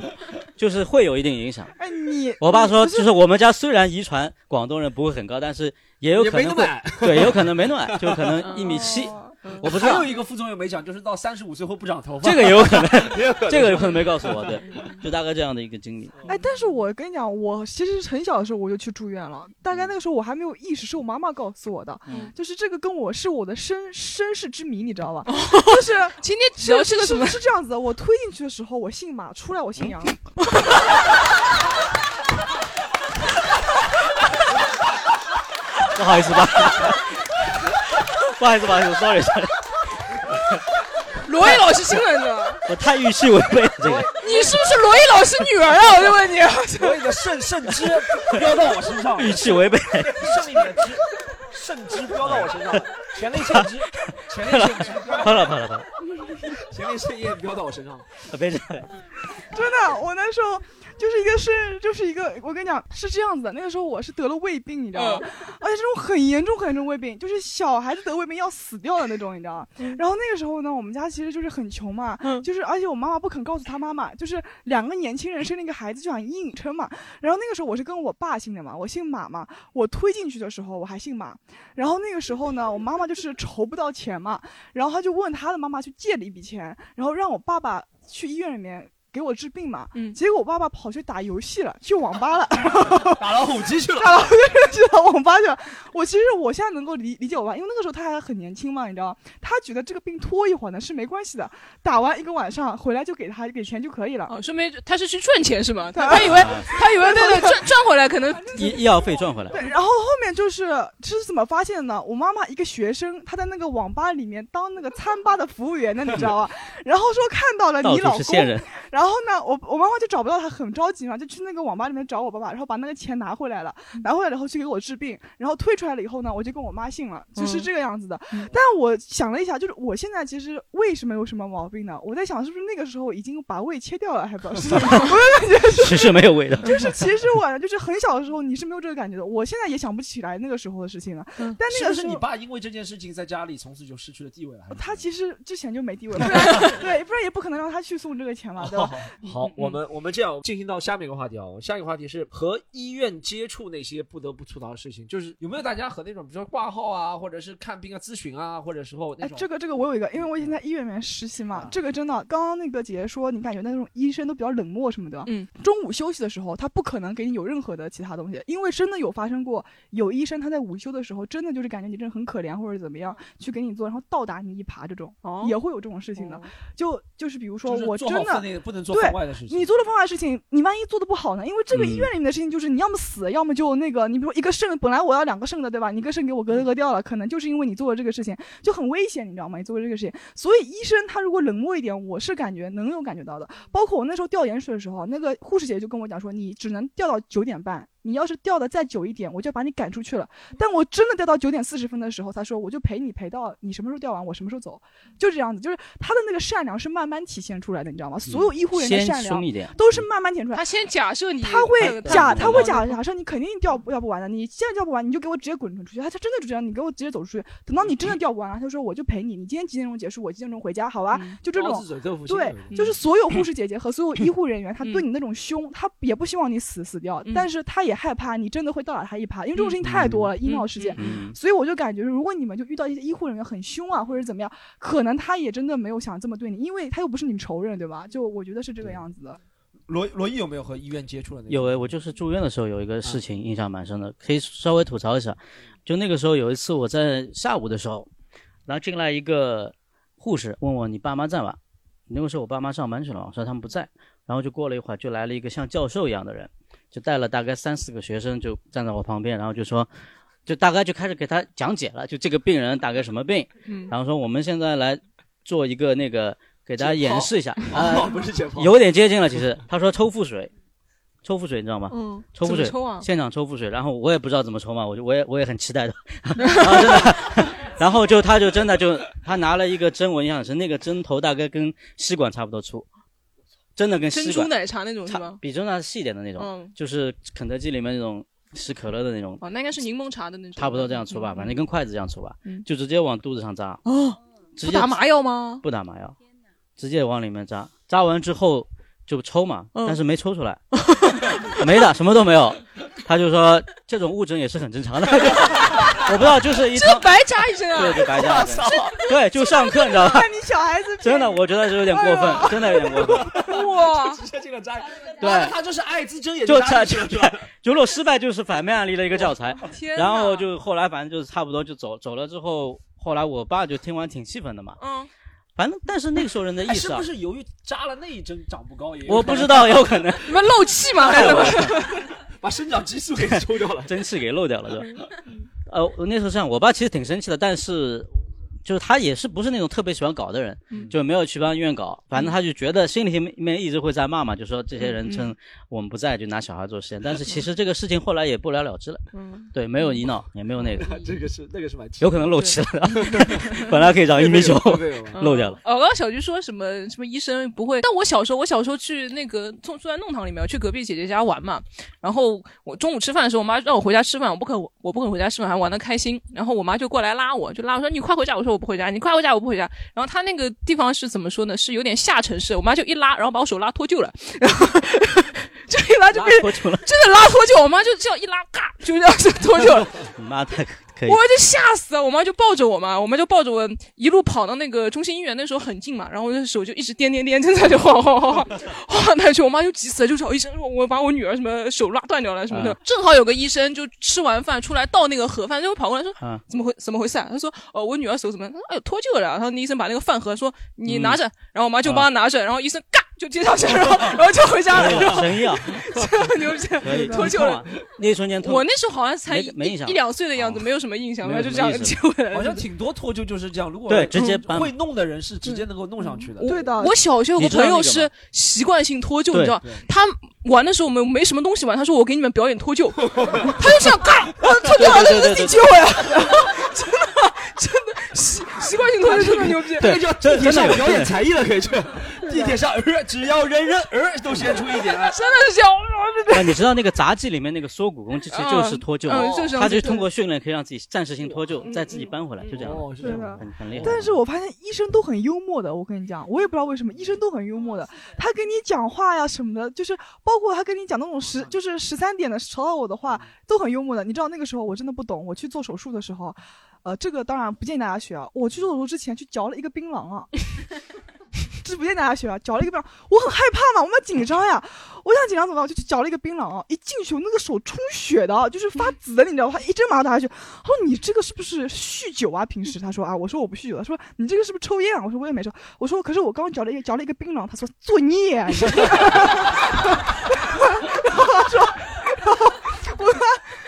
[SPEAKER 5] 就是会有一定影响。
[SPEAKER 3] 哎，你
[SPEAKER 5] 我爸说，就是我们家虽然遗传广东人不会很高，但是也有可能
[SPEAKER 4] 也
[SPEAKER 5] 会
[SPEAKER 4] 没那么矮， 哦
[SPEAKER 5] 对，也有可能没那么矮，就可 能一米七，
[SPEAKER 2] 哦嗯
[SPEAKER 5] 我不知
[SPEAKER 4] 还
[SPEAKER 5] 道
[SPEAKER 4] 有，一个副作用没讲，就是到三十五岁后不长头发。
[SPEAKER 5] 这个也有 可能，
[SPEAKER 4] 也有可
[SPEAKER 5] 这个有可能没告诉我，对，就大概这样的一个经历。
[SPEAKER 3] 哎，但是我跟你讲，我其实很小的时候我就去住院了，大概那个时候我还没有意识，是我妈妈告诉我的，
[SPEAKER 5] 嗯
[SPEAKER 3] 就是这个跟我是我的身身世之谜，你知道 吧？就是
[SPEAKER 2] 今天只要是
[SPEAKER 3] 是
[SPEAKER 2] 个什么
[SPEAKER 3] 是是这样子的，我推进去的时候我姓马，出来我姓 杨。
[SPEAKER 5] 不好意思吧，不好意思，不好意思，sorry sorry，
[SPEAKER 2] 罗毅老师新来的，
[SPEAKER 5] 我太预期违背了这个。
[SPEAKER 2] 你是不是罗毅老师女儿啊？我就问你，
[SPEAKER 4] 所以的肾肾汁飙到我身上了，
[SPEAKER 5] 预期违背，
[SPEAKER 4] 肾里面的汁，肾汁飙到我身上了，前列腺汁，前列腺汁飙
[SPEAKER 5] 好了好了好了，
[SPEAKER 4] 前列腺液飙到我身上了。
[SPEAKER 5] 别这样，
[SPEAKER 3] 真的，我那时候就是一个是就是一个，我跟你讲是这样子的，那个时候我是得了胃病，你知道吗？而且这种很严重很严重胃病，就是小孩子得胃病要死掉的那种，你知道吗？然后那个时候呢，我们家其实就是很穷嘛，就是而且我妈妈不肯告诉她妈妈，就是两个年轻人生了一个孩子就想硬撑嘛。然后那个时候我是跟我爸姓的嘛，我姓马嘛，我推进去的时候我还姓马。然后那个时候呢，我妈妈就是筹不到钱嘛，然后她就问她的妈妈去借了一笔钱，然后让我爸爸去医院里面。给我治病嘛，
[SPEAKER 2] 嗯
[SPEAKER 3] 结果我爸爸跑去打游戏了，去网吧了，
[SPEAKER 4] 打老虎机去了。
[SPEAKER 3] 打了，去到网吧去了。我其实我现在能够理理解我爸，因为那个时候他还很年轻嘛，你知道，他觉得这个病拖一会儿呢是没关系的，打完一个晚上回来就给他给钱就可以了。
[SPEAKER 2] 哦，说明他是去赚钱是吗？他他以为他以为对对 赚赚回来可能
[SPEAKER 5] 啊医医药费赚回来。
[SPEAKER 3] 对，然后后面就是是怎么发现的呢？我妈妈一个学生，她在那个网吧里面当那个餐吧的服务员呢，你知道 吧？然后说看到了
[SPEAKER 5] 到
[SPEAKER 3] 你老
[SPEAKER 5] 处是线
[SPEAKER 3] 公，
[SPEAKER 5] 人，
[SPEAKER 3] 然后呢，我我妈妈就找不到他，很着急嘛，就去那个网吧里面找我爸爸，然后把那个钱拿回来了，
[SPEAKER 5] 嗯
[SPEAKER 3] 拿回来了以后去给我治病，然后退出来了以后呢，我就跟我妈姓了，
[SPEAKER 5] 嗯
[SPEAKER 3] 就是这个样子的。但我想了一下，就是我现在其实胃是没有什么毛病的，我在想是不是那个时候已经把胃切掉了，还不知道是什么， 我就感觉是
[SPEAKER 5] 其实没有 味道。
[SPEAKER 3] 就是其实我就是很小的时候你是没有这个感觉的，我现在也想不起来那个时候的事情了，
[SPEAKER 2] 嗯
[SPEAKER 3] 但
[SPEAKER 4] 是
[SPEAKER 3] 那
[SPEAKER 4] 不
[SPEAKER 3] 个
[SPEAKER 4] 是
[SPEAKER 3] 时
[SPEAKER 4] 你
[SPEAKER 3] 候。
[SPEAKER 4] 爸因为这件事情在家里从此就失去了地位了？还是
[SPEAKER 3] 他其实之前就没地位 了，不然对，不然也不可能让他去送这个钱嘛，对吧？
[SPEAKER 4] 好，我们我们这样进行到下面一个话题啊，下一个话题是和医院接触那些不得不吐槽的事情，就是有没有大家和那种比如说挂号啊，或者是看病啊、咨询啊，或者时候那
[SPEAKER 3] 哎
[SPEAKER 4] 种、，嗯
[SPEAKER 3] 这个这个我有一个，因为我以前在医院里面实习嘛，这个真的，刚刚那个姐姐说，你感觉那种医生都比较冷漠什么的，
[SPEAKER 2] 嗯，
[SPEAKER 3] 中午休息的时候，他不可能给你有任何的其他东西，因为真的有发生过，有医生他在午休的时候，真的就是感觉你真的很可怜或者怎么样，
[SPEAKER 4] 嗯
[SPEAKER 3] 去给你做，然后倒打你一耙这种，
[SPEAKER 2] 哦
[SPEAKER 3] 也会有这种事情的，就就是比如说
[SPEAKER 4] 就是
[SPEAKER 3] 我
[SPEAKER 4] 做
[SPEAKER 3] 真
[SPEAKER 4] 好
[SPEAKER 3] 的
[SPEAKER 4] 分内不能做
[SPEAKER 3] 对
[SPEAKER 4] 分外的事，情
[SPEAKER 3] 你做了分外的事情，你万一做的不好呢？因为这个医院里面的事情就是你要么死，要么就那个，你比如说一个肾，本来我要两个肾的，对吧？你一个肾给我割割掉了，可能就是因为你做了这个事情，就很危险，你知道吗？你做了这个事情，所以医生他如果冷漠一点，我是感觉能有感觉到的。包括我那时候吊盐水的时候，那个护士姐姐就跟我讲说，你只能吊到九点半。你要是吊的再久一点，我就把你赶出去了。但我真的吊到九点四十分的时候，他说我就陪你陪到你什么时候吊完，我什么时候走，就这样子。就是他的那个善良是慢慢体现出来的，你知道吗？所有医护人员的
[SPEAKER 5] 嗯先
[SPEAKER 3] 善良
[SPEAKER 5] 凶一点
[SPEAKER 3] 都是慢慢体现出来。他
[SPEAKER 2] 先假设你，
[SPEAKER 3] 他会
[SPEAKER 2] 他
[SPEAKER 3] 假，
[SPEAKER 2] 他
[SPEAKER 3] 他会假假设你肯定吊不吊不完的，你现在吊不完，你就给我直接滚出去。他他真的就这样，你给我直接走出去。等到你真的吊不完了，他说我就陪你，你今天几点钟结束，我几点钟回家，好
[SPEAKER 2] 嗯
[SPEAKER 3] 吧？就这
[SPEAKER 4] 包
[SPEAKER 3] 种
[SPEAKER 4] 子嘴豆腐，心
[SPEAKER 3] 对
[SPEAKER 4] 这，种
[SPEAKER 3] 就是所有护士姐姐和所有医护人员，他对你那种凶，他也不希望你死死掉，但是他也害怕你真的会倒打他一耙，因为这种事情太多了，医闹事件。所以我就感觉，如果你们就遇到一些医护人员很凶啊，或者怎么样，可能他也真的没有想这么对你，因为他又不是你仇人，对吧？就我觉得是这个样子的。
[SPEAKER 4] 罗罗毅有没有和医院接 触的那种？嗯
[SPEAKER 5] 有诶，我就是住院的时候有一个事情印象蛮深的，可以稍微吐槽一下。就那个时候有一次我在下午的时候，然后进来一个护士问我你爸妈在吗？那个时候我爸妈上班去了，我说他们不在。然后就过了一会儿，就来了一个像教授一样的人，就带了大概三四个学生就站在我旁边，然后就说，就大概就开始给他讲解了，就这个病人大概什么病，
[SPEAKER 2] 嗯
[SPEAKER 5] 然后说我们现在来做一个那个给大家演示一 下，啊、
[SPEAKER 4] 不是解剖，
[SPEAKER 5] 有点接近了。其实他说抽腹水，抽腹水你知道吗？
[SPEAKER 2] 嗯
[SPEAKER 5] 抽腹水，
[SPEAKER 2] 怎么抽啊
[SPEAKER 5] 现场抽腹水。然后我也不知道怎么抽嘛，我就我也我也很期待 的。然后真的， 然后就他就真的就他拿了一个针，我印象很深，那个针头大概跟吸管差不多粗，真的跟吸
[SPEAKER 2] 珍
[SPEAKER 5] 管
[SPEAKER 2] 珠奶茶那种是吗？
[SPEAKER 5] 比珍珠奶茶细一点的那种，
[SPEAKER 2] 嗯
[SPEAKER 5] 就是肯德基里面那种吃可乐的那种，
[SPEAKER 2] 哦，那应该是柠檬茶的那种。
[SPEAKER 5] 差不多这样粗吧，反正跟筷子这样粗吧，
[SPEAKER 2] 嗯
[SPEAKER 5] 就直接往肚子上扎。
[SPEAKER 2] 哦，
[SPEAKER 5] 直
[SPEAKER 2] 不
[SPEAKER 5] 接
[SPEAKER 2] 打麻药吗？
[SPEAKER 5] 不打麻药，直接往里面扎，扎完之后就抽嘛，
[SPEAKER 2] 嗯
[SPEAKER 5] 但是没抽出来， 没的，什么都没有。他就说这种误诊也是很正常的， 我不知道，就是一
[SPEAKER 2] 这
[SPEAKER 5] 趟
[SPEAKER 2] 白扎一针啊！
[SPEAKER 5] 对对白扎一针
[SPEAKER 2] 我操
[SPEAKER 5] 对，就上课你知道吧？
[SPEAKER 3] 你小孩子
[SPEAKER 5] 真的，我觉得是有点过分，真的有点过
[SPEAKER 2] 哎
[SPEAKER 5] 分。
[SPEAKER 2] 哇，
[SPEAKER 4] 直接进了扎，
[SPEAKER 5] 对
[SPEAKER 4] 那他就是艾滋针也
[SPEAKER 5] 就
[SPEAKER 4] 扎
[SPEAKER 5] 差
[SPEAKER 4] 进
[SPEAKER 5] 就
[SPEAKER 4] 去了，是
[SPEAKER 5] 就
[SPEAKER 4] 吧？
[SPEAKER 5] 如果失败就是反面案例的一个教材。
[SPEAKER 2] 天哪
[SPEAKER 5] 然后就后来反正就是差不多就走走了之后，后来我爸就听完挺气愤的嘛。
[SPEAKER 2] 嗯，
[SPEAKER 5] 反正但是那个时候人的意
[SPEAKER 4] 哎
[SPEAKER 5] 识
[SPEAKER 4] 是
[SPEAKER 5] 啊
[SPEAKER 4] 不，是由于扎了那一针长不高也有可能？哎
[SPEAKER 5] 我不知道，有可能。
[SPEAKER 2] 你们漏气 吗？还是怎么
[SPEAKER 4] 把生长激素给抽掉 了
[SPEAKER 5] 蒸汽给漏掉了，
[SPEAKER 2] 嗯
[SPEAKER 5] 对吧？呃，我那时候这样，我爸其实挺生气的，但是就是他也是不是那种特别喜欢搞的人，
[SPEAKER 2] 嗯
[SPEAKER 5] 就没有去帮医院搞，反正他就觉得心里面一直会在骂嘛，就说这些
[SPEAKER 2] 嗯
[SPEAKER 5] 人趁我们不在就拿小孩做实验，但是其实这个事情后来也不了了之了，
[SPEAKER 2] 嗯
[SPEAKER 5] 对，没有医闹，也没有那个，
[SPEAKER 4] 这个是那个是蛮奇
[SPEAKER 5] 有可能漏气了， 本来可以长一米九，漏掉 了。
[SPEAKER 2] 哦，刚刚小菊说什么什么医生不会，但我小时候我小时候去那个住住在弄堂里面，去隔壁姐姐家玩嘛。然后我中午吃饭的时候，我妈让我回家吃饭，我不肯我不肯回家吃饭，还玩的开心。然后我妈就过来拉我，就拉我说你快回家，我说我不回家，你快回家，我不回家。然后她那个地方是怎么说呢？是有点下沉式，我妈就一拉，然后把我手拉脱臼了，然后就一拉就变
[SPEAKER 5] 脱臼了，
[SPEAKER 2] 真的拉脱臼，我妈就这样一拉，嘎就这样就脱臼了。
[SPEAKER 5] 你妈太可以
[SPEAKER 2] 我，就吓死了，我妈就抱着我嘛，我妈就抱着我一路跑到那个中心医院，那时候很近嘛，然后我的手就一直颠颠颠，真的就晃晃晃晃晃来去，我妈就急死了，就找医生说我把我女儿什么手拉断掉了什么的。
[SPEAKER 5] 啊
[SPEAKER 2] 正好有个医生就吃完饭出来倒那个盒饭，就跑过来说、
[SPEAKER 5] 啊
[SPEAKER 2] 怎么回怎么回事、啊？他说哦我女儿手怎么了？他说哎呦脱臼了啊。然后那医生把那个饭盒说你拿着，然后我妈就帮她拿着，然后医生嘎就接上去了，然后然后就回家了，然后
[SPEAKER 5] 神医啊，
[SPEAKER 2] 这很牛逼，
[SPEAKER 5] 可以啊
[SPEAKER 2] 脱臼了。，
[SPEAKER 5] 那一瞬间
[SPEAKER 2] 我那时候好像才
[SPEAKER 5] 没
[SPEAKER 2] 一
[SPEAKER 5] 没印象
[SPEAKER 2] 一两岁的样子，没有什么印象，
[SPEAKER 5] 没
[SPEAKER 2] 然
[SPEAKER 5] 有
[SPEAKER 2] 后就这样
[SPEAKER 5] 什么意
[SPEAKER 2] 接
[SPEAKER 5] 思
[SPEAKER 2] 回 来了。
[SPEAKER 4] 好像挺多脱臼就是这样，如果
[SPEAKER 5] 对直接搬
[SPEAKER 4] 会弄的人是直接能够弄上去的。
[SPEAKER 3] 嗯对的，
[SPEAKER 2] 嗯我小学有个
[SPEAKER 5] 你知道
[SPEAKER 2] 朋
[SPEAKER 5] 那个
[SPEAKER 2] 友
[SPEAKER 5] 吗
[SPEAKER 2] 是习惯性脱臼，
[SPEAKER 5] 对
[SPEAKER 2] 你知道，他玩的时候我们没什么东西玩，他说我给你们表演脱 臼，他就这样嘎，我脱臼了，
[SPEAKER 5] 对
[SPEAKER 2] 他啊 就自
[SPEAKER 5] 对对对
[SPEAKER 2] 己救呀，
[SPEAKER 12] 啊
[SPEAKER 2] 真的真的习习惯性脱臼真的牛逼，
[SPEAKER 5] 对
[SPEAKER 4] 那叫
[SPEAKER 5] 真
[SPEAKER 4] 哎地铁上
[SPEAKER 5] 真的有
[SPEAKER 4] 表演才艺了，可以去。地铁上，呃只要人人呃都先出一点，哎
[SPEAKER 2] 真的是这样，我
[SPEAKER 5] 啊，你知道那个杂技里面那个缩骨功，其实就是脱臼
[SPEAKER 2] 嗯嗯就是这
[SPEAKER 5] 嘛，他
[SPEAKER 2] 样
[SPEAKER 5] 就
[SPEAKER 2] 子
[SPEAKER 5] 通过训练可以让自己暂时性脱臼，再自己搬回来，就这样，
[SPEAKER 4] 哦，是这
[SPEAKER 3] 对
[SPEAKER 4] 样。
[SPEAKER 3] 的。
[SPEAKER 5] 很很厉害。
[SPEAKER 3] 嗯但是我发现医生都很幽默的，我跟你讲，我也不知道为什么医生都很幽默
[SPEAKER 4] 哦
[SPEAKER 3] 的。他跟你讲话呀什么的，就是包括他跟你讲那种十
[SPEAKER 4] 嗯
[SPEAKER 3] 就是十三点的吵到我的话，都很幽默的。你知道那个时候我真的不懂，我去做手术的时候，呃，这个当然不建议大家学啊。我去做手术之前去嚼了一个槟榔啊，这不见大家学啊，嚼了一个槟榔，我很害怕嘛，我们紧张呀，我想紧张怎么办？我就去嚼了一个槟榔啊，一进去我那个手充血的啊，就是发紫的，你知道吗？他一针麻药打下去，他说你这个是不是酗酒啊？平时他说啊，我说我不酗酒，他说你这个是不是抽烟啊？我说我也没抽，我说可是我刚刚嚼了一个嚼了一个槟榔，他说作孽、啊，你然后他说，然后我说，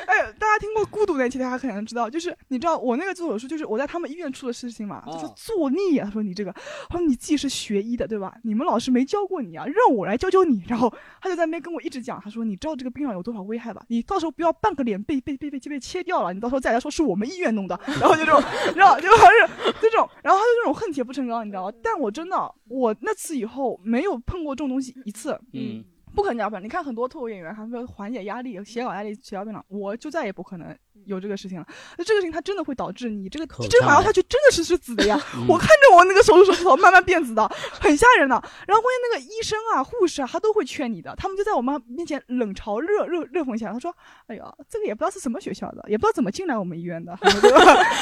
[SPEAKER 3] 哎，大家听过孤独那期，大家可能知道，就是你知道我那个做手术，就是我在他们医院出的事情嘛。他说作孽啊，他说你这个，他说你自己是学医的对吧？你们老师没教过你啊，让我来教教你。然后他就在那边跟我一直讲，他说你知道这个槟榔有多少危害吧？你到时候不要半个脸被被被被被切掉了，你到时候再来说是我们医院弄的。然后就这种，然后就还是这种，然后他就这种恨铁不成钢，你知道吗？但我真的，我那次以后没有碰过这种东西一次。
[SPEAKER 5] 嗯，
[SPEAKER 3] 不可能要不然你看很多脱口演员，他们缓解压力、写稿压力、写到变了，我就再也不可能有这个事情了。那这个事情它真的会导致你这个
[SPEAKER 5] 口
[SPEAKER 3] 一针麻药
[SPEAKER 5] 腔
[SPEAKER 3] 下去真的是是紫的呀
[SPEAKER 5] 嗯！
[SPEAKER 3] 我看着我那个手术手指头慢慢变紫的，很吓人的。然后关键那个医生啊、护士啊，他都会劝你的，他们就在我妈面前冷嘲热热热讽一下，他说：“哎呀，这个也不知道是什么学校的，也不知道怎么进来我们医院的， 他说对吧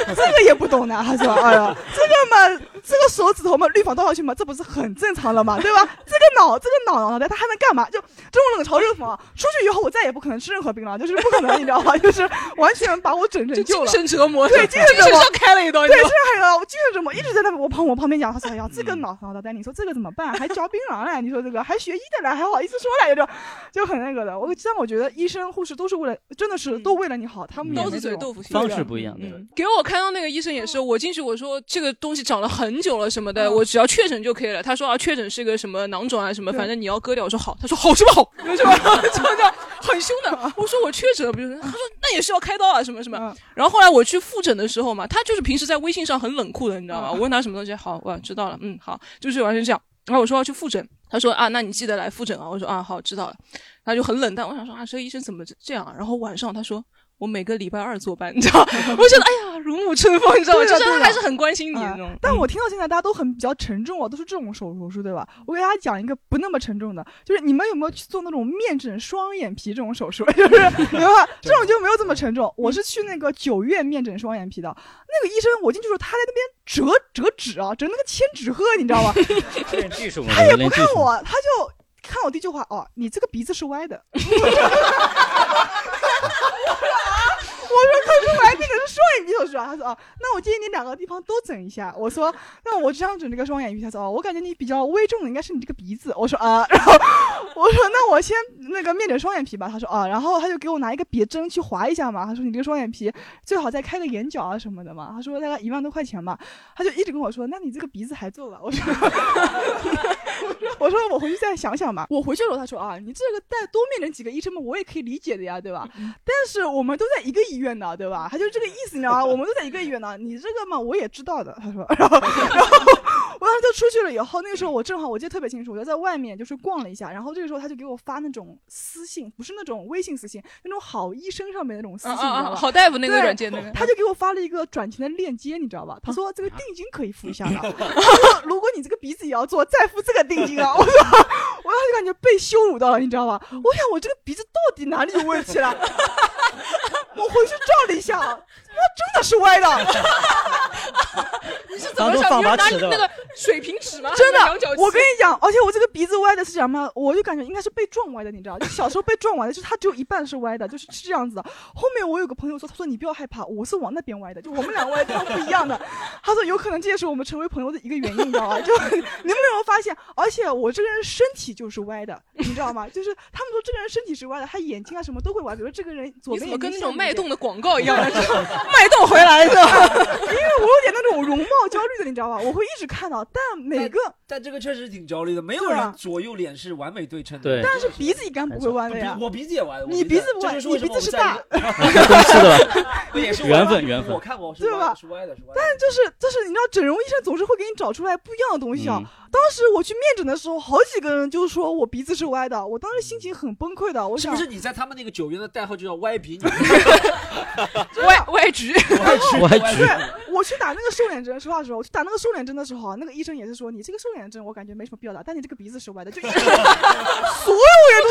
[SPEAKER 3] 这个也不懂呢。”他说：“哎呀，这个嘛，这个手指头嘛，氯仿倒下去嘛，这不是很正常了嘛，对吧？这个脑，这个脑脑袋，他还能干嘛？就这种冷嘲热讽啊！出去以后，我再也不可能吃任何槟榔，就是不可能，你知道吗？ 就是完全把我整
[SPEAKER 2] 就
[SPEAKER 3] 成就
[SPEAKER 2] 精
[SPEAKER 3] 了。
[SPEAKER 2] 神折磨，
[SPEAKER 3] 对，精神折磨
[SPEAKER 2] 上开了一刀，你
[SPEAKER 3] 对，
[SPEAKER 2] 知道吗
[SPEAKER 3] 精
[SPEAKER 2] 嗯
[SPEAKER 3] 神还有我精神折磨，一直在那边我旁我旁边讲，他说：“哎呀，这个脑脑脑袋，你说这个怎么办？还嚼槟榔嘞？哎你说这个还学医的嘞？还好意思说嘞？就就很那个的。我但我觉得医生护士都是为了，真的是都为了你好，他们
[SPEAKER 2] 嗯
[SPEAKER 3] 也
[SPEAKER 2] 刀
[SPEAKER 3] 没
[SPEAKER 2] 子嘴
[SPEAKER 3] 这种
[SPEAKER 2] 豆腐心
[SPEAKER 5] 方式不一样，对吧？
[SPEAKER 2] 给我看到那个医生也是，我进去我说这个东西长了很久了什么的，我只要确诊就可以了。他说啊，确诊是个什么囊肿啊什么，
[SPEAKER 3] 对
[SPEAKER 2] 反正你要割掉。我说好，他说好什么好，什么 就这样很凶的。我说我确诊了，不就是？他说那也是要开刀啊什么什么
[SPEAKER 3] 嗯。
[SPEAKER 2] 然后后来我去复诊的时候嘛，他就是平时在微信上很冷酷的，你知道吧？我问他什么东西，好，我知道了，嗯，好，就是完全这样。然后我说啊要去复诊，他说啊，那你记得来复诊啊。我说啊，好，知道了。他就很冷淡，我想说啊，这个医生怎么这样啊？然后晚上他说。我每个礼拜二坐班，你知道？我觉得哎呀，如沐春风，你知道吗？
[SPEAKER 3] 对
[SPEAKER 2] 就
[SPEAKER 3] 的
[SPEAKER 2] 是
[SPEAKER 3] 对
[SPEAKER 2] 他
[SPEAKER 3] 的
[SPEAKER 2] 还是很关心你
[SPEAKER 3] 啊
[SPEAKER 2] 那种。嗯
[SPEAKER 3] 但我听到现在大家都很比较沉重啊，都是这种手手术对吧？我给大家讲一个不那么沉重的，就是你们有没有去做那种面诊双眼皮这种手术？ 就是明白这种就没有这么沉重。我是去那个九院面诊双眼皮的，那个医生我进去的时候他在那边折折纸啊，折那个千纸鹤，你知道吗？
[SPEAKER 5] 练技术嘛，
[SPEAKER 3] 他也
[SPEAKER 5] 练
[SPEAKER 3] 不
[SPEAKER 5] 技
[SPEAKER 3] 看
[SPEAKER 5] 术。
[SPEAKER 3] 我，他就看我第一句话哦，你这个鼻子是歪的。 我说可是我还那个是双眼皮手术啊，他说哦，那我建议你两个地方都整一下。我说那我只想整这个双眼皮，他说哦，我感觉你比较微重的应该是你这个鼻子。我说啊，然后我说那我先那个面诊双眼皮吧，他说啊，然后他就给我拿一个别针去划一下嘛，他说你这个双眼皮最好再开个眼角啊什么的嘛，他说大概一万多块钱吧，他就一直跟我说，那你这个鼻子还做吧，我说。 我说我回去再想想吧。我回去的时候，他说啊，你这个再多面诊几个医生嘛，我也可以理解的呀，对吧？但是我们都在一个医院呢，对吧？他就这个意思，你知道吗？我们都在一个医院呢，你这个嘛，我也知道的。他说，然后，然后我当时就出去了以后，那个时候我正好我记得特别清楚，我就在外面就是逛了一下，然后这个时候他就给我发那种私信，不是那种微信私信，那种好医生上面那种私
[SPEAKER 2] 啊
[SPEAKER 3] 信，
[SPEAKER 2] 啊
[SPEAKER 3] 你知道
[SPEAKER 2] 啊！
[SPEAKER 3] 吧？
[SPEAKER 2] 好大夫那个
[SPEAKER 3] 对
[SPEAKER 2] 软件那个，
[SPEAKER 3] 他就给我发了一个转钱的链接，你知道吧？他说这个定金可以付一下的，如果你这个鼻子也要做，再付这个定金啊！我说，我当时感觉被羞辱到了，你知道吧？我想我这个鼻子到底哪里有问题了？ 我回去照了一下，啊那真的是歪的。
[SPEAKER 2] 你是怎么想？
[SPEAKER 5] 当
[SPEAKER 2] 你
[SPEAKER 5] 做
[SPEAKER 2] 是
[SPEAKER 5] 放
[SPEAKER 2] 拿
[SPEAKER 5] 把尺的吧
[SPEAKER 2] 那个水平尺吗？
[SPEAKER 3] 真的
[SPEAKER 2] 还是量角，器
[SPEAKER 3] 我跟你讲，而且我这个鼻子歪的是什么？我就感觉应该是被撞歪的，你知道？就小时候被撞歪的，就是它只有一半是歪的，就是是这样子的。后面我有个朋友说，他说你不要害怕，我是往那边歪的，就我们俩歪的地方不一样的。他说有可能这也是我们成为朋友的一个原因，你知道吧？就你们有没有发现？而且我这个人身体就是歪的，你知道吗？就是他们说这个人身体是歪的，他眼睛啊什么都会歪，比如说这个人左
[SPEAKER 2] 你怎么
[SPEAKER 3] 边眼睛
[SPEAKER 2] 跟那
[SPEAKER 3] 下
[SPEAKER 2] 种
[SPEAKER 3] 面
[SPEAKER 2] 脉
[SPEAKER 3] 一点
[SPEAKER 2] 动的广告一样 的，脉动 回来的？
[SPEAKER 3] 因为我有点那种容貌焦虑的，你知道吧？我会一直看到，但每个
[SPEAKER 4] 但这个确实挺焦虑的，没有
[SPEAKER 3] 对啊
[SPEAKER 4] 人左右脸是完美对称的。
[SPEAKER 5] 对
[SPEAKER 3] 但是鼻子一般不会弯的呀
[SPEAKER 4] 我鼻。我鼻子也歪的，我
[SPEAKER 3] 你鼻子不
[SPEAKER 4] 这
[SPEAKER 3] 歪
[SPEAKER 4] 就是为什么
[SPEAKER 3] 你鼻子
[SPEAKER 4] 我们
[SPEAKER 3] 是
[SPEAKER 4] 在一个
[SPEAKER 5] 公司的吧，
[SPEAKER 4] 不也是
[SPEAKER 5] 缘
[SPEAKER 4] 歪的
[SPEAKER 5] 分缘分
[SPEAKER 4] 我看我是
[SPEAKER 3] 对
[SPEAKER 4] 歪
[SPEAKER 3] 吧
[SPEAKER 4] 的是歪的，是歪的。但
[SPEAKER 3] 就是就是，你知道，整容医生总是会给你找出来不一样的东西啊。
[SPEAKER 5] 嗯
[SPEAKER 3] 当时我去面诊的时候，好几个人就说我鼻子是歪的，我当时心情很崩溃的。我
[SPEAKER 4] 是
[SPEAKER 3] 想，
[SPEAKER 4] 不是 你在他们那个九院的代号就叫歪鼻？你
[SPEAKER 2] 外外局，
[SPEAKER 4] 歪曲
[SPEAKER 5] 歪
[SPEAKER 4] 曲
[SPEAKER 5] 曲
[SPEAKER 3] 我去打那个瘦脸针，实话实说，我去打那个瘦脸针的时候啊，那个医生也是说你这个瘦脸针我感觉没什么必要打，但你这个鼻子是歪的，就 一直所有人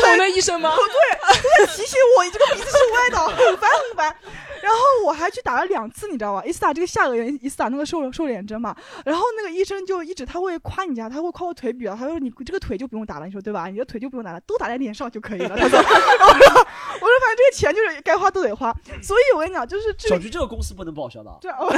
[SPEAKER 2] 不
[SPEAKER 3] 都在
[SPEAKER 2] 同
[SPEAKER 3] 哦
[SPEAKER 2] 的医生吗？
[SPEAKER 3] 对，都在提醒我你这个鼻子是歪的，很烦很烦。然后我还去打了两次，你知道吧？一次打这个下颌炎，一次打那个瘦瘦脸针嘛。然后那个医生就一直他会夸你家，他会夸我腿比较，啊他说你这个腿就不用打了，你说对吧？你的腿就不用打了，都打在脸上就可以了。 他说，我说我说反正这个钱就是该花都得花，所以我跟你讲，就是这
[SPEAKER 4] 小菊这个公司不能报销的啊。
[SPEAKER 3] 对，哦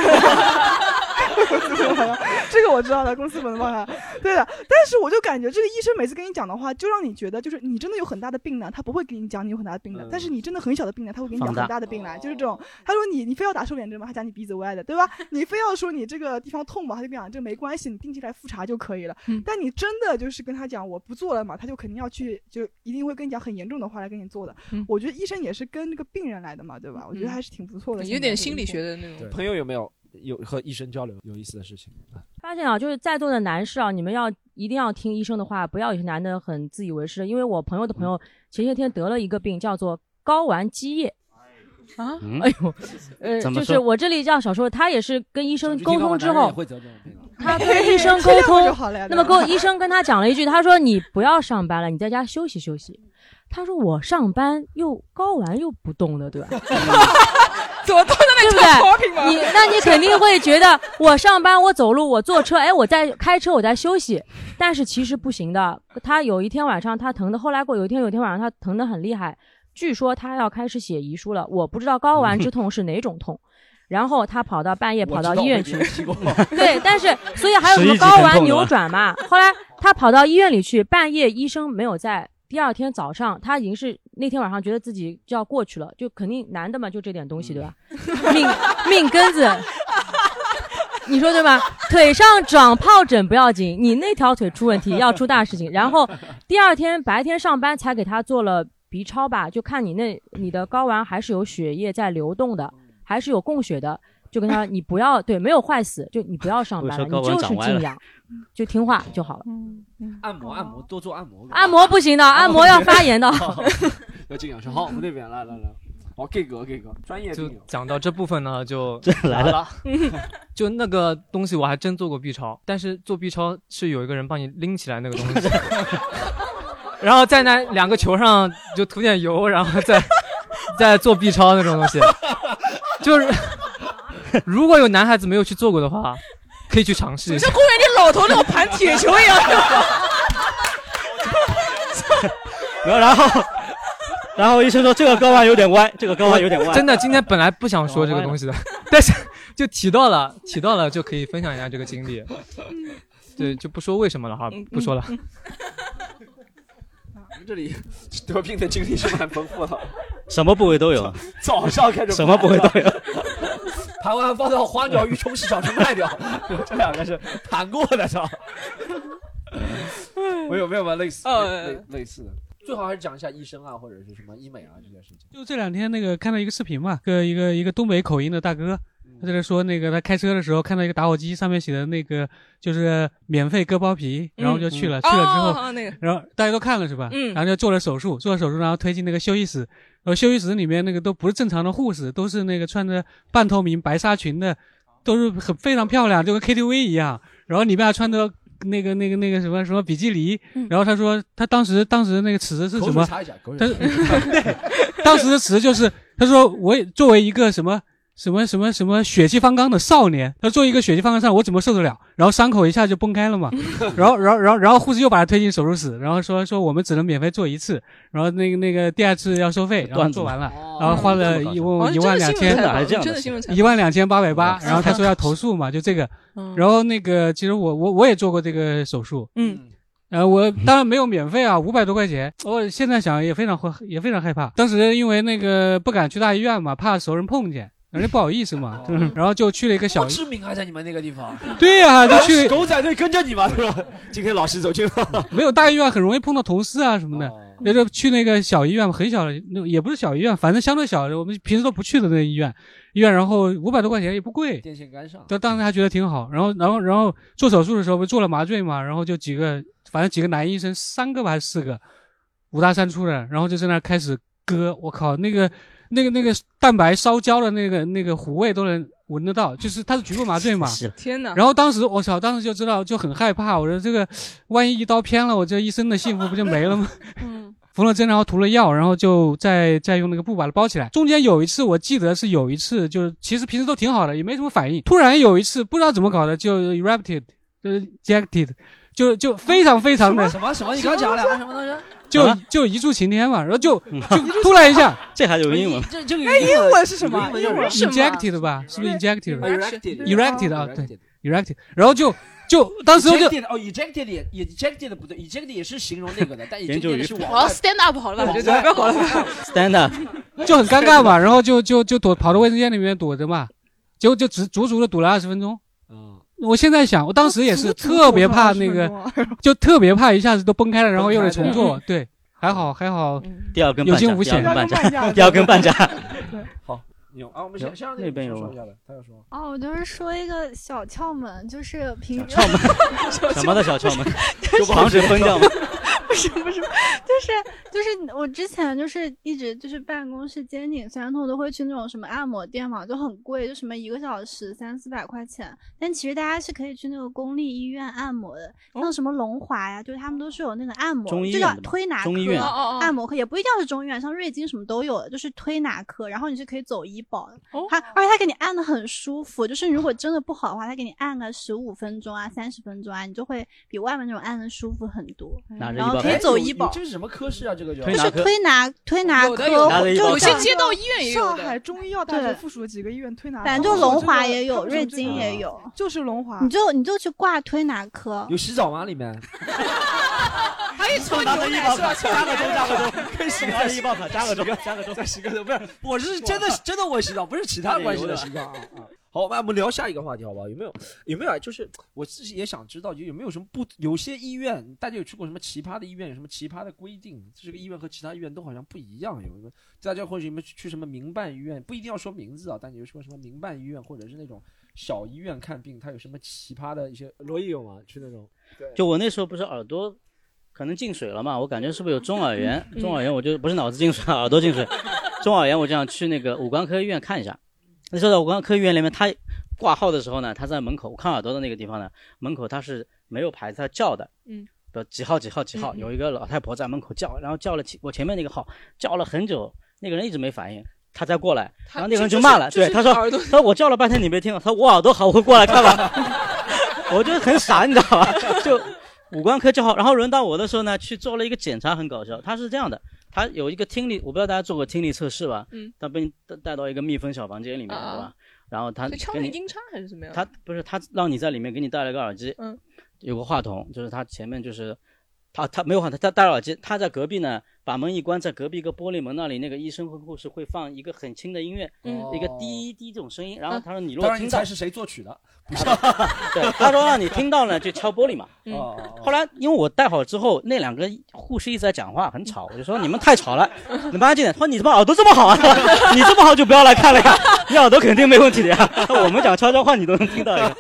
[SPEAKER 3] 这个我知道的，公司文化，对的。但是我就感觉这个医生每次跟你讲的话，就让你觉得就是你真的有很大的病呢，他不会给你讲你有很大的
[SPEAKER 2] 嗯
[SPEAKER 3] 病的，但是你真的很小的病呢，他会给你讲
[SPEAKER 13] 放大
[SPEAKER 3] 很大的病来，就是这种。他说你你非要打瘦脸针嘛，他讲你鼻子歪的，对吧？你非要说你这个地方痛嘛，他就跟你讲这没关系，你定期来复查就可以了。
[SPEAKER 2] 嗯
[SPEAKER 3] 但你真的就是跟他讲我不做了嘛，他就肯定要去，就一定会跟你讲很严重的话来跟你做的。我觉得医生也是跟这个病人来的嘛，对吧？我觉得
[SPEAKER 2] 嗯
[SPEAKER 3] 还是挺不错的，
[SPEAKER 2] 有点心理学的那种。
[SPEAKER 4] 朋友有没有有和医生交流有意思的事情？
[SPEAKER 14] 发现啊，就是在座的男士啊，你们要一定要听医生的话，不要有些男的很自以为是。因为我朋友的朋友前些天得了一个病，叫做睾丸积液。
[SPEAKER 2] 啊
[SPEAKER 5] 嗯
[SPEAKER 14] 哎呦，呃，
[SPEAKER 5] 怎么
[SPEAKER 14] 就
[SPEAKER 5] 说
[SPEAKER 14] 是我这里叫小时候，他也是跟医生沟通之
[SPEAKER 4] 男人
[SPEAKER 14] 后
[SPEAKER 4] 也，会得这种病啊
[SPEAKER 14] 他跟医生沟
[SPEAKER 3] 这样不就
[SPEAKER 14] 通
[SPEAKER 3] 好了呀，
[SPEAKER 14] 那 么
[SPEAKER 3] 对吧
[SPEAKER 14] 跟医生跟他讲了一句，他说你不要上班了，你在家休息休息。他说我上班又睾丸又不动的，对吧？
[SPEAKER 2] 怎么都在
[SPEAKER 14] 对不对？你那你肯定会觉得我上班我走路我坐车，哎，我在开车我在休息，但是其实不行的。他有一天晚上他疼的，后来过有一天有一天晚上他疼的很厉害，据说他要开始写遗书了，我不知道睾丸之痛是哪种痛。然后他跑到半夜跑到医院去，对，但是所以还有什么睾丸扭转嘛？后来他跑到医院里去，半夜医生没有在，第二天早上他已经是那天晚上觉得自己就要过去了，就肯定男的嘛，就这点东西对吧？命命根子，你说对吧？腿上长疱疹不要紧，你那条腿出问题要出大事情。然后第二天白天上班才给他做了 B 超吧，就看你那你的睾丸还是有血液在流动的，
[SPEAKER 5] 嗯
[SPEAKER 14] 还是有供血的。就跟他，你不要对，没有坏死，就你不要上班了，
[SPEAKER 5] 我
[SPEAKER 14] 你
[SPEAKER 5] 说睾丸
[SPEAKER 14] 就是
[SPEAKER 5] 长歪了
[SPEAKER 14] 静养，就听话就好了。
[SPEAKER 4] 按摩按摩，多做按摩。
[SPEAKER 14] 按摩不行的，按摩要发炎的。
[SPEAKER 4] 要进养生。好，我们那边来来来，好，gay 哥 gay 哥，专业
[SPEAKER 12] 就
[SPEAKER 4] 病友。
[SPEAKER 12] 讲到这部分呢，就
[SPEAKER 5] 来
[SPEAKER 4] 了
[SPEAKER 12] 就那个东西我还真做过 B 超，但是做 B 超是有一个人帮你拎起来那个东西， 然后在那两个球上就涂点油，然后再再做 B 超那种东西，就是如果有男孩子没有去做过的话，可以去 尝试一下
[SPEAKER 2] 像。公园里老头那种盘铁球一样。
[SPEAKER 5] 然后，然后医生说这个睾丸有点歪，这个睾丸有点歪。哦
[SPEAKER 12] 真的，今天本来不想说这个东西的，但是就提到了，提到了就可以分享一下这个经历。
[SPEAKER 4] 嗯
[SPEAKER 12] 对，就不说为什么了哈，啊不说了。
[SPEAKER 4] 我们这里 得病的经历是蛮丰富的，
[SPEAKER 5] 什么部位都有，
[SPEAKER 4] 早上开始
[SPEAKER 5] 什么部位都 有。
[SPEAKER 4] 盘完放到花鸟鱼虫市场去卖掉， 这两个是盘过的，是吧？我有没有玩类似类类类似的？最好还是讲一下医生啊，或者是什么医美啊这些事情。
[SPEAKER 11] 就这两天那个看到一个视频嘛，跟一个一个东北口音的大哥，
[SPEAKER 12] 嗯
[SPEAKER 11] 他在那说那个他开车的时候看到一个打火机上面写的那个就是免费割包皮，
[SPEAKER 12] 嗯
[SPEAKER 11] 然后就去了，
[SPEAKER 12] 嗯
[SPEAKER 11] 去了之后，
[SPEAKER 12] 哦那个
[SPEAKER 11] 然后大家都看了是吧？
[SPEAKER 12] 嗯
[SPEAKER 11] 然后就做了手术，做了手术然后推进那个休息室，然后休息室里面那个都不是正常的护士，都是那个穿着半透明白纱裙的，都是很非常漂亮，就跟 KTV 一样，然后里面还穿着。那个、那个、那个什么什么比基尼，
[SPEAKER 12] 嗯
[SPEAKER 11] 然后他说他当时当时那个词是什
[SPEAKER 4] 口
[SPEAKER 11] 么
[SPEAKER 4] 水擦一下口？
[SPEAKER 11] 他
[SPEAKER 4] 水
[SPEAKER 11] 当时的词就是，他说我也作为一个什么什么什么什么血气方刚的少年，他说作为一个血气方刚少年，我怎么受得了？然后伤口一下就崩开了 嘛，然后然后然后然后护士又把他推进手术室，然后说说我们只能免费做一次，然后那个那个第二次要收费，然后
[SPEAKER 12] 段子
[SPEAKER 11] 做完了，然后花了一
[SPEAKER 12] 哦
[SPEAKER 11] 万一
[SPEAKER 12] 这
[SPEAKER 11] 万
[SPEAKER 12] 个
[SPEAKER 11] 两
[SPEAKER 12] 新
[SPEAKER 11] 千
[SPEAKER 12] 闻采访，真的新闻采访
[SPEAKER 11] 一万两千八百 八，然后他说要投诉嘛，就这个
[SPEAKER 12] 嗯，
[SPEAKER 11] 然后那个其实我我我也做过这个手术，
[SPEAKER 2] 嗯。
[SPEAKER 11] 呃，我当然没有免费啊，五百多块钱，我现在想也非常会，也非常害怕。当时因为那个不敢去大医院嘛，怕熟人碰见，人家不好意思嘛，然后就去了一个小
[SPEAKER 4] 哦我。知名啊还在你们那个地方。
[SPEAKER 11] 对呀、就去
[SPEAKER 4] 狗仔队跟着你嘛，是吧？今天老师走进了。哦
[SPEAKER 11] 没有大医院很容易碰到同事啊什么的，那就去那个小医院嘛，很小的，那也不是小医院，反正相对小，我们平时都不去的那医院，医院然后五百多块钱也不贵，
[SPEAKER 4] 电线杆上。
[SPEAKER 11] 但当时还觉得挺好。然后，然后，然后做手术的时候不是做了麻醉嘛，然后就几个，反正几个男医生，三个吧还是四个，五大三粗的，然后就在那儿开始割。我靠，那个、那个、那个蛋白烧焦的那个、那个糊味都能闻得到，就是它是局部麻醉嘛。
[SPEAKER 2] 天哪！
[SPEAKER 11] 然后当时我操，当时就知道就很害怕，我说这个万一一刀偏了，我这一生的幸福不就没了吗？缝了针，然后涂了药，然后就再再用那个布把它包起来。中间有一次我记得是有一次，就是其实平时都挺好的，也没什么反应。突然有一次不知道怎么搞的，就 erupted，就是 ejected，就就非常非常的
[SPEAKER 4] 什么什么？你刚讲了两个什么东西？
[SPEAKER 11] 就就一柱擎天嘛，然后就就突然一下，
[SPEAKER 5] 这还有英文
[SPEAKER 4] 这这个
[SPEAKER 3] 哎英文是什么 英文是什么
[SPEAKER 11] ？ejected 吧，是不是
[SPEAKER 4] Erected
[SPEAKER 11] ejected？erected 啊，对，erected，然后就就当时我就
[SPEAKER 4] Ejected，哦，ejected 也也 ejected 不对，ejected 也是形容那个的，但
[SPEAKER 5] 研究
[SPEAKER 4] ejected
[SPEAKER 5] 于
[SPEAKER 4] 是
[SPEAKER 2] 我要
[SPEAKER 4] 往外
[SPEAKER 2] 哦 stand up 好了吧，
[SPEAKER 4] 往
[SPEAKER 2] 不
[SPEAKER 4] 外
[SPEAKER 2] 要搞了吧。
[SPEAKER 5] stand up，
[SPEAKER 11] 就很尴尬嘛，然后就就就躲跑到卫生间里面躲着嘛，结果就只足足的躲了二十分钟。我现在想，我当时也是特别怕那个，就特别怕一下子都崩开了，然后又得重做。对，还好还好，
[SPEAKER 5] 第二根
[SPEAKER 11] 有
[SPEAKER 5] 半
[SPEAKER 11] 惊
[SPEAKER 5] 价，
[SPEAKER 11] 无
[SPEAKER 5] 第二
[SPEAKER 11] 险。
[SPEAKER 5] 根半价， 第
[SPEAKER 11] 第
[SPEAKER 5] 二
[SPEAKER 11] 二
[SPEAKER 5] 根
[SPEAKER 11] 根
[SPEAKER 5] 半
[SPEAKER 11] 半
[SPEAKER 5] 价
[SPEAKER 11] 价。
[SPEAKER 4] 好，有啊，我们想象
[SPEAKER 5] 那边有
[SPEAKER 4] 说
[SPEAKER 5] 吗
[SPEAKER 4] 一下呗，他要说。
[SPEAKER 13] 哦，我就是说一个小窍门，就是平时
[SPEAKER 5] 什么的小窍门
[SPEAKER 13] 就，是
[SPEAKER 5] 防止 崩掉吗？
[SPEAKER 13] 不是不是，就是就是我之前就是一直就是办公室肩颈酸痛，都会去那种什么按摩店嘛，就很贵，就什么一个小时三四百块钱。但其实大家是可以去那个公立医院按摩的，像什么龙华呀，就是他们都是有那个按摩，
[SPEAKER 5] 哦中医
[SPEAKER 13] 就
[SPEAKER 5] 院
[SPEAKER 13] 叫
[SPEAKER 5] 的嘛
[SPEAKER 13] 推拿科
[SPEAKER 5] 中医院哦
[SPEAKER 13] 按摩科，也不一定要是中医院，像瑞金什么都有的，就是推拿科，然后你是可以走医保的。他
[SPEAKER 2] 哦
[SPEAKER 13] 而且他给你按的很舒服，就是如果真的不好的话，他给你按个十五分钟啊、三十分钟啊，你就会比外面那种按的舒服很多。
[SPEAKER 5] 拿着
[SPEAKER 13] 然
[SPEAKER 5] 医
[SPEAKER 13] 后
[SPEAKER 5] 保
[SPEAKER 13] 可以
[SPEAKER 5] 卡
[SPEAKER 13] 走
[SPEAKER 5] 有
[SPEAKER 13] 医
[SPEAKER 5] 有
[SPEAKER 13] 保，
[SPEAKER 4] 这是什么科室啊？这个叫
[SPEAKER 5] 推
[SPEAKER 13] 就
[SPEAKER 5] 拿
[SPEAKER 13] 是
[SPEAKER 5] 科
[SPEAKER 13] 推拿推拿
[SPEAKER 2] 有
[SPEAKER 13] 科，
[SPEAKER 2] 的有的
[SPEAKER 13] 就
[SPEAKER 3] 有
[SPEAKER 13] 是
[SPEAKER 3] 些
[SPEAKER 13] 像
[SPEAKER 3] 街
[SPEAKER 2] 道医院也有
[SPEAKER 3] 上海中医药大学附属的几个医院推拿，
[SPEAKER 13] 反正就龙华也有，瑞金也
[SPEAKER 3] 有，
[SPEAKER 13] 有，
[SPEAKER 3] 就是龙华。
[SPEAKER 13] 你就你就去挂推拿科。
[SPEAKER 4] 有洗澡吗？里面？
[SPEAKER 2] 还有搓
[SPEAKER 5] 拿着
[SPEAKER 2] 牛
[SPEAKER 5] 医
[SPEAKER 2] 奶
[SPEAKER 5] 保
[SPEAKER 2] 是
[SPEAKER 5] 卡，
[SPEAKER 2] 吧？
[SPEAKER 5] 加个钟，加个 钟，
[SPEAKER 4] 可以洗
[SPEAKER 5] 拿着医保卡，加个钟，加个钟，
[SPEAKER 4] 再洗个头，不是，我 是真的真的我洗澡，不是其他关系的洗澡啊。啊 好，那我们聊下一个话题，好不好？有没有有没有啊？就是我自己也想知道，就有没有什么不有些医院，大家有去过什么奇葩的医院？有什么奇葩的规定？这个医院和其他医院都好像不一样。有没有？大家或者有没有去去什么民办医院？不一定要说名字啊，但你有去过什么民办医院，或者是那种小医院看病？它有什么奇葩的一些？罗毅有吗？去那种？
[SPEAKER 5] 就我那时候不是耳朵可能进水了嘛，我感觉是不是有中耳炎？
[SPEAKER 4] 嗯
[SPEAKER 5] 中耳炎我就不是脑子进水， 耳朵进水。中耳炎我就想去那个五官科医院看一下。那时候在五官科医院里面，他挂号的时候呢，他在门口我看耳朵的那个地方呢，门口他是没有牌子，他叫的。
[SPEAKER 2] 嗯，
[SPEAKER 5] 比如几号几号几号，
[SPEAKER 2] 嗯嗯
[SPEAKER 5] 有一个老太婆在门口叫，然后叫了前我前面那个号，叫了很久，那个人一直没反应，他才过来，然后那个人就骂了，
[SPEAKER 2] 这
[SPEAKER 5] 对
[SPEAKER 2] 这
[SPEAKER 5] 他
[SPEAKER 2] 这
[SPEAKER 5] 说，
[SPEAKER 2] 耳朵
[SPEAKER 5] 他说我叫了半天你没听，他说我耳朵好，啊我会过来 看吧。我就很傻，你知道吧？就五官科叫号，然后轮到我的时候呢，去做了一个检查，很搞笑，他是这样的。他有一个听力，我不知道大家做过听力测试吧？
[SPEAKER 2] 嗯，
[SPEAKER 5] 他被你带带到一个密封小房间里面，
[SPEAKER 2] 啊
[SPEAKER 5] 对吧？然后他
[SPEAKER 2] 这敲
[SPEAKER 5] 给
[SPEAKER 2] 那
[SPEAKER 5] 你
[SPEAKER 2] 音叉还是什么呀？
[SPEAKER 5] 他不是他让你在里面给你戴了个耳机，
[SPEAKER 2] 嗯，
[SPEAKER 5] 有个话筒，就是他前面就是他他没有话筒，他戴了耳机，他在隔壁呢，把门一关，在隔壁一个玻璃门那里，那个医生和护士会放一个很轻的音乐，
[SPEAKER 4] 嗯
[SPEAKER 5] 一个滴滴这种声音，然
[SPEAKER 2] 啊
[SPEAKER 5] 后他说你如
[SPEAKER 4] 当
[SPEAKER 5] 果
[SPEAKER 4] 然，你
[SPEAKER 5] 听到
[SPEAKER 4] 猜，是谁作曲的？
[SPEAKER 5] 对，他说让你听到呢就敲玻璃嘛。
[SPEAKER 4] 哦，
[SPEAKER 5] 后来因为我戴好之后，那两个护士一直在讲话，很吵，我就说你们太吵了，你们安静点。他说你怎么耳朵这么好啊？ 你这么好就不要来看了呀，你耳朵肯定没问题的呀。 我们讲悄悄话你都能听到 呀，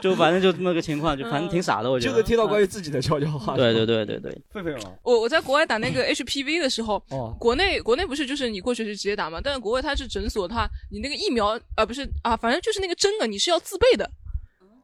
[SPEAKER 5] 就反正就这么个情况，就反正挺
[SPEAKER 7] 嗯
[SPEAKER 5] 傻的，我觉
[SPEAKER 4] 就
[SPEAKER 5] 得。嗯
[SPEAKER 4] 能听到关于自己的悄悄话。
[SPEAKER 5] 对对对对对，
[SPEAKER 4] 狒狒吗？
[SPEAKER 2] 我我在国外打那个 HPV 的时候，
[SPEAKER 4] 哦
[SPEAKER 2] 国内国内不是就是你过去是直接打嘛，但是国外它是诊所，它你那个疫苗啊不是啊，反正就是那个针啊，你是要自备的，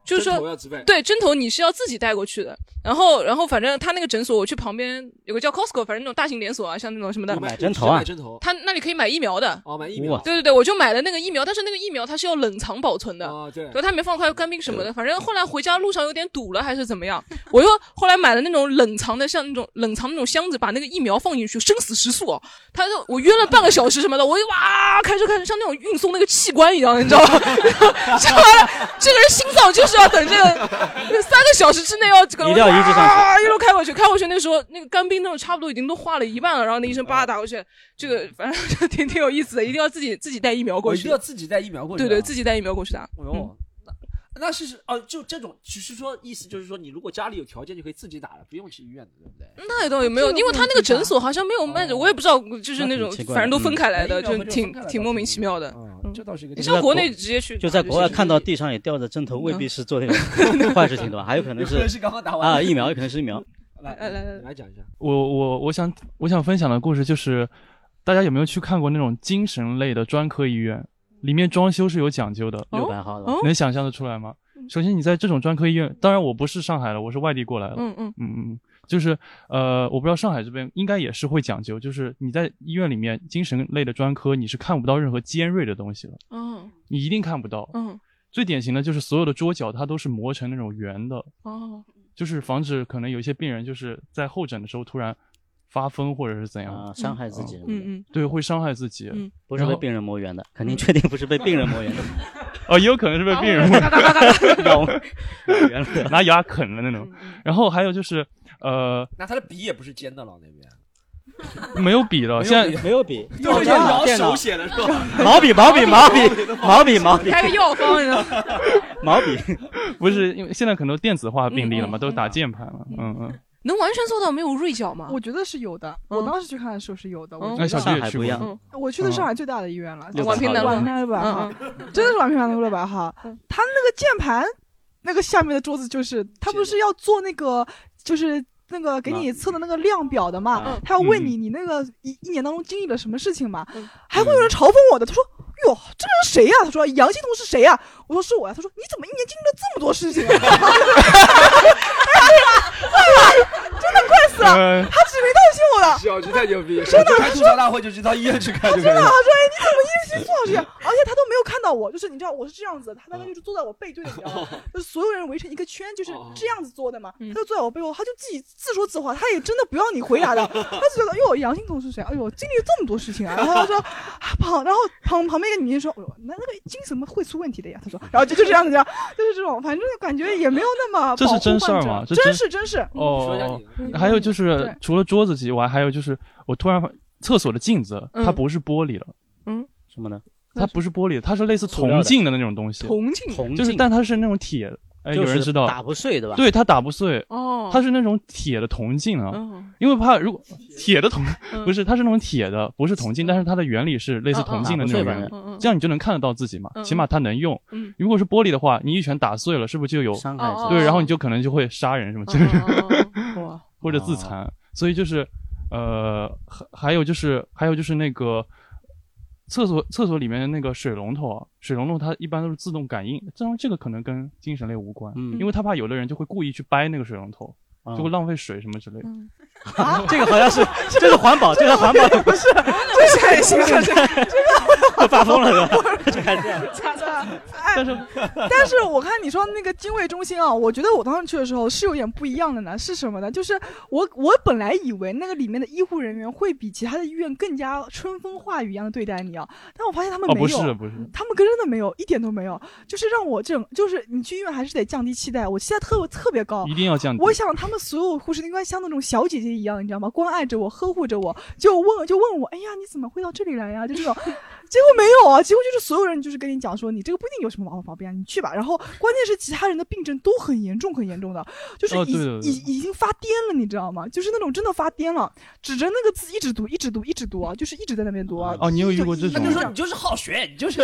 [SPEAKER 2] 就是
[SPEAKER 4] 针头要
[SPEAKER 2] 说
[SPEAKER 4] 自备
[SPEAKER 2] 对针头你是要自己带过去的。然后然后反正他那个诊所，我去旁边有个叫 Costco，反正那种大型连锁啊，像那种什么的，
[SPEAKER 5] 买针头啊买针
[SPEAKER 4] 头
[SPEAKER 2] 他那里可以买疫苗的。
[SPEAKER 4] 哦，买疫
[SPEAKER 5] 苗哇
[SPEAKER 2] 对对对，我就买了那个疫苗，但是那个疫苗它是要冷藏保存的，
[SPEAKER 4] 哦对
[SPEAKER 2] 它里面放块干冰什么的。反正后来回家路上有点堵了还是怎么样，我又后来买了那种冷藏的，像那种冷藏那种箱子，把那个疫苗放进去，生死时速哦。他就我约了半个小时什么的，我就哇开车开车像那种运送那个器官一样，你知道吧？这玩意儿，这个人心脏就是要等这个那三个小时之内要这个
[SPEAKER 5] 一定要移植上去
[SPEAKER 2] 哇一路开过去，开过去那时候那个干冰那种差不多已经都化了一半了，然后那医生叭打过去，这个反正就挺挺有意思的，一定要自己自己带疫苗过
[SPEAKER 4] 我
[SPEAKER 2] 去，
[SPEAKER 4] 一定要自己带疫苗过去啊。
[SPEAKER 2] 对对，自己带疫苗过去打。
[SPEAKER 4] 哎呦
[SPEAKER 2] 嗯
[SPEAKER 4] 那是是哦，就这种，只是说意思就是说，你如果家里有条件就可以自己打了，不用去医院的，对不对？
[SPEAKER 2] 那倒也没有，因为他那个诊所好像没有卖
[SPEAKER 4] 哦
[SPEAKER 2] 着，我也不知道，就是那种
[SPEAKER 5] 那挺奇怪的
[SPEAKER 2] 反正都分开来的，
[SPEAKER 4] 嗯
[SPEAKER 2] 就挺挺莫名其妙的。嗯
[SPEAKER 4] 这倒是一个
[SPEAKER 2] 你像国内直接去，
[SPEAKER 5] 就在国外看到地上也掉着针
[SPEAKER 7] 嗯
[SPEAKER 5] 头，未必是做那 种坏事情，对吧？还有可能
[SPEAKER 4] 有可能是刚刚打完
[SPEAKER 5] 啊疫苗，有可能是疫苗。
[SPEAKER 4] 来来来来讲一下，
[SPEAKER 7] 我我我想我想分享的故事就是，大家有没有去看过那种精神类的专科医院？里面装修是有讲究的，
[SPEAKER 5] 六百
[SPEAKER 2] 哦
[SPEAKER 5] 号的
[SPEAKER 7] 能
[SPEAKER 2] 嗯
[SPEAKER 7] 想象得出来吗？首先，你在这种专科医院，当然我不是上海的，我是外地过来的。
[SPEAKER 2] 嗯嗯
[SPEAKER 7] 嗯嗯，就是呃，我不知道上海这边应该也是会讲究，就是你在医院里面精神类的专科，你是看不到任何尖锐的东西了，
[SPEAKER 2] 嗯
[SPEAKER 7] 你一定看不到。
[SPEAKER 2] 嗯
[SPEAKER 7] 最典型的就是所有的桌角它都是磨成那种圆的，
[SPEAKER 2] 哦，
[SPEAKER 7] 就是防止可能有一些病人就是在候诊的时候突然发疯或者是怎样，
[SPEAKER 5] 啊伤害自己的
[SPEAKER 2] 嗯嗯，
[SPEAKER 7] 对，会伤害自己，嗯
[SPEAKER 2] 嗯
[SPEAKER 5] 不是被病人磨圆的，肯定确定不是被病人磨圆的。
[SPEAKER 7] 哦，也有可能是被病 人
[SPEAKER 5] 咬圆了
[SPEAKER 7] 拿牙啃了那
[SPEAKER 2] 嗯
[SPEAKER 7] 种。然后还有就是，呃，
[SPEAKER 4] 那他的笔也不是尖的了，那边
[SPEAKER 7] 没有笔了，现在
[SPEAKER 5] 没有笔
[SPEAKER 4] 都是用
[SPEAKER 5] 哦
[SPEAKER 4] 毛
[SPEAKER 5] 电脑
[SPEAKER 4] 手写的是吧？
[SPEAKER 5] 毛笔，毛笔，毛笔，毛笔，毛笔，
[SPEAKER 2] 开个药方，你知道吗？
[SPEAKER 5] 毛笔，
[SPEAKER 7] 不是因为现在很多电子化病
[SPEAKER 2] 嗯
[SPEAKER 7] 历了嘛，都是打键盘了，嗯嗯。
[SPEAKER 2] 能完全做到没有锐角吗？
[SPEAKER 3] 我觉得是有的，
[SPEAKER 13] 嗯
[SPEAKER 3] 我当时去看的时候是有的。我
[SPEAKER 7] 那小
[SPEAKER 3] 觉
[SPEAKER 7] 菊
[SPEAKER 3] 得
[SPEAKER 7] 也去过，
[SPEAKER 3] 我去的上海最大的医院了，
[SPEAKER 7] 嗯宛平南路
[SPEAKER 3] 宛平南路吧，哈
[SPEAKER 2] 嗯
[SPEAKER 3] 真的是宛平南路了吧哈。他那个键盘，那个下面的桌子就是他不是要做那个就是。那个给你测的那个量表的嘛，
[SPEAKER 2] 嗯
[SPEAKER 3] 他要问你你那个一一年当中经历了什么事情嘛，
[SPEAKER 2] 嗯
[SPEAKER 3] 还会有人嘲讽我的。他说：“哟，这个人谁呀、他说：“杨欣彤是谁呀、我说：“是我呀、他说：“你怎么一年经历了这么多事情、 啊？”真的快死了，
[SPEAKER 4] 嗯
[SPEAKER 3] 他指名道姓我了。
[SPEAKER 4] 小菊太牛逼，
[SPEAKER 3] 真的
[SPEAKER 4] 小菊开吐槽大会就去到医院去看就
[SPEAKER 3] 真
[SPEAKER 4] 可以
[SPEAKER 3] 的，
[SPEAKER 4] 了
[SPEAKER 3] 我。说哎，你怎么一直去做这样？而且他都没有看到我，就是你知道我是这样子，他
[SPEAKER 7] 嗯
[SPEAKER 3] 大概就是坐在我背对着，你知道 吗？就是所有人围成一个圈，就是
[SPEAKER 7] 哦
[SPEAKER 3] 这样子做的嘛。他就坐在我背后，他就自己自说自话，他也真的不要你回答 的，他就觉得哟，杨欣彤是谁？哎呦，经历了这么多事情啊。然后他说啊旁，然后旁旁边一个女人说，哎呦，那那个精神会出问题的呀。他说，然后就就这样子，这样就是这种，反正感觉也没有那么
[SPEAKER 7] 这是真事儿
[SPEAKER 3] 啊保护
[SPEAKER 7] 吗
[SPEAKER 3] 患？者
[SPEAKER 7] 这
[SPEAKER 3] 真是真是。嗯
[SPEAKER 7] 哦。还有就是，除了桌子以外，还有就是，我突然发厕所的镜子，
[SPEAKER 2] 嗯
[SPEAKER 7] 它不是玻璃了，
[SPEAKER 2] 嗯，
[SPEAKER 5] 什么呢？
[SPEAKER 7] 它不是玻璃，它是类似
[SPEAKER 5] 塑料
[SPEAKER 7] 铜
[SPEAKER 5] 的
[SPEAKER 7] 镜的那种东西，
[SPEAKER 2] 铜镜铜
[SPEAKER 7] 就是，
[SPEAKER 2] 镜
[SPEAKER 7] 但它是那种铁，哎，
[SPEAKER 5] 就
[SPEAKER 7] 有人
[SPEAKER 5] 是
[SPEAKER 7] 知道
[SPEAKER 5] 打不碎对吧
[SPEAKER 7] 对，它打不碎，
[SPEAKER 2] 哦
[SPEAKER 7] 它是那种铁的铜镜啊
[SPEAKER 2] 哦，
[SPEAKER 5] 嗯
[SPEAKER 7] 因为怕如果铁的铜
[SPEAKER 2] 嗯
[SPEAKER 7] 不是，它是那种铁的，不是铜镜，但是它的原理是类似铜镜的那种
[SPEAKER 5] 嗯嗯嗯嗯
[SPEAKER 7] 原理
[SPEAKER 5] 打不碎吧嗯嗯，
[SPEAKER 7] 这样你就能看得到自己嘛，
[SPEAKER 5] 嗯嗯
[SPEAKER 7] 起码它能用
[SPEAKER 2] 嗯。
[SPEAKER 7] 如果是玻璃的话，你一拳打碎了，是不是就有伤
[SPEAKER 5] 害自己
[SPEAKER 7] 对，然后你就可能就会杀人什么之类
[SPEAKER 5] 哦
[SPEAKER 2] 的，哇
[SPEAKER 7] 或者自残。所以就是，呃，还还有就是还有就是那个厕所厕所里面的那个水龙头啊，水龙头它一般都是自动感应，当然这个可能跟精神类无关，
[SPEAKER 5] 嗯
[SPEAKER 7] 因为他怕有的人就会故意去掰那个水龙头，就会浪费水什么之类
[SPEAKER 3] 嗯
[SPEAKER 7] 的。
[SPEAKER 5] 啊这个好像是，这是环保，这是环保，
[SPEAKER 3] 不是，这是很形象，这个
[SPEAKER 5] 我发疯了是吧？就开始这样。
[SPEAKER 3] 假 的。但是，哎但是我看你说那个精卫中心啊，我觉得我当时去的时候是有点不一样的呢。是什么呢？就是我我本来以为那个里面的医护人员会比其他的医院更加春风化雨一样的对待你啊，但我发现他们
[SPEAKER 7] 哦
[SPEAKER 3] 没有，
[SPEAKER 7] 不是不是
[SPEAKER 3] 他们跟真的没有，一点都没有，就是让我整，就是你去医院还是得降低期待，我期待特特别高，
[SPEAKER 7] 一定要降低
[SPEAKER 3] 我想他们所有护士应该像那种小姐姐一样，你知道吗？关爱着我，呵护着我，就问就问我，哎呀，你怎么会到这里来呀？就这种， 结果没有啊，结果就是所有人就是跟你讲说，你这个不一定有什么毛毛病啊，你去吧。然后关键是其他人的病症都很严重，很严重的，就是已、
[SPEAKER 7] 哦对的对的
[SPEAKER 3] 已已经发癫了，你知道吗？就是那种真的发癫了，指着那个字一直读，一直读，一直读啊，就是一直在那边读啊。
[SPEAKER 7] 哦，你有遇过这
[SPEAKER 4] 他
[SPEAKER 7] 种
[SPEAKER 4] 就？
[SPEAKER 3] 啊
[SPEAKER 4] 说你就是好学，你就是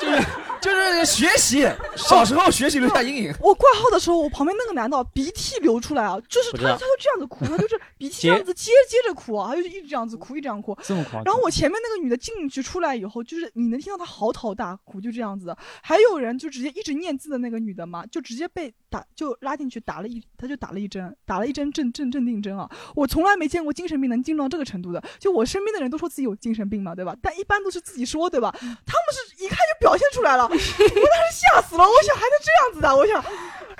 [SPEAKER 4] 就是就是学习，小时候学习留下阴影。
[SPEAKER 3] 哦我挂号的时候，我旁边那个男的啊鼻涕流出来啊，就是
[SPEAKER 4] 不
[SPEAKER 3] 他
[SPEAKER 4] 知道
[SPEAKER 3] 他就这样子哭，他就是鼻涕这样子接接着哭啊，他就一直这样子哭，一直这样哭。
[SPEAKER 7] 这么夸张
[SPEAKER 3] 然后我前面那个女的进去出来以后，就是你能听到她嚎啕大哭，就这样子的。还有人就直接一直念字的那个女的嘛，就直接被打就拉进去打了一，她就打了一针，打了一针镇镇镇定针啊。我从来没见过精神病能进到这个程度的，就我身边的人都说自己有精神病嘛，对吧？但一般都是自己说，对吧？他们
[SPEAKER 7] 嗯
[SPEAKER 3] 是一看就表现出来了，我当时吓死了，我想还能这样子的，我想。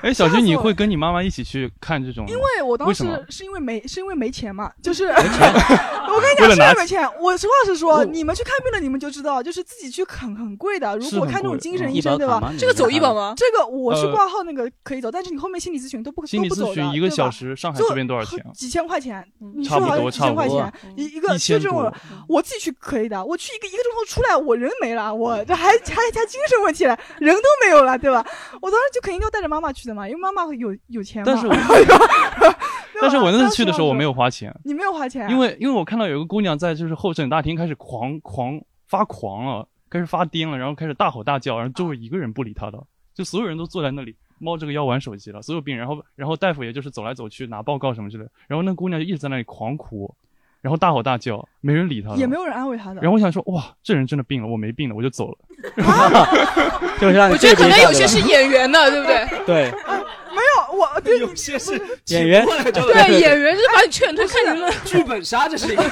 [SPEAKER 7] 哎，小
[SPEAKER 3] 吓
[SPEAKER 7] 军，
[SPEAKER 3] 死
[SPEAKER 7] 你
[SPEAKER 3] 我了
[SPEAKER 7] 会跟你妈妈一起去看这种吗？
[SPEAKER 3] 因为我当
[SPEAKER 7] 为
[SPEAKER 3] 时
[SPEAKER 7] 什么
[SPEAKER 3] 是因为没是因为没钱嘛，就是 我跟你讲
[SPEAKER 7] 为
[SPEAKER 3] 是
[SPEAKER 7] 了
[SPEAKER 3] 因
[SPEAKER 7] 拿
[SPEAKER 3] 为没
[SPEAKER 7] 钱
[SPEAKER 3] 钱。我实话实说，你们去看病了，你们就知道，就是自己去很很贵的。如
[SPEAKER 2] 是
[SPEAKER 3] 果
[SPEAKER 2] 很
[SPEAKER 3] 看这种
[SPEAKER 2] 贵
[SPEAKER 3] 精神
[SPEAKER 2] 嗯
[SPEAKER 3] 医
[SPEAKER 2] 医
[SPEAKER 3] 生，
[SPEAKER 2] 保
[SPEAKER 3] 对
[SPEAKER 2] 卡
[SPEAKER 3] 吧
[SPEAKER 2] 吗？这个走医保吗
[SPEAKER 3] 这个我去
[SPEAKER 7] 呃
[SPEAKER 3] 挂号那个可以走，但是你后面心理咨询都不
[SPEAKER 7] 心理
[SPEAKER 3] 都不
[SPEAKER 7] 咨
[SPEAKER 3] 走
[SPEAKER 7] 询
[SPEAKER 3] 的
[SPEAKER 7] 一个
[SPEAKER 3] 对
[SPEAKER 7] 小
[SPEAKER 3] 吧
[SPEAKER 7] 时，上海
[SPEAKER 3] 就
[SPEAKER 7] 这边多少
[SPEAKER 3] 很
[SPEAKER 7] 钱啊？
[SPEAKER 3] 几千块钱，你
[SPEAKER 7] 差
[SPEAKER 3] 说
[SPEAKER 7] 不
[SPEAKER 3] 好像
[SPEAKER 7] 多
[SPEAKER 3] 几
[SPEAKER 7] 差
[SPEAKER 3] 千
[SPEAKER 7] 不
[SPEAKER 3] 块
[SPEAKER 7] 多
[SPEAKER 3] 钱一一个，
[SPEAKER 7] 一
[SPEAKER 3] 就
[SPEAKER 7] 千
[SPEAKER 3] 这种
[SPEAKER 7] 多
[SPEAKER 3] 我自己去可以的，我去一个一个钟头出来，我人没了，我这还还还精神问题了，人都没有了，对吧？我当时就肯定要带着妈妈去的嘛，因为妈妈有有钱嘛。
[SPEAKER 7] 但 是我
[SPEAKER 3] 啊
[SPEAKER 7] 但是我那次去的时候我没有花钱，
[SPEAKER 3] 你没有花钱啊、
[SPEAKER 7] 因为因为我看到有个姑娘在就是候诊大厅开始狂狂发狂了，开始发癫了，然后开始大吼大叫，然后周围一个人不理她的，就所有人都坐在那里猫着个腰玩手机了，所有病人，然后然后大夫也就是走来走去拿报告什么之类的，然后那姑娘就一直在那里狂哭，然后大吼大叫，没人理
[SPEAKER 5] 啊
[SPEAKER 7] 她了，
[SPEAKER 3] 也没有人安慰他的。
[SPEAKER 7] 然后我想说，哇，这人真的病了，我没病了，我就走了。
[SPEAKER 5] 就是让你
[SPEAKER 2] 我觉得
[SPEAKER 5] 对比
[SPEAKER 2] 可能
[SPEAKER 5] 一下
[SPEAKER 2] 有些是
[SPEAKER 5] 对吧
[SPEAKER 2] 演员的，对不对？
[SPEAKER 5] 对，
[SPEAKER 3] 没有， 我对有
[SPEAKER 4] 些是
[SPEAKER 5] 演员
[SPEAKER 2] 对演员就是把你劝退，看你们
[SPEAKER 4] 剧本杀，这是一个。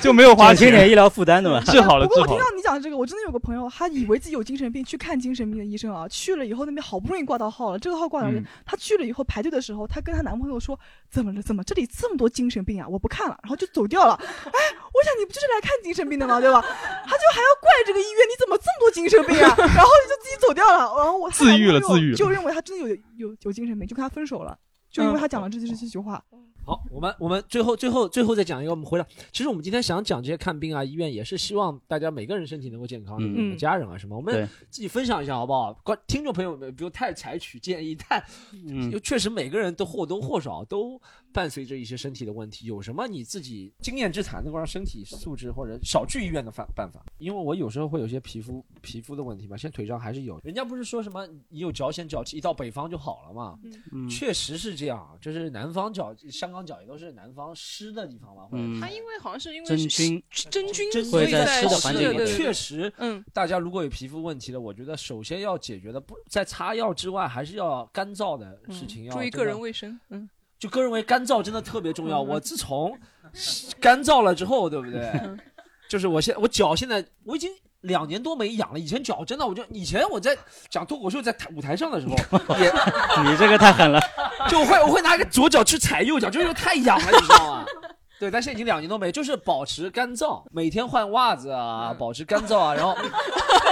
[SPEAKER 1] 就没有
[SPEAKER 5] 花钱，减轻点医疗负担的嘛，
[SPEAKER 7] 治好了
[SPEAKER 3] 不过我 听到你讲的这个，我真的有个朋友，他以为自己有精神病，去看精神病的医生啊，去了以后那边好不容易挂到号了，这个号挂到了，
[SPEAKER 7] 嗯
[SPEAKER 3] 她去了以后排队的时候，她跟她男朋友说怎么了怎么这里这么多精神病啊，我不看了，然后就走掉了。 哎，我想你不就是来看精神病的吗？对吧？她就还要怪这个医院，你怎么这么多精神病啊？ 然后就自己走掉了，然后我她
[SPEAKER 7] 自愈了
[SPEAKER 3] 男朋友
[SPEAKER 7] 自愈了
[SPEAKER 3] 就认为她真的有有有精神病，就跟她分手了，就因为
[SPEAKER 4] 嗯
[SPEAKER 3] 她讲了这这这句话。
[SPEAKER 4] 好，我们我们最后最后最后再讲一个，我们回到，其实我们今天想讲这些看病啊、医院，也是希望大家每个人身体能够健康，
[SPEAKER 5] 嗯
[SPEAKER 4] 你们家人啊什么，我
[SPEAKER 5] 对
[SPEAKER 4] 们自己分享一下好不好？观听众朋友们不用太采取建议， 但
[SPEAKER 5] 嗯
[SPEAKER 4] 又确实每个人都或多或少都伴随着一些身体的问题，有什么你自己经验之谈能够让身体素质或者少去医院的办办法？因为我有时候会有些皮肤皮肤的问题嘛，现在腿上还是有，人家不是说什么你有脚癣脚气，一到北方就好了嘛，
[SPEAKER 5] 嗯
[SPEAKER 4] 确实是这样，啊就是南方脚、香港脚也都是南方湿的地方嘛，或者
[SPEAKER 5] 嗯
[SPEAKER 2] 他因为好像是因为
[SPEAKER 5] 真
[SPEAKER 2] 是
[SPEAKER 5] 菌
[SPEAKER 2] 真菌
[SPEAKER 4] 真
[SPEAKER 2] 所以
[SPEAKER 4] 会在
[SPEAKER 2] 在
[SPEAKER 4] 湿的
[SPEAKER 2] 湿
[SPEAKER 4] 环
[SPEAKER 2] 的
[SPEAKER 4] 境里
[SPEAKER 2] 对
[SPEAKER 4] 面，
[SPEAKER 2] 对
[SPEAKER 4] 确
[SPEAKER 2] 对
[SPEAKER 4] 实，
[SPEAKER 2] 嗯，
[SPEAKER 4] 大家如果有皮肤问题的，我觉得首先要解决的不在擦药之外，还是要干燥的事情
[SPEAKER 2] 嗯
[SPEAKER 4] 要
[SPEAKER 2] 注意
[SPEAKER 4] 真
[SPEAKER 2] 个
[SPEAKER 4] 的
[SPEAKER 2] 人卫生，嗯，
[SPEAKER 4] 就个人为干燥真的特别重要。
[SPEAKER 2] 嗯
[SPEAKER 4] 我自从干燥了之后，对不对？
[SPEAKER 2] 嗯
[SPEAKER 4] 就是我现我脚现在我已经两年多没痒了。以前脚真的，我就以前我在讲脱口秀在台舞台上的 时候，也
[SPEAKER 5] 你这个太狠了。
[SPEAKER 4] 就我会我会拿一个左脚去踩右脚，就是因为太痒了，你知道吗？对，但现在已经两年都没，就是保持干燥，每天换袜子啊，保持干燥啊，然后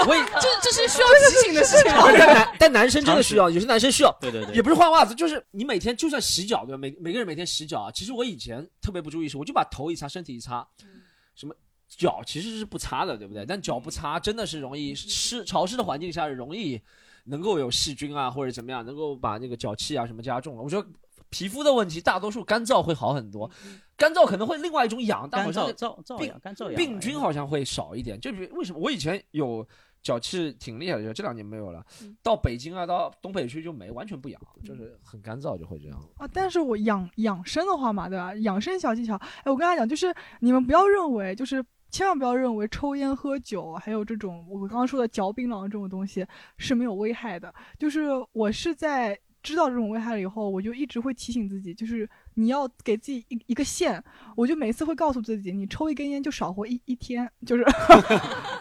[SPEAKER 4] 我也
[SPEAKER 2] 这这是需要提醒的事情吗
[SPEAKER 4] 不 是但男但男生真的需要，有些男生需要，
[SPEAKER 5] 对对对
[SPEAKER 4] 也不是换袜子，就是你每天就算洗脚，对吧？每每个人每天洗脚啊，其实我以前特别不注意是，我就把头一擦，身体一擦，
[SPEAKER 2] 嗯
[SPEAKER 4] 什么。脚其实是不擦的，对不对？但脚不
[SPEAKER 2] 嗯
[SPEAKER 4] 擦真的是容易湿潮湿的环境下容易能够有细菌啊，或者怎么样，能够把那个脚气啊什么加重了。我觉得皮肤的问题大多数干燥会好很多，
[SPEAKER 2] 嗯
[SPEAKER 4] 干燥可能会另外一种痒，但好像
[SPEAKER 5] 干燥燥燥痒干燥痒
[SPEAKER 4] 病菌好像会少一点。就比如为什么我以前有脚气挺厉害的，这两年没有了，到北京啊到东北去就没，完全不痒，就是很干燥就会这样。
[SPEAKER 3] 啊，但是我养养生的话嘛，对吧？养生小技巧，哎，我跟大家讲，就是你们不要认为，就是千万不要认为抽烟、喝酒，还有这种我刚刚说的嚼槟榔这种东西是没有危害的。就是我是在知道这种危害了以后，我就一直会提醒自己，就是你要给自己一一个线，我就每次会告诉自己，你抽一根烟就少活一一天，就是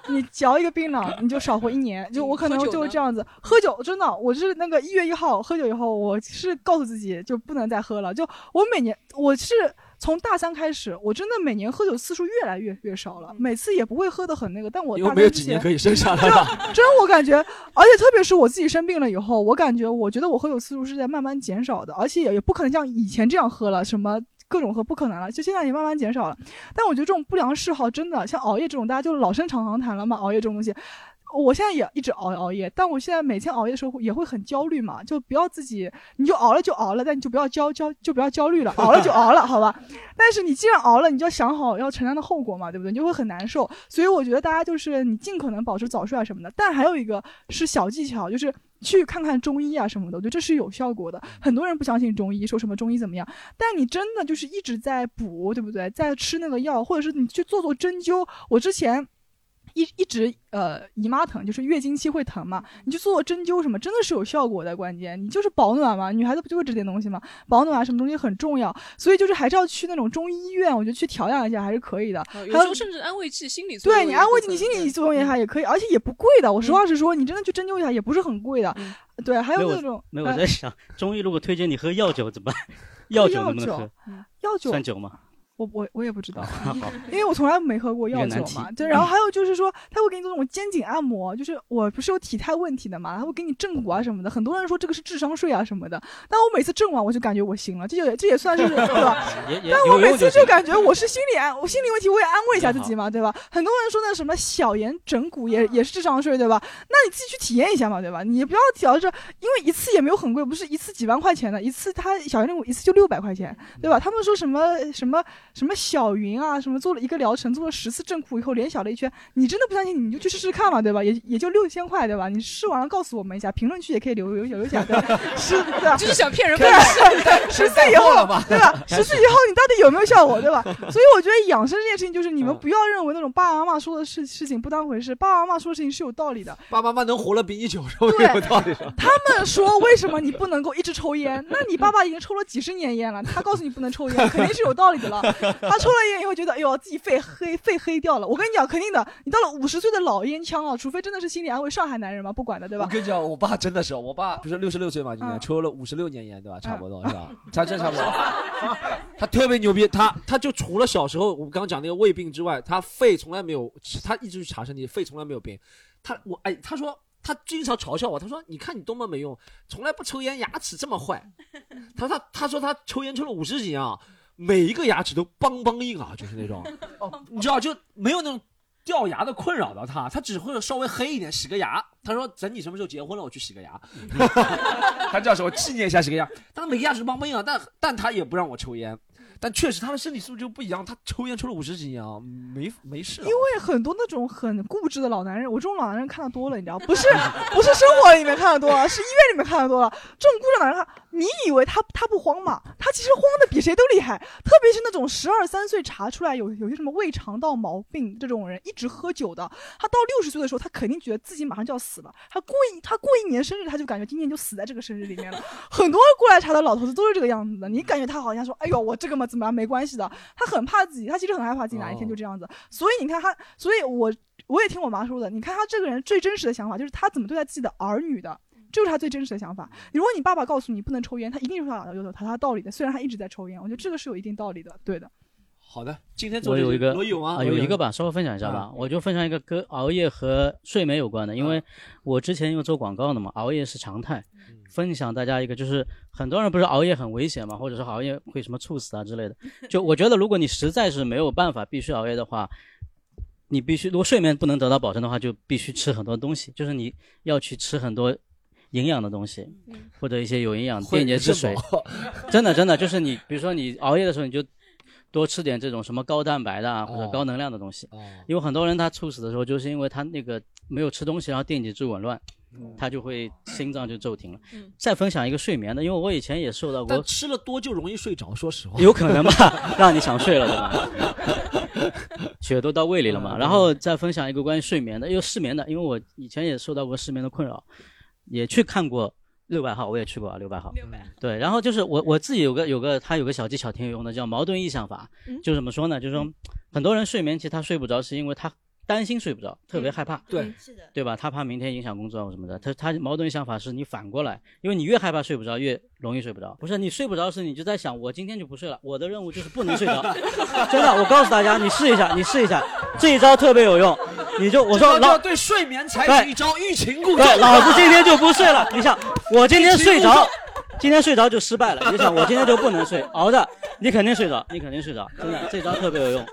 [SPEAKER 3] 你嚼一个槟榔你就少活一年，就我可能
[SPEAKER 2] 喝酒
[SPEAKER 3] 就会
[SPEAKER 2] 呢
[SPEAKER 3] 这样子。喝酒真的，我是那个一月一号喝酒以后，我是告诉自己就不能再喝了。就我每年我是。从大三开始，我真的每年喝酒次数越来越越少了，每次也不会喝的很那个。但我
[SPEAKER 4] 因
[SPEAKER 3] 大三
[SPEAKER 4] 为嗯没有
[SPEAKER 3] 之
[SPEAKER 4] 几
[SPEAKER 3] 前
[SPEAKER 4] 年可以生下来了。
[SPEAKER 3] 真我感觉，而且特别是我自己生病了以后，我感觉我觉得我喝酒次数是在慢慢减少的，而且也也不可能像以前这样喝了，什么各种喝不可能了，就现在也慢慢减少了。但我觉得这种不良嗜好真的像熬夜这种，大家就老生常谈了嘛，熬夜这种东西。我现在也一直熬熬夜，但我现在每天熬夜的时候也会很焦虑嘛，就不要自己，你就熬了就熬了，但你就不要焦焦，就不要焦虑了，熬了就熬了，好吧？但是你既然熬了，你就要想好要承担的后果嘛，对不对？你就会很难受。所以我觉得大家就是你尽可能保持早睡啊什么的，但还有一个是小技巧，就是。去看看中医啊什么的，我觉得这是有效果的。很多人不相信中医，说什么中医怎么样，但你真的就是一直在补，对不对？在吃那个药，或者是你去做做针灸。我之前一一直呃姨妈疼，就是月经期会疼嘛，你去做针灸什么，真的是有效果的。关键你就是保暖嘛，女孩子不就是这点东西嘛，保暖啊什么东西很重要，所以就是还是要去那种中医医院，我觉得去调养一下还是可以的。
[SPEAKER 2] 哦有时
[SPEAKER 3] 还
[SPEAKER 2] 候
[SPEAKER 3] 有
[SPEAKER 2] 甚至安慰剂、心理作用
[SPEAKER 3] 嗯对
[SPEAKER 2] 也
[SPEAKER 3] 你安慰
[SPEAKER 2] 会
[SPEAKER 3] 剂，
[SPEAKER 2] 很
[SPEAKER 3] 你心理作
[SPEAKER 2] 嗯
[SPEAKER 3] 用一下也可以，而且也不贵的。我实话实说，你真的去针灸一下也不是很贵的。
[SPEAKER 2] 嗯
[SPEAKER 3] 对，还有
[SPEAKER 5] 没
[SPEAKER 3] 那种
[SPEAKER 5] 我没有我
[SPEAKER 3] 哎
[SPEAKER 5] 在想，中医如果推荐你喝药酒怎么办？药酒能不能
[SPEAKER 3] 药
[SPEAKER 5] 喝
[SPEAKER 3] 酒？
[SPEAKER 2] 嗯
[SPEAKER 3] 药酒
[SPEAKER 5] 算酒 吗？
[SPEAKER 3] 我我我也不知 道
[SPEAKER 5] 好，
[SPEAKER 3] 因为我从来没喝过药
[SPEAKER 5] 有
[SPEAKER 3] 酒
[SPEAKER 5] 点难嗯
[SPEAKER 3] 嘛。
[SPEAKER 5] 提
[SPEAKER 3] 对，然后还有就是说，他会给你做那种肩颈按摩，就是我不是有体态问题的嘛，他会给你正骨啊什么的。很多人说这个是智商税啊什么的，但我每次正完我就感觉我行了，这也这也算
[SPEAKER 2] 嗯
[SPEAKER 3] 是对吧？
[SPEAKER 5] 也也
[SPEAKER 3] 但
[SPEAKER 5] 有
[SPEAKER 3] 我每
[SPEAKER 5] 用
[SPEAKER 3] 次
[SPEAKER 5] 行
[SPEAKER 3] 就感觉我是心理安，我心理问题我也安慰一下自己嘛，对吧？很多人说那什么小炎整骨也也是智商税，对吧？那你自己去体验一下嘛，对吧？你也不要挑这，因为一次也没有很
[SPEAKER 5] 嗯
[SPEAKER 3] 贵，不是一次几万块钱的，一次他小炎整骨一次就六百块钱，对吧？他们说什么什么什么小云啊，什么做了一个疗程，做了十次正骨以后脸小了一圈，你真的不相信你就去试试看嘛，对吧？也也就六千块，对吧？你试完了告诉我们一下，评论区也可以留留留下，对吧？是，对吧？
[SPEAKER 2] 就是想骗人
[SPEAKER 3] 对
[SPEAKER 2] 办事
[SPEAKER 3] 对十岁以后
[SPEAKER 2] 太过了吧，
[SPEAKER 3] 对吧？
[SPEAKER 2] 开
[SPEAKER 3] 十
[SPEAKER 2] 始
[SPEAKER 3] 岁以后你到底有没有效果，对吧？所以我觉得养生这件事情，就是
[SPEAKER 2] 嗯
[SPEAKER 3] 你们不要认为那种爸爸妈妈说的事事情不当回事，爸爸妈妈说的事情是有道理的。
[SPEAKER 4] 爸妈妈能活了比你久寿有道理是吧？
[SPEAKER 3] 他们说为什么你不能够一直抽烟？那你爸爸已经抽了几十年烟了，他告诉你不能抽烟，肯定是有道理 的了。他抽了烟以后觉得，哎呦，自己肺黑肺黑掉了。我跟你讲，肯定的，你到了五十岁的老烟枪啊，除非真的是心理安慰上海男人嘛，不管的，对
[SPEAKER 4] 我
[SPEAKER 3] 吧？嗯
[SPEAKER 4] 跟你讲，我爸真的是，我爸不是六十六岁嘛，今年抽了五十六年烟，对吧？差不多是吧？他真差不多， 他特别牛逼，他他就除了小时候我们刚刚讲那个胃病之外，他肺从来没有，他一直去查身体，肺从来没有病。他我哎，他说他经常嘲笑我，他说你看你多么没用，从来不抽烟，牙齿这么坏。他说他他说他抽烟抽了五十几年啊，每一个牙齿都梆梆硬啊，就是那种。你知道就没有那种掉牙的困扰到他，他只会稍微黑一点，洗个牙。他说等你什么时候结婚了，我去洗个牙。 他这样说，我纪念一下洗个牙。但每个牙齿梆梆硬啊，但但他也不让我抽烟。但确实他的身体素质就不一样，他抽烟抽了五十几年啊，没没事、啊
[SPEAKER 3] 因。为很多那种很固执的老男人，我这种老男人看的多了，你知道，不是不是生活里面看的多了，是医院里面看的多了。这种固执的男人，你以为他他不慌吗？他其实慌的比谁都厉害，特别是那种十二三岁查出来有有些什么胃肠道毛病这种人，一直喝酒的，他到六十岁的时候，他肯定觉得自己马上就要死了。他过一他过一年生日，他就感觉今年就死在这个生日里面了。很多过来查的老头子都是这个样子的，你感觉他好像说，哎呦，我这个嘛怎么样没关系的，他很怕自己，他其实很害怕自己哪一天就这样子。所以你看他，所以我我也听我妈说的，你看他这个人最真实的想法就是他怎么对待自己的儿女的。这就是他最真实的想法。如果你爸爸告诉你不能抽烟，他一定是有有有他他道理的。虽然他一直在抽烟，我觉得这个是有一定道理的，对的。
[SPEAKER 4] 好的，今天做
[SPEAKER 5] 我
[SPEAKER 4] 这
[SPEAKER 5] 有
[SPEAKER 4] 些
[SPEAKER 5] 一个
[SPEAKER 4] 罗啊勇啊，
[SPEAKER 5] 啊有一个吧，稍微分享一下吧。我就分享一个跟熬夜和睡眠有关的，因为我之前因为做广告的嘛，熬夜是常态。
[SPEAKER 4] 嗯
[SPEAKER 5] 分享大家一个，就是很多人不是熬夜很危险嘛，或者是熬夜会什么猝死啊之类 的。就我觉得，如果你实在是没有办法必须熬夜的话，你必须如果睡眠不能得到保证的话，就必须吃很多东西，就是你要去吃很多营养的东西，
[SPEAKER 4] 嗯
[SPEAKER 5] 或者一些有营养
[SPEAKER 4] 会
[SPEAKER 5] 电解质
[SPEAKER 4] 肾
[SPEAKER 5] 水
[SPEAKER 4] 宝。
[SPEAKER 5] 真的真的就是你，比如说你熬夜的时候，你就多吃点这种什么高蛋白的啊，或者高能量的东西。因为很多人他猝死的时候，就是因为他那个没有吃东西，然后电解质紊乱，他就会心脏就骤停了。再分享一个睡眠的，因为我以前也受到过
[SPEAKER 4] 但，吃了多就容易睡着，说实话。
[SPEAKER 5] 有可能 吧，让你想睡了，对吧？血都到胃里了嘛。然后再分享一个关于睡眠的，因为失眠的，因为我以前也受到过失眠的困扰，也去看过六百号，我也去过啊，六百号。六百。对，然后就是我我自己有个有个他有个小技巧挺有用的，叫矛盾意向法。
[SPEAKER 4] 嗯
[SPEAKER 5] 就怎么说呢？就是说很多人睡眠其实他睡不着，是因为他担心睡不着，特别害怕。
[SPEAKER 4] 对嗯是
[SPEAKER 5] 的。对吧？他怕明天影响工作啊什么的。他他矛盾想法是你反过来，因为你越害怕睡不着，越容易睡不着。不是你睡不着时，你就在想我今天就不睡了，我的任务就是不能 睡着。真的，我告诉大家，你试一下，你试一下，这一招特别有用。你就 我说
[SPEAKER 4] 这招
[SPEAKER 5] 老
[SPEAKER 4] 叫对睡眠采取一招欲擒故纵。
[SPEAKER 5] 对，老子今天就不睡了。你想，我今天睡
[SPEAKER 4] 欲擒故
[SPEAKER 5] 着
[SPEAKER 4] 纵，
[SPEAKER 5] 今天睡着就失败了。你想，我今天就不能睡，熬着，你肯定睡着，你肯定睡着。真的，这招特别有用，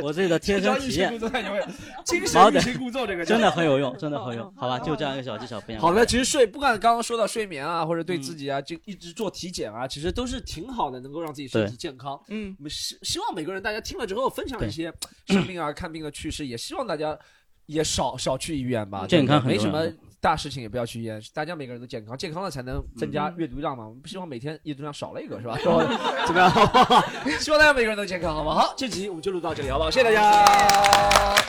[SPEAKER 5] 我自己的贴身体验。
[SPEAKER 4] 太牛了，精
[SPEAKER 5] 好
[SPEAKER 4] 神欲
[SPEAKER 5] 的
[SPEAKER 4] 擒故纵这个 叫
[SPEAKER 5] 真的很有用，真的很有用。好吧，就这样一个小技巧分享。
[SPEAKER 4] 好的，其实睡不管刚刚说到睡眠啊，或者对自己啊，就一直做体检啊，其实都是挺好的，能够让自己身体
[SPEAKER 5] 对
[SPEAKER 4] 健康。
[SPEAKER 2] 嗯，
[SPEAKER 4] 我们希希望每个人大家听了之后分享
[SPEAKER 5] 对
[SPEAKER 4] 一些生病啊、看病的趣事，也希望大家也少少去医院吧，
[SPEAKER 5] 健
[SPEAKER 4] 对不对
[SPEAKER 5] 康很
[SPEAKER 4] 没
[SPEAKER 5] 重
[SPEAKER 4] 什
[SPEAKER 5] 要
[SPEAKER 4] 么。大事情也不要去医院，大家每个人都健康，健康了才能增加
[SPEAKER 5] 嗯
[SPEAKER 4] 阅读量嘛。我们不希望每天阅读量少了 一个，是吧？是吧怎么样？ 好不好希望大家每个人都健康，好不好？好，这集我们就录到这里，好不好？谢谢大家。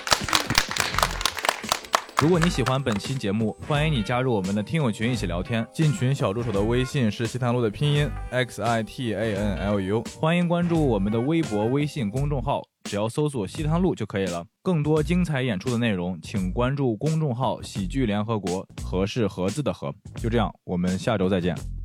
[SPEAKER 1] 如果你喜欢本期节目，欢迎你加入我们的听友群一起聊天。进群小助手的微信是西塘路的拼音 x i t a n l u，欢迎关注我们的微博、微信公众号，只要搜索“西塘路”就可以了。更多精彩演出的内容，请关注公众号“喜剧联合国”，和是“盒字的“和”。就这样，我们下周再见。